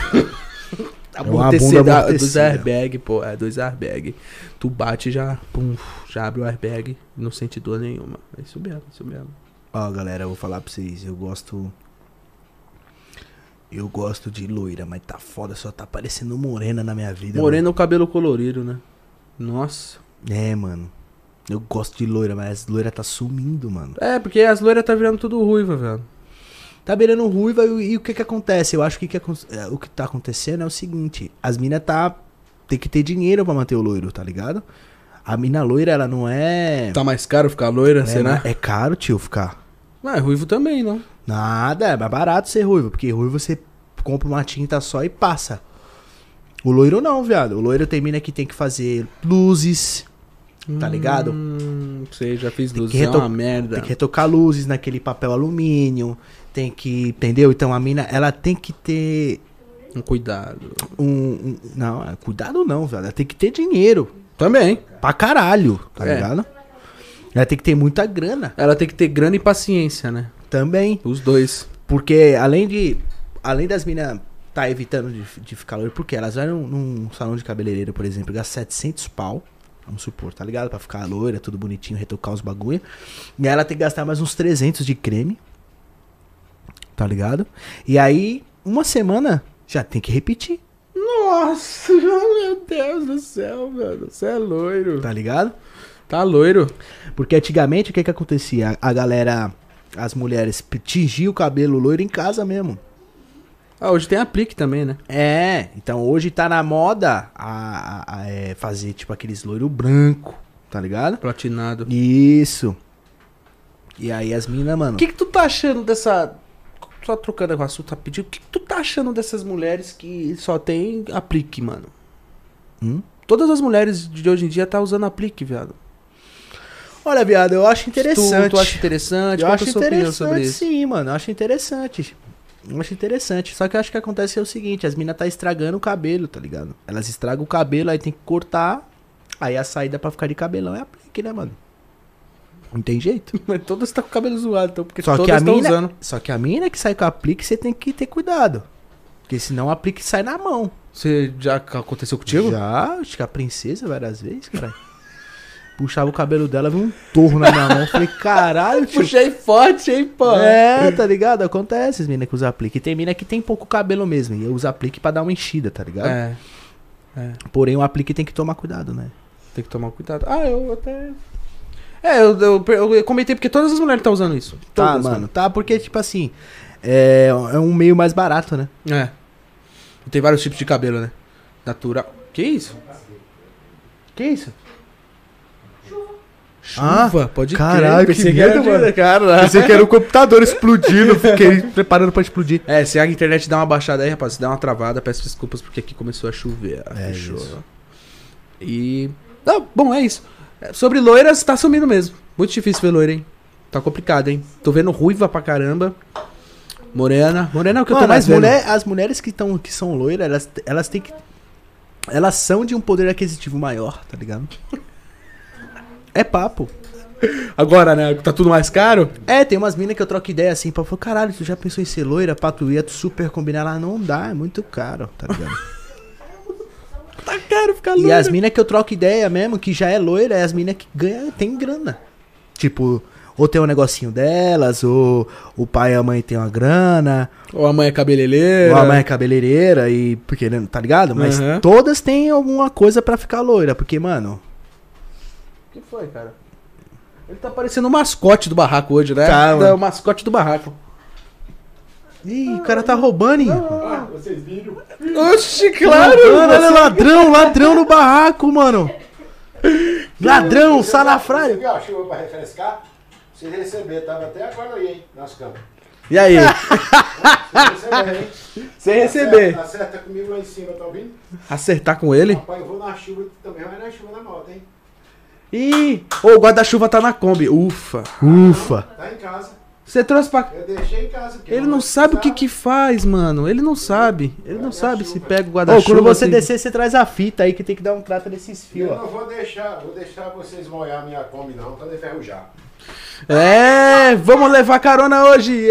A É
uma bunda
amortecida dos
amortecida.
airbag, pô. É, dos airbag. Tu bate e já, pum, já abre o airbag. Não sente dor nenhuma. É isso mesmo, é isso mesmo.
Ó, galera, eu vou falar pra vocês, eu gosto. Eu gosto de loira, mas tá foda, só tá parecendo morena na minha vida.
Morena é o cabelo colorido, né? Nossa.
mano. É, mano. Eu gosto de loira, mas loira tá sumindo, mano.
É, porque as loiras tá virando tudo ruiva, velho.
Tá beirando ruiva e, e o que que acontece? Eu acho que, que acon- é, o que tá acontecendo é o seguinte: as minas tá. Tem que ter dinheiro pra manter o loiro, tá ligado? A mina loira, ela não é.
Tá mais caro ficar loira,
é,
será?
É caro, tio, ficar.
Não, é né? ruivo também, não.
Nada, é mais barato ser ruivo, porque ruivo você compra uma tinta só e passa. O loiro não, viado. O loiro tem mina que tem que fazer luzes, tá ligado?
Hum, sei, já fiz
Tem que
luzão, é uma
reto-
merda.
Tem que retocar luzes naquele papel alumínio, tem que, entendeu? Então a mina, ela tem que ter
Um cuidado.
um, um- não, é, cuidado não, velho. Ela tem que ter dinheiro
Também.
pra caralho, tá
É.
ligado? Ela tem que ter muita grana
Ela tem que ter grana e paciência, né?
também.
Os dois.
Porque além de. Além das minas tá evitando de, de ficar loiro, porque elas vão num, num salão de cabeleireiro, por exemplo, gastar 700 pau. Vamos supor, tá ligado? Pra ficar loira, tudo bonitinho, retocar os bagulho. E aí ela tem que gastar mais uns 300 de creme. Tá ligado? E aí, uma semana, já tem que repetir,
Nossa, meu Deus do céu, mano. Você é loiro.
tá ligado?
Tá loiro.
Porque antigamente o que que acontecia? A galera, as mulheres tingiam o cabelo loiro em casa mesmo.
Ah, hoje tem aplique também, né?
É, então hoje tá na moda a, a- a, é, fazer tipo aqueles loiro branco, tá ligado?
Platinado.
Isso. E aí as minas, mano.
O que, que tu tá achando dessa. Só trocando o assunto rapidinho. O que, que tu tá achando dessas mulheres que só tem aplique, mano?
Hum?
Todas as mulheres de hoje em dia tá usando aplique, viado.
Olha, viado, eu acho
Tu, tu acha interessante?
Eu
Qual
acho
que é a sua opinião sobre
interessante,
isso?
sim, mano. Eu acho interessante. Eu acho interessante. Só que eu acho que acontece é o seguinte: as minas tá estragando o cabelo, tá ligado? Elas estragam o cabelo, aí tem que cortar. Aí a saída pra ficar de cabelão é aplique, né, mano? Não tem jeito.
Mas todas tá com o cabelo zoado, então, porque
Só
todas
que, a
estão
mina,
usando.
só que a mina que sai com aplique, você tem que ter cuidado. Porque senão o aplique sai na mão.
Você já aconteceu contigo?
Já, acho que a princesa várias vezes, cara. Puxava o cabelo dela, viu um torro na minha mão. Falei, caralho, tio.
Puxei forte, hein, pô?
É, tá ligado? Acontece as minas que usam aplique. Tem mina que tem pouco cabelo mesmo. E usa aplique pra dar uma enchida, tá ligado?
É,
Porém, o aplique tem que tomar cuidado, né?
tem que tomar cuidado. Ah, eu até. É, eu, eu, eu, comentei porque todas as mulheres estão usando isso.
Tá,
Todas,
mano. Tá, porque, tipo assim, é, é um meio mais barato, né?
É. Tem vários tipos de cabelo, né? Natural. Que isso? Que isso? Chuva. Chuva, pode
Ah, caralho,
crer.
que medo,
de-
mano.
Caralho.
Pensei que era o computador explodindo. Fiquei preparando pra explodir.
É, se a internet dá uma baixada aí, rapaz, se dá uma travada, peço desculpas porque aqui começou a chover.
É,
Fechou. né?
isso.
E. Ah, bom, é isso. É, Sobre loiras, tá sumindo mesmo. Muito difícil ver loira, hein? Tá complicado, hein? Tô vendo ruiva pra caramba. Morena. Morena é o que eu
Mano,
tô mais
as,
vendo.
mulher- as mulheres que, tão, que são loiras, elas, elas têm que. Elas são de um poder aquisitivo maior, tá ligado? É papo.
Agora, né? Tá tudo mais caro?
É, tem umas minas que eu troco ideia assim, pra falar, caralho, tu já pensou em ser loira, patuia, tu é super combinar lá? Não dá, é muito caro, tá ligado?
Tá caro ficar
E as minas que eu troco ideia mesmo, que já é loira, é as minas que ganha, tem grana. Tipo, ou tem um negocinho delas, ou o pai e a mãe tem uma grana,
Ou a mãe é cabeleireira.
ou a mãe é cabeleireira e. Porque, né, tá ligado? Mas
Aham.
todas têm alguma coisa pra ficar loira, porque, mano.
O que foi, cara? Ele tá parecendo o mascote do barraco hoje, né?
Tá,
é
mano.
o mascote do barraco.
Ih, o cara tá roubando, hein?
Ah, vocês viram?
Oxi,
Mano,
né?
olha, ladrão, ladrão no barraco, mano. Ladrão, salafrário.
Você viu a chuva pra refrescar? Se receber, tava até agora aí, hein? Nas camas.
E aí?
Se receber, hein?
Sem
Acerta, acerta comigo lá em cima, tá ouvindo?
Acertar com ele?
Rapaz, eu vou na chuva também, vai na chuva na moto, hein?
Ih! Ô, o guarda-chuva tá na Kombi. Ufa.
Ufa.
Tá em casa.
Você trouxe pra.
Eu deixei em casa. porque
Ele
eu
não sabe o que que
precisava.
faz, mano. Ele não sabe. Ele não sabe se pega o guarda-chuva. assim.
Ô, quando você
se-
descer, você traz a fita aí que tem que dar um trato nesses fios,
Eu
ó.
não vou deixar, vou deixar vocês molhar minha Kombi, não, pra não enferrujar.
É, vamos levar carona hoje.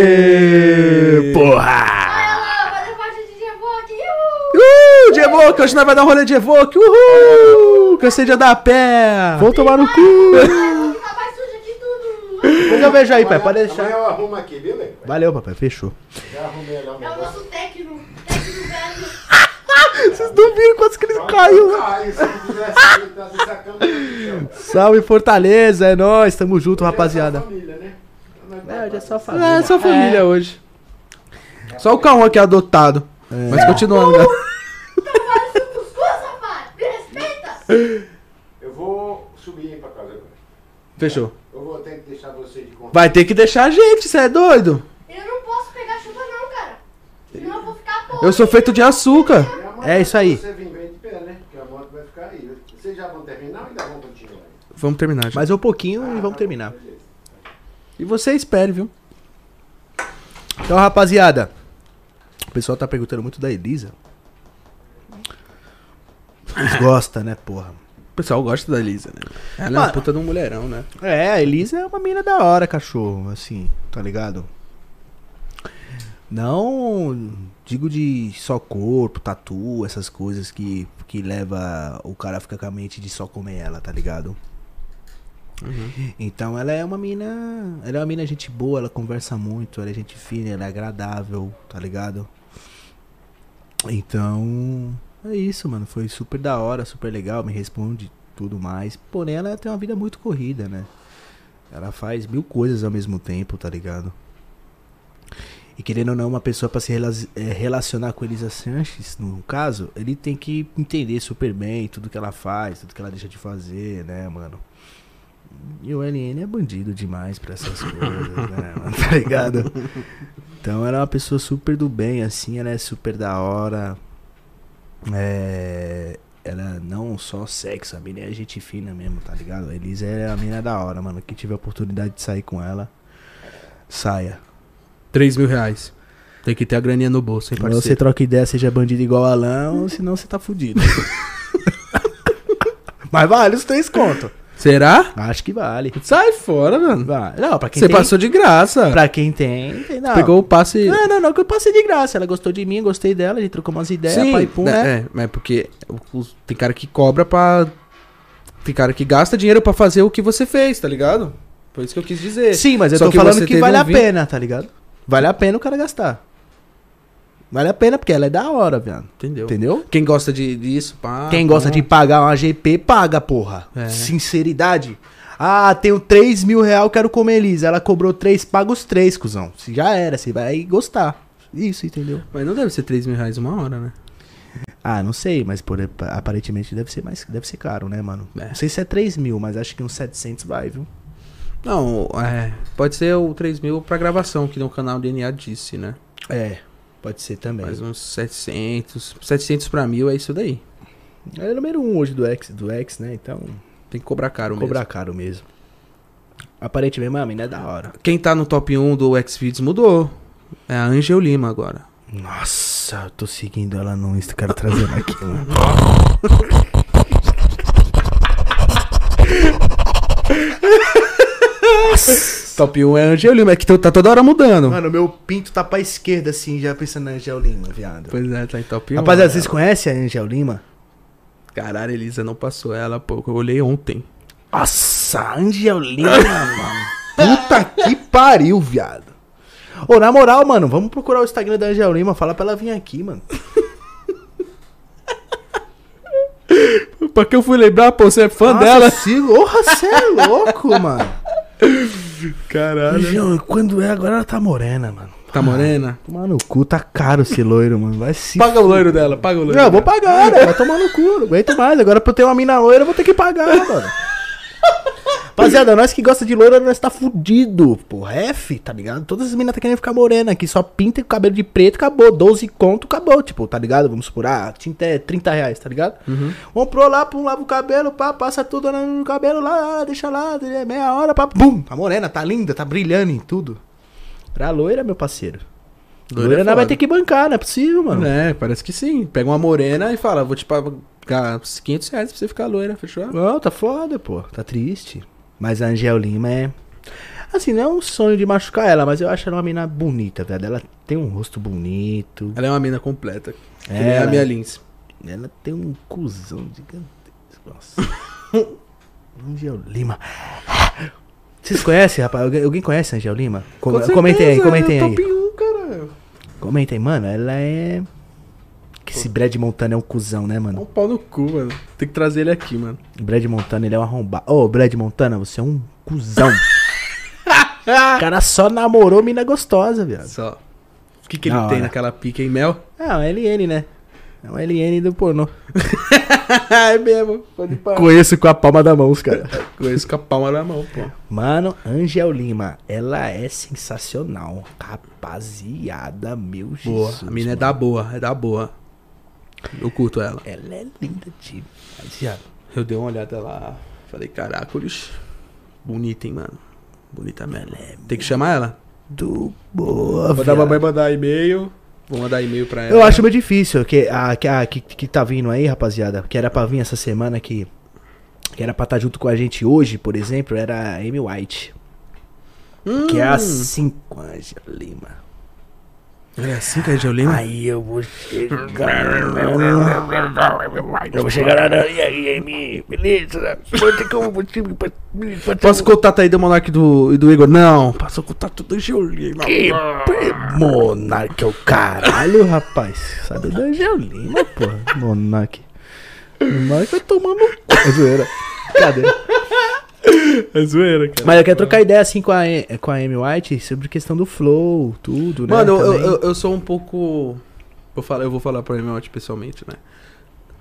Ê!
Porra!
Olha lá, vai levar a gente de revoque. Iu!
Uh, de Evoque, hoje nós vai dar um rolê de Evoque. Uhul! Cansei de andar a pé.
Vou tomar no cu!
Ai, Tá mais sujo aqui tudo.
Depois eu vejo aí, pai,
Amanhã-
pode deixar.
Amanhã eu arrumo aqui, viu, Lê?
Valeu, papai, fechou.
Já arrumei lá o
É o
negócio.
nosso técnico. Técnico velho.
Vocês não viram quanto que ele
né?
caiu?
Caiu, se não quiser sair, ele tá dessa cama aqui, ó.
Salve Fortaleza, é nóis, tamo junto,
É
rapaziada.
só família, né? Então nós
É, hoje é só família.
É, só família hoje. Só o Cauã que é adotado. Mas continuando, né? galera.
Parece um cuscuz, rapaz. Me respeita.
Eu vou subir pra casa agora.
Fechou.
Eu vou ter que deixar você de conta.
Vai ter que deixar a gente, você é doido?
Eu não posso pegar chuva não, cara. Senão eu vou ficar podre.
Eu sou feito de açúcar.
E amanhã
É isso aí.
Você vem bem de pé, né? Porque a moto vai ficar aí. Vocês já vão terminar ou ainda vão continuar?
Vamos terminar. gente.
Mais um pouquinho e vamos terminar.
Beleza.
E você é espere, viu?
Então, rapaziada, o pessoal tá perguntando muito da Elisa. Eles gostam, né, porra?
O pessoal gosta da Elisa, né? Ela é uma
Mano.
puta de um mulherão, né?
É, a Elisa é uma mina da hora, cachorro, assim, tá ligado? Não digo de só corpo, tatu, essas coisas que, que leva o cara a ficar com a mente de só comer ela, tá ligado? Então ela é uma mina. Ela é uma mina gente boa, ela conversa muito, ela é gente fina, ela é agradável, tá ligado? Então. É isso, mano. Foi super da hora, super legal, me responde tudo mais. Porém, ela tem uma vida muito corrida, né? Ela faz mil coisas ao mesmo tempo, tá ligado? E querendo ou não, uma pessoa pra se rela- eh, relacionar com Elisa Sanches, no caso, ele tem que entender super bem tudo que ela faz, tudo que ela deixa de fazer, né, mano? E o LN é bandido demais pra essas coisas, né, mano? Tá ligado? Então ela é uma pessoa super do bem, assim, ela é super da hora. É, ela não só sexo, a mina é gente fina mesmo, tá ligado? A Elisa é a mina da hora, mano. Quem tiver a oportunidade de sair com ela, saia.
3 mil reais. Tem que ter a graninha no bolso, hein,
Ou você
parceiro?
troca ideia, seja bandido igual Alão, ou senão você tá fudido. Mas vale os três conto.
Será?
Acho que vale.
Sai fora, mano.
Vale. Não, pra quem
Você
tem.
passou de graça.
Pra É, quem tem, tem não.
Pegou o passe.
Não, não, não, que eu passei de graça. Ela gostou de mim, gostei dela, a gente trocou umas ideias,
Sim,
pai, pum, né?
né? É, mas porque o- o- tem cara que cobra pra. Tem cara que gasta dinheiro pra fazer o que você fez, tá ligado? Foi isso que eu quis dizer.
Sim, mas eu
É. Só
tô
que
falando
você
que
teve
vale
um
a
vi-
pena, tá ligado? Vale a pena o cara gastar. Vale a pena porque ela é da hora, viado.
Entendeu?
Entendeu?
Quem gosta de, disso, pá.
Quem gosta
pá.
de pagar uma GP, paga, porra.
Ah, É.
Sinceridade. Ah, tenho 3 mil real, quero comer Elisa. Ela cobrou 3, paga os 3, cuzão. Se já era, você vai gostar. Isso, entendeu?
Mas não deve ser 3 mil reais uma hora, né?
Ah, não sei, mas por, aparentemente deve ser mais, deve ser caro, né, mano?
É.
Não sei se é 3 mil, mas acho que uns 700 vai, viu?
Não, é. Pode ser o 3 mil pra gravação, que no canal DNA disse, né?
É, pode ser também.
Mais uns 700. 700 pra mil é isso daí.
Ela é número 1 um hoje do X, do X, né? Então,
Tem que cobrar caro mesmo.
cobrar caro mesmo. Aparentemente, mano, ainda é da hora.
Quem tá no top 1 do Xvideos mudou. É a Angel Lima agora.
Nossa, eu tô seguindo ela no Insta, quero trazer ela aqui, mano.
Top 1 é Angel Lima, é que tá toda hora mudando.
Mano, meu pinto tá pra esquerda, assim, já pensando na Angel Lima, viado.
Pois é, tá em top 1.
Rapaziada, vocês conhecem a Angel Lima?
Caralho, Elisa não passou ela, pô. Eu olhei ontem.
Nossa, Angel Lima, mano. Puta que pariu, viado. Ô, na moral, mano, vamos procurar o Instagram da Angel Lima, falar pra ela vir aqui, mano.
Pra que eu fui lembrar, pô? Você é fã dela?
Se... Porra, você é louco, mano.
Caralho.
João, quando é, agora ela tá morena, mano.
Tá morena?
Tomar no cu, tá caro esse loiro, mano. Vai se.
Paga o loiro dela, paga o loiro.
Não, eu vou
dela.
pagar, né? Vai tomar no cu, não aguento mais. Agora pra eu ter uma mina loira, eu vou ter que pagar, mano. Rapaziada, nós que gosta de loira, nós tá fudido, pô. F, tá ligado? Todas as minas tá querendo ficar morena aqui, só pinta com cabelo de preto, acabou. 12 conto, acabou, tipo, tá ligado? Vamos supor, ah, tinta é 30 reais, tá ligado?
Uhum.
Comprou lá, pum, lava o cabelo, pá, passa tudo no cabelo lá, deixa lá, é meia hora, pá, bum. A morena tá linda, tá brilhando em tudo. Pra loira, meu parceiro.
Loira
Loira,
é
não
foda.
vai ter que bancar, não é possível, mano.
É, parece que sim. Pega uma morena e fala, vou te pagar uns 500 reais pra você ficar loira, fechou?
Não, tá foda, pô. Tá triste. Mas a Angel Lima é. Assim, não é um sonho de machucar ela, mas eu acho ela uma mina bonita, velho. Ela tem um rosto bonito.
Ela é uma mina completa. Que
É,
nem a
ela-
minha Lince.
Ela tem um cuzão gigantesco. Nossa. Angel Lima. Vocês conhecem, rapaz? Alguém, alguém conhece a Angel Lima? Com-
Com
comentem aí,
certeza,
comentem
é
aí.
Top 1, cara.
Comentem, mano. Ela é. Que esse Brad Montana é um cuzão, né,
Dá um
mano?
pau no cu, mano. Tem que trazer ele aqui, mano.
O Brad Montana, ele é um arrombado. Ô, Brad Montana, você é um cuzão. o cara só namorou mina gostosa, viado.
Só. O que, que ele
Da
tem
hora.
naquela pica, hein, Mel?
É, um LN, né? É um LN do pornô.
é mesmo. Pode parar.
Conheço com a palma da mão, os cara.
Conheço com a palma na mão, pô.
Mano, Angel Lima, ela é sensacional. Rapaziada, meu
Boa.
Jesus.
a mina é
mano.
da boa, é da boa. Eu curto ela.
Ela é linda demais, viado.
Eu dei uma olhada lá, falei, caracoles. Bonita, hein, mano. Bonita mesmo. Tem que chamar ela?
Do boa,
Vou dar
viado.
mamãe mandar e-mail. Vou mandar e-mail pra ela.
Eu acho meio difícil que a que, a- que, que tá vindo aí, rapaziada, que era pra vir essa semana que que era pra estar junto com a gente hoje, por exemplo, era a Amy White,
Hum.
que é assim com a Angela Lima.
É assim que a Angel Lima.
Aí eu vou chegar. Eu vou chegar lá e aí, Amy, beleza? Quanto é que eu vou te
Posso contato aí do Monark do, e do Igor? Não, passa o contato do Angel Lima.
Monarque é o caralho, rapaz. Sabe da Angelina, porra. Monarque. Monarque vai tomar no cu. É zoeira. Cadê?
É zoeira, cara.
Mas eu quero trocar ideia assim com a, E- com a Amy White sobre questão do flow, tudo, né?
Mano, eu,
também.
eu, eu sou um pouco. Vou falar, eu vou falar pra Amy White pessoalmente, né?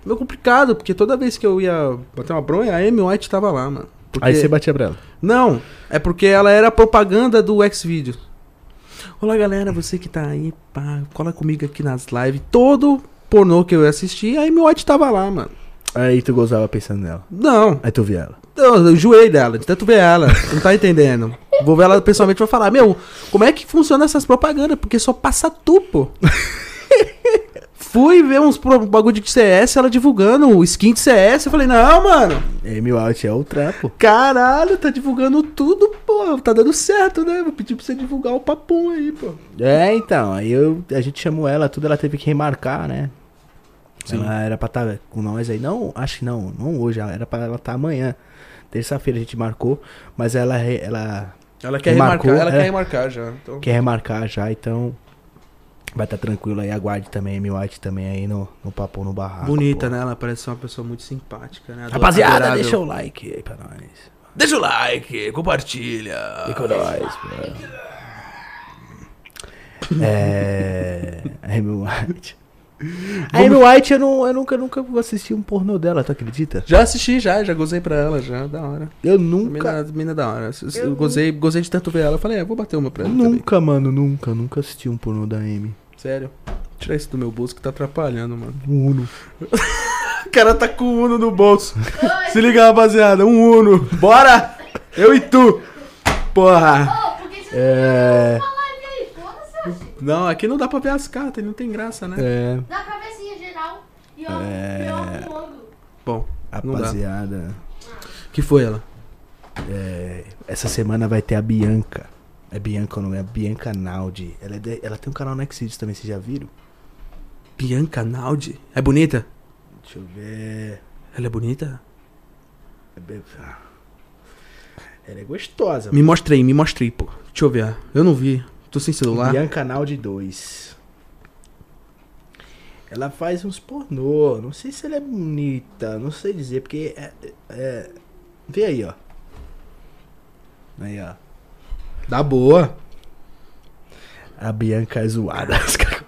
Meio complicado, porque toda vez que eu ia bater uma bronha, a Amy White tava lá, mano. Porque-
Aí você batia pra ela.
Não, é porque ela era propaganda do Xvideos. Olá, galera, você que tá aí, pá, cola comigo aqui nas lives. Todo pornô que eu ia assistir, a Amy White tava lá, mano.
Aí tu gozava pensando nela.
Não,
Aí tu via ela.
eu, eu joei dela, de tanto ver ela. Não tá entendendo. Vou ver ela pessoalmente e vou falar, meu, como é que funciona essas propagandas? Porque só passa tu, pô. Fui ver uns pro- um bagulho de CS, ela divulgando o skin de CS. Eu falei, não, mano.
Amy White é o trapo.
Caralho, tá divulgando tudo, pô. Tá dando certo, né? Vou pedir pra você divulgar o papum aí, pô.
É, então, aí eu, a gente chamou ela, tudo ela teve que remarcar, né?
Sim.
Ela era pra estar com nós aí, não, acho que não, não hoje, era pra ela estar amanhã. Terça-feira a gente marcou, mas ela, re- ela
Ela
quer Remarcou, remarcar, ela é. quer
remarcar já. Então.
quer remarcar já, então vai estar tranquilo aí, aguarde também, a White também aí no, no papo no barraco.
Bonita,
pô.
né? Ela parece ser uma pessoa muito simpática, né? Ador-
Rapaziada,
adorável.
deixa o like aí pra nós.
Deixa o like, compartilha.
Fica com nós, pô. É. A Amy White. A Amy White, eu, não, eu nunca, nunca assisti um pornô dela, tu acredita?
Já assisti, já, já gozei pra ela, já, da hora.
Eu
Mina,
nunca.
mina da hora. Eu, gozei, gozei de tanto ver ela. Eu falei, é, vou bater uma pra ela. também.
Nunca, mano, nunca, nunca assisti um pornô da Amy.
Sério. Tira isso do meu bolso que tá atrapalhando, mano.
Um Uno.
O cara tá com o Uno no bolso. Se liga, rapaziada. Um Uno. Bora! Eu e tu. Porra.
Ô, por que você
É.
não faz uma live aí? Foda-se, eu achei.
Não, aqui não dá pra ver as cartas. Não tem graça, né?
É.
Dá pra ver sim, em geral. E eu, é... eu ângulo.
Bom, não dá.
Rapaziada.
que foi ela?
É, essa semana vai ter a Bianca. É Bianca o nome, é Bianca Naldi. Ela, é de- ela tem um canal no Xvideos também, vocês já viram?
Bianca Naldi. É bonita?
Deixa eu ver.
Ela é bonita?
É be- ah. Ela é gostosa.
Me mostra aí, me mostra aí, pô. Deixa eu ver. ah, Eu não vi. Tô sem celular.
Bianca Naldi 2. Ela faz uns pornô. Não sei se ela é bonita. Não sei dizer, porque é. é- Vê aí, ó. Aí, ó.
Dá boa.
A Bianca é zoada.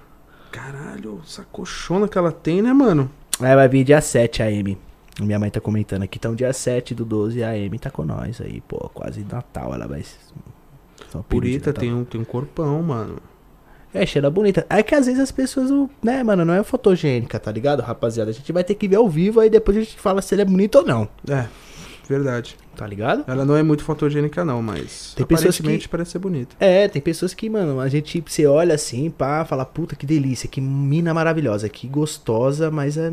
Caralho, sacochona que ela tem, né, mano?
Aí vai vir dia 7 AM. Minha mãe tá comentando aqui. Então, dia 7 do 12 AM tá com nós aí. Pô, quase Natal ela vai. Só período de
Purita
Natal.
tem um, tem um corpão, mano.
É, cheira bonita. É que às vezes as pessoas, não- né, mano, não é fotogênica, tá ligado, rapaziada? A gente vai ter que ver ao vivo, aí depois a gente fala se ele é bonito ou não,
É, verdade.
tá ligado?
Ela não é muito fotogênica, não, mas
Tem pessoas
aparentemente parece ser bonita.
É, tem pessoas que, mano, a gente, você olha assim, pá, fala, puta, que delícia, que mina maravilhosa, que gostosa, mas é...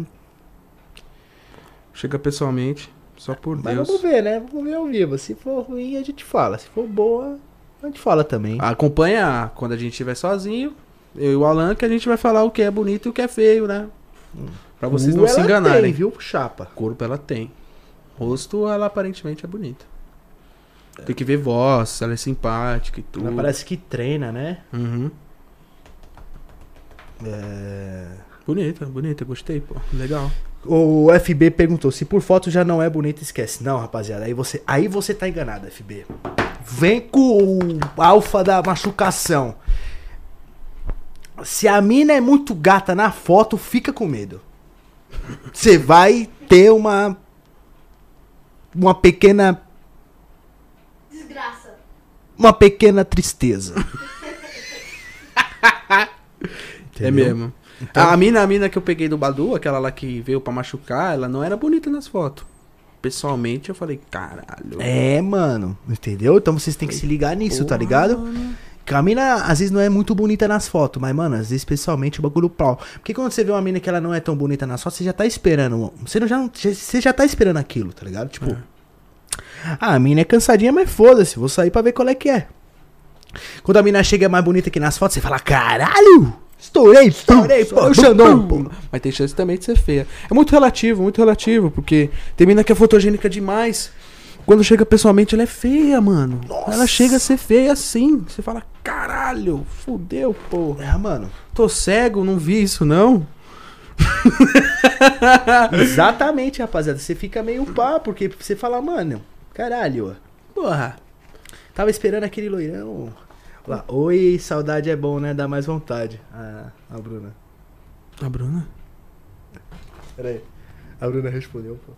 Chega pessoalmente, só por
Mas
Deus.
vamos ver, né? Vamos ver ao vivo. Se for ruim, a gente fala. Se for boa, a gente fala
Ah,
também.
Acompanha quando a gente estiver sozinho, eu e o Alan, que a gente vai falar o que é bonito e o que é feio, né? Pra vocês
Cu
não se
ela Tem,
enganarem.
viu, chapa?
Corpo ela tem. Rosto, ela aparentemente é bonita. Tem que ver voz, ela é simpática e tudo.
Ela parece que treina, né?
Uhum.
É...
Bonita, bonita, gostei, pô. Legal.
O FB perguntou se por foto já não é bonito, esquece. Não, rapaziada, aí você, aí você tá enganado, FB. Vem com o alfa da machucação. Se a mina é muito gata na foto, fica com medo. Você vai ter uma uma pequena
Desgraça.
uma pequena tristeza.
É
Entendeu? Então-
mesmo. A mina, a mina que eu peguei do Badu, aquela lá que veio pra machucar, ela não era bonita nas fotos. Pessoalmente, eu falei, caralho.
É, mano, entendeu? Então vocês têm que se ligar nisso, tá
porra,
ligado?
mano.
Que A mina, às vezes, não é muito bonita nas fotos, mas, mano, às vezes, pessoalmente, o bagulho pau. Porque quando você vê uma mina que ela não é tão bonita nas fotos, você já tá esperando. Você, não já, não- você já tá esperando aquilo, tá ligado? Tipo. Ah, a mina é cansadinha, mas foda-se, vou sair pra ver qual é que é. Quando a mina chega mais bonita que nas fotos, você fala, caralho! Estourei, estourei, pô, o Xandão, pô.
Mas tem chance também de ser feia. É muito relativo, muito relativo, porque tem mina que é fotogênica demais. Quando chega pessoalmente, ela é feia, mano. Ela chega a ser feia assim. Você fala, caralho, fudeu, porra.
É, mano.
Tô cego, não vi isso, não.
Exatamente, rapaziada. Você fica meio pá, porque você fala, mano, caralho,
Porra.
Tava esperando aquele loirão. Lá, Oi, saudade é bom, né? Dá mais vontade. Ah, a Bruna.
A Ah, Bruna?
Pera aí. A Bruna respondeu, pô.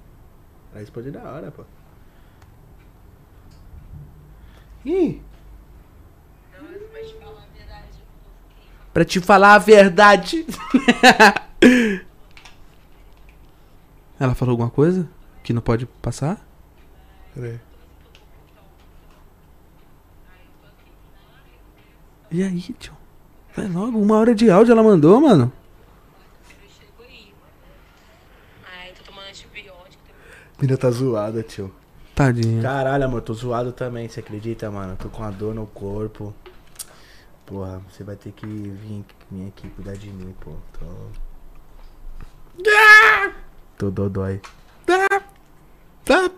Ela respondeu da hora, pô. Ih!
Pra te falar a verdade. Ela falou alguma coisa que não pode passar?
Pera aí.
E aí, tio? Vai logo, uma hora de áudio ela mandou, mano.
Eu chego aí. Ai, tô tomando antibiótico.
Mina tá zoada, tio.
Tadinha.
Caralho, amor, tô zoado também, você acredita, mano? Tô com a dor no corpo. Porra, você vai ter que vir, vir aqui cuidar de mim, pô. Tô. Tô dodói.
Tá.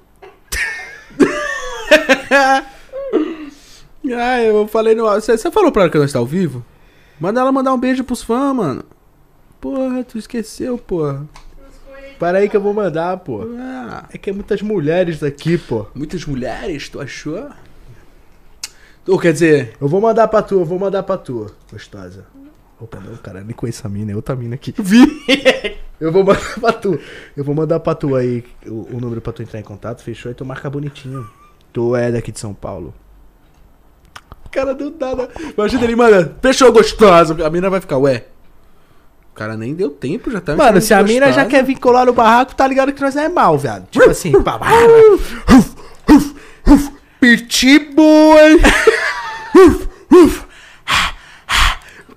ah, eu falei no. Você você falou pra ela que nós tá ao vivo? Manda ela mandar um beijo pros fãs, mano. Porra, tu esqueceu, porra.
Para aí que eu vou mandar, pô.
Ah,
É que é muitas mulheres daqui, pô.
muitas mulheres, tu achou? Ou quer dizer,
Eu vou mandar pra tu, eu vou mandar pra tu, gostosa. Opa, não, cara, nem conheço a mina, é outra mina aqui.
vi.
Eu vou mandar pra tu. Eu vou mandar pra tu aí o, o número pra tu entrar em contato, fechou? E tu marca bonitinho. Tu é daqui de São Paulo.
Cara, do nada. Imagina ele, mano, fechou gostosa. A mina vai ficar, ué. O cara nem deu tempo, já tá me
Mano,
chamando
se a
de
mina já
gostosa.
quer vir colar no barraco, tá ligado que nós é mal, viado. Tipo assim, pá, pá,
Pitbull, hein?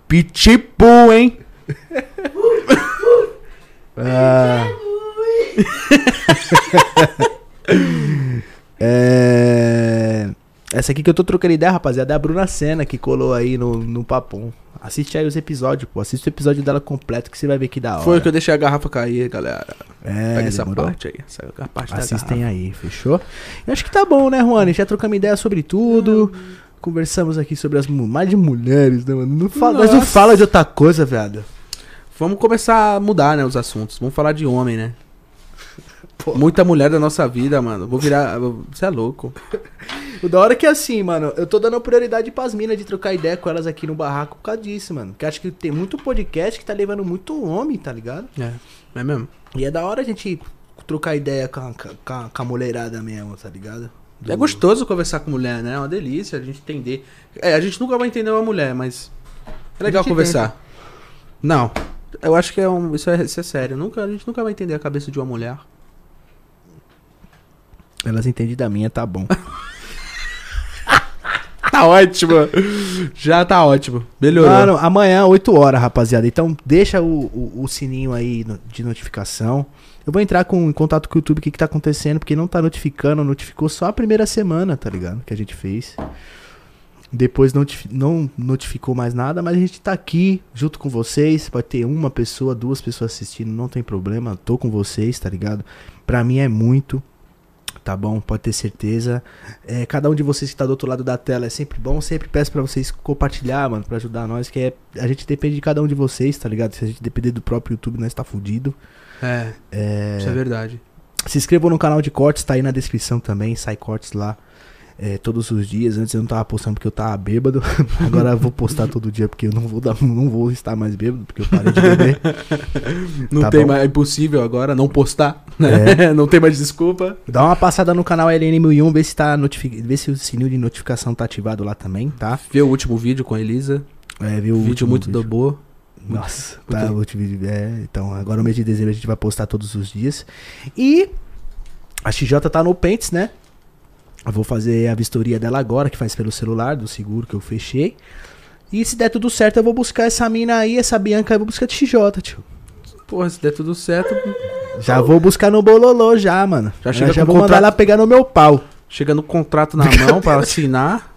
Pitbull, hein?
É. Essa aqui que eu tô trocando ideia, rapaziada, é a Bruna Senna que colou aí no, no papum. Assiste aí os episódios, pô. Assiste o episódio dela completo que você vai ver que da hora.
Foi que eu deixei a garrafa cair, galera.
É,
Pega essa
demorou.
parte aí. Essa a parte da garrafa.
Assistem aí, fechou? Eu acho que tá bom, né, Juan? Já trocamos ideia sobre tudo. Conversamos aqui sobre as mu- mais de mulheres, né, mano? Não fala, mas não
Nossa.
fala de outra coisa, velho.
Vamos começar a mudar, né, os assuntos. Vamos falar de homem, né? Muita mulher da nossa vida, mano. Vou virar. Você é louco.
O da hora é que é assim, mano, eu tô dando prioridade pras minas de trocar ideia com elas aqui no barraco por causa disso, mano. Porque acho que tem muito podcast que tá levando muito homem, tá ligado?
É, é mesmo?
E é da hora a gente trocar ideia com a, com a- com a mulherada mesmo, tá ligado? Do-
É gostoso conversar com mulher, né? É uma delícia a gente entender. É, a gente nunca vai entender uma mulher, mas. É legal
gente
conversar. Não. Eu acho que é um, isso, é, isso é sério. Nunca, a gente nunca vai entender a cabeça de uma mulher.
Elas entendem da minha, tá bom.
Tá ótimo. Já tá ótimo. Melhorou.
Mano, amanhã, 8 horas, rapaziada. Então, deixa o, o- o sininho aí no- de notificação. Eu vou entrar com, em contato com o YouTube, o que, que tá acontecendo, porque não tá notificando, notificou só a primeira semana, tá ligado? Que a gente fez. Depois notifi- não notificou mais nada, mas a gente tá aqui junto com vocês. Pode ter uma pessoa, duas pessoas assistindo, não tem problema. Tô com vocês, tá ligado? Pra mim é muito. Tá bom, pode ter certeza. É, cada um de vocês que tá do outro lado da tela é sempre bom. Sempre peço pra vocês compartilhar, mano, pra ajudar nós, que é, a gente depende de cada um de vocês, tá ligado? Se a gente depender do próprio YouTube, nós tá fudido.
É,
É,
isso é verdade.
se inscrevam no canal de cortes, tá aí na descrição também, sai cortes lá é, todos os dias. Antes eu não tava postando porque eu tava bêbado. Agora eu vou postar todo dia porque eu não vou dar, não vou estar mais bêbado porque eu parei de beber.
Não
Tá
tem
bom. É.
mais. É impossível agora não postar. né? não tem mais desculpa.
Dá uma passada no canal LN1001, vê se tá notifi- vê se o sininho de notificação tá ativado lá também, tá?
Vê o último vídeo com a Elisa.
É, viu o
vídeo
último
muito do boa.
Nossa,
muito
tá,
bem.
o último vídeo. É, então, agora o mês de dezembro a gente vai postar todos os dias. E a XJ tá no Pentes, né? Eu vou fazer a vistoria dela agora, que faz pelo celular, do seguro que eu fechei. E se der tudo certo, eu vou buscar essa mina aí, essa Bianca, eu vou buscar de XJ, tio.
Porra, se der tudo certo,
Já vou buscar no Bololô já, mano.
Então- Já
Já,
chega
já
com
vou mandar
contrato.
ela pegar no meu pau.
chega no contrato na mão pra assinar.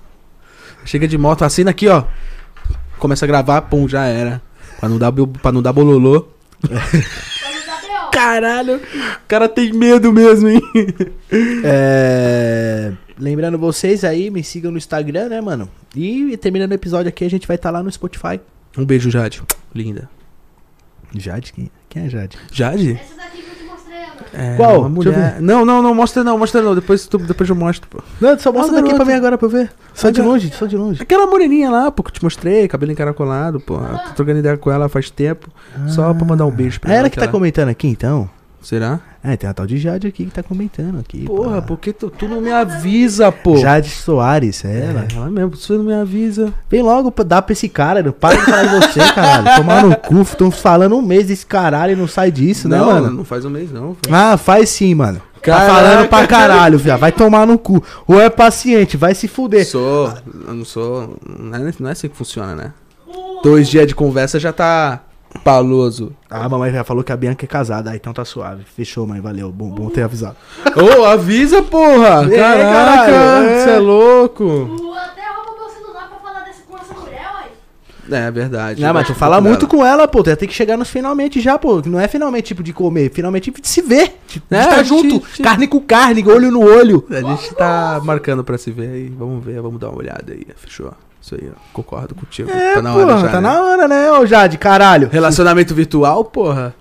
Chega de moto, assina aqui, ó. Começa a gravar, pum, já era. Pra não dar, bu- pra não dar bololô.
Vamos dar B.O.
Caralho, o cara tem medo mesmo, hein?
É... Lembrando vocês aí, me sigam no Instagram, né, mano? E terminando o episódio aqui, a gente vai estar lá no Spotify.
Um beijo, Jade. Linda.
Jade, quem, quem é Jade?
Jade?
Essa daqui que eu te mostrei, mano.
É,
Qual?
uma
Deixa eu
mulher. Não, não, não, mostra não, mostra não. Depois, tu- depois eu mostro, pô.
Não, só mostra
Ah,
daqui
garoto.
pra mim agora pra eu ver. Só
Ah,
de
garoto.
longe, só de longe.
Aquela moreninha lá, pô, que eu te mostrei, cabelo encaracolado, pô. Tô trocando ideia com ela faz tempo. Só pra mandar um beijo pra
É ela que tá
aquela-
comentando aqui, então?
Será? Ah.
É, tem a tal de Jade aqui que tá comentando aqui.
Porra,
pá.
por que tu, tu não me avisa, pô?
Jade Soares, é
Ela,
ela.
ela mesmo, você não me avisa.
Vem logo pra dar pra esse cara, não para de falar de você, caralho. Tomar no cu, estão falando um mês desse caralho e não sai disso, né, mano?
não faz um mês, não. pô.
Ah, faz sim, mano.
Caraca,
tá falando pra caralho, viado. Vai tomar no cu. Ou é paciente, vai se fuder.
Sou, eu não sou. Não é, não é assim que funciona, né? Dois dias de conversa já tá paloso.
Ah, a mamãe já falou que a Bianca é casada, ah, então tá suave. Fechou, mãe, valeu. Bom, bom ter avisado.
Ô, avisa, porra!
É, caralho,
Caraca,
é.
você é. louco!
Tu até rouba meu celular pra falar dessa, com essa mulher, ué.
É, é verdade.
Não, mas tu fala muito com ela, pô. Tu ia ter que chegar nos finalmente já, pô. Não é finalmente tipo de comer, finalmente de se ver. De de
É,
estar
a gente-
junto,
gente-
carne com carne, olho no olho.
A gente tá marcando pra se ver aí. Vamos ver, vamos dar uma olhada aí. Fechou? Isso aí, ó. Concordo contigo.
É,
tá na
porra,
hora já. né?
tá na hora, né, ô Jade, caralho.
Relacionamento virtual, porra.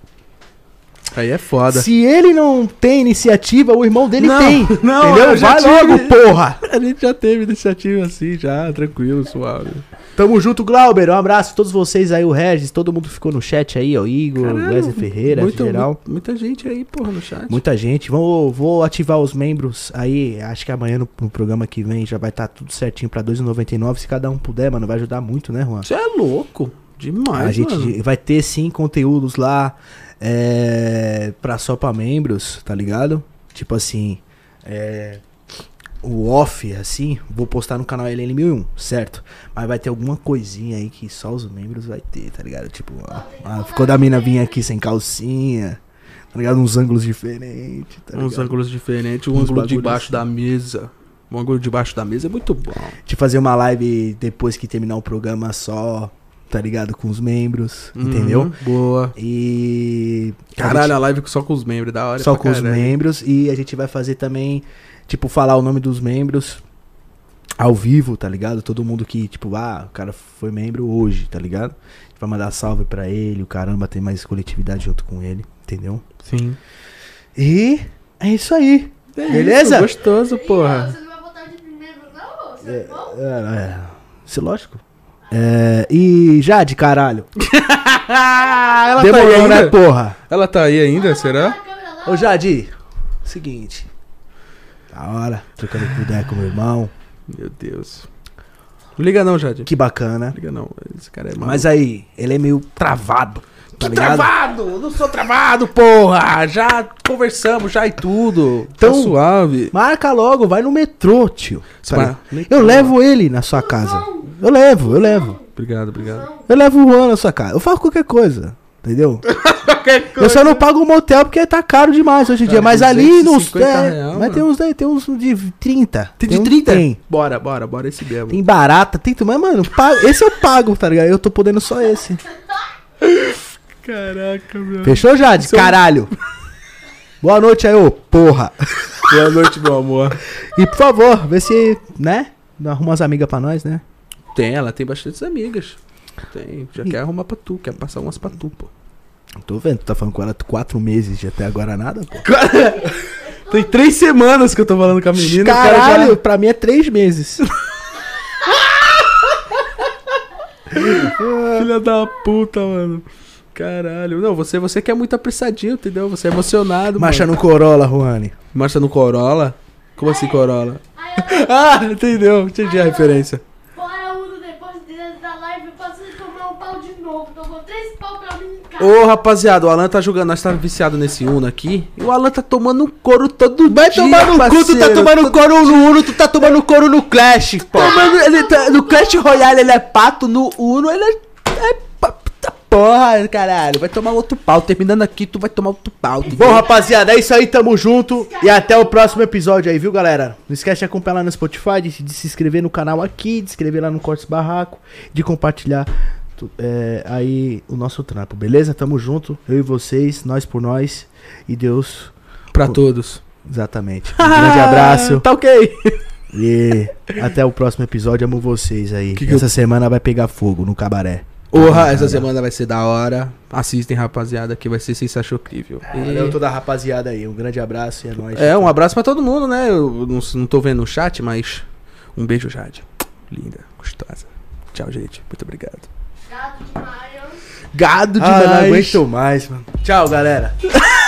Aí é foda.
Se ele não tem iniciativa, o irmão dele
Não,
tem.
não, eu
entendeu?
já
Vai
tive.
logo, porra.
A gente já teve iniciativa assim, já, tranquilo, suave.
Tamo junto, Glauber. Um abraço a todos vocês aí, o Regis. Todo mundo ficou no chat aí, ó. Igor, Wesley Ferreira,
Muito-
geral.
mu- Muita gente aí, porra, no chat.
Muita gente. Vou, vou ativar os membros aí. Acho que amanhã no, no programa que vem já vai estar tudo certinho pra 2,99. Se cada um puder, mano, vai ajudar muito, né, Juan?
Você é louco. Demais,
a gente
mano.
vai ter sim conteúdos lá é, pra só pra membros, tá ligado? Tipo assim, é, o off, assim, vou postar no canal LN1001, certo? Mas vai ter alguma coisinha aí que só os membros vai ter, tá ligado? Tipo, a, a- ficou da mina vir aqui sem calcinha, tá ligado? Uns ângulos diferentes, tá
Uns
ligado?
ângulos diferentes, o
Uns
ângulo de
bagulhos
baixo
assim.
da mesa. O bagulho debaixo da mesa é muito bom.
De fazer uma live depois que terminar o programa só, tá ligado? Com os membros, entendeu?
Uhum, boa.
E.
Caralho, a live só com os membros, da hora.
só
pra
com os
caralho.
membros. E a gente vai fazer também, tipo, falar o nome dos membros ao vivo, tá ligado? Todo mundo que, tipo, ah, o cara foi membro hoje, tá ligado? A gente vai mandar salve pra ele, o caramba, tem mais coletividade junto com ele, entendeu?
Sim.
E é isso aí.
É
Beleza?
isso, gostoso, porra.
Você não vai votar de primeiro, não? Você é bom?
É, isso é lógico. É, e Jade, caralho.
ela tá aí
Demorou, né,
ainda?
porra?
Ela tá aí ainda, será?
A câmera lá,
Ô, Jade, seguinte. Da hora, trocando ideia com meu irmão.
Meu Deus. Não liga não, Jade.
Que bacana.
Não liga não. Esse cara é maluco.
Mas aí, ele é meio travado. Tá
que
ligado?
travado! Não sou travado, porra! Já conversamos, já e tudo. Tão
Então-
suave.
Marca logo, vai no metrô, tio.
Spa-
Tá ligado? Eu levo ele na sua casa. Eu levo, eu levo.
Obrigado, obrigado.
Eu levo o Juan na sua casa. Eu faço qualquer coisa. Entendeu? Eu só não pago o motel porque tá caro demais hoje em dia. Mas ali nos.
250
é,
real,
mas tem uns, daí, tem uns de 30.
Então Tem de
um-
30?
Tem.
Bora, bora, bora esse mesmo.
Tem barata, tem. tu- Mas, mano, pago- esse eu pago, tá ligado? Eu tô podendo só esse.
Caraca, meu.
Fechou, Jade? Caralho. Boa noite aí, ô porra.
Boa noite, meu amor.
E por favor, vê se, né? Arruma umas amigas pra nós, né?
Tem, ela tem bastantes amigas. Tem. Já quer arrumar pra tu, quer passar umas pra tu, pô.
Tô vendo, tu tá falando com ela quatro meses de até agora nada, pô.
Tem três semanas que eu tô falando com a menina. o cara já-
Caralho, pra mim é três meses.
Filha da puta, mano. Caralho. Não, você, você quer muito apressadinho, entendeu? Você é emocionado.
Marcha
mano.
no Corolla, Juane.
Marcha no Corolla? Como assim, Corolla? Ah, entendeu? Entendi a referência.
Bora, Uno, depois de- da live eu posso tomar um pau de novo. Tomou três pau pra mim em casa.
Ô, rapaziada, o Alan tá jogando. Nós tá viciado nesse Uno aqui. E o Alan tá tomando couro todo
Vai
dia.
tomar no cu, tu tá
parceiro.
tomando couro no Uno, tu tá tomando couro no Clash, pô.
Tomando- ele tá- no Clash Royale ele é pato, no Uno ele é. é pa- puta porra, caralho. Vai tomar outro pau. Terminando aqui, tu vai tomar outro pau. entendeu?
Bom, rapaziada, é isso aí, tamo junto. E até o próximo episódio aí, viu, galera? Não esquece de acompanhar lá no Spotify, de, de se inscrever no canal aqui, de se inscrever lá no Cortes Barraco, de compartilhar tu- é, aí o nosso trampo, beleza? Tamo junto, eu e vocês, nós por nós e Deus,
Pra todos.
exatamente. Um grande abraço
Ah, Tá ok.
e até o próximo episódio, amo vocês aí.
Que que
Essa semana vai pegar fogo no cabaré.
Porra, essa semana vai ser da hora. Assistem, rapaziada, que vai ser sensacional.
Valeu toda a rapaziada aí, um grande abraço e é nóis.
É, um abraço pra todo mundo, né? Eu não, não tô vendo o chat, mas um beijo, Jade. Linda, gostosa. Tchau, gente. Muito obrigado.
Gato de Maia.
Gado
Ah,
demais.
não aguento mais, mano. Tchau, galera.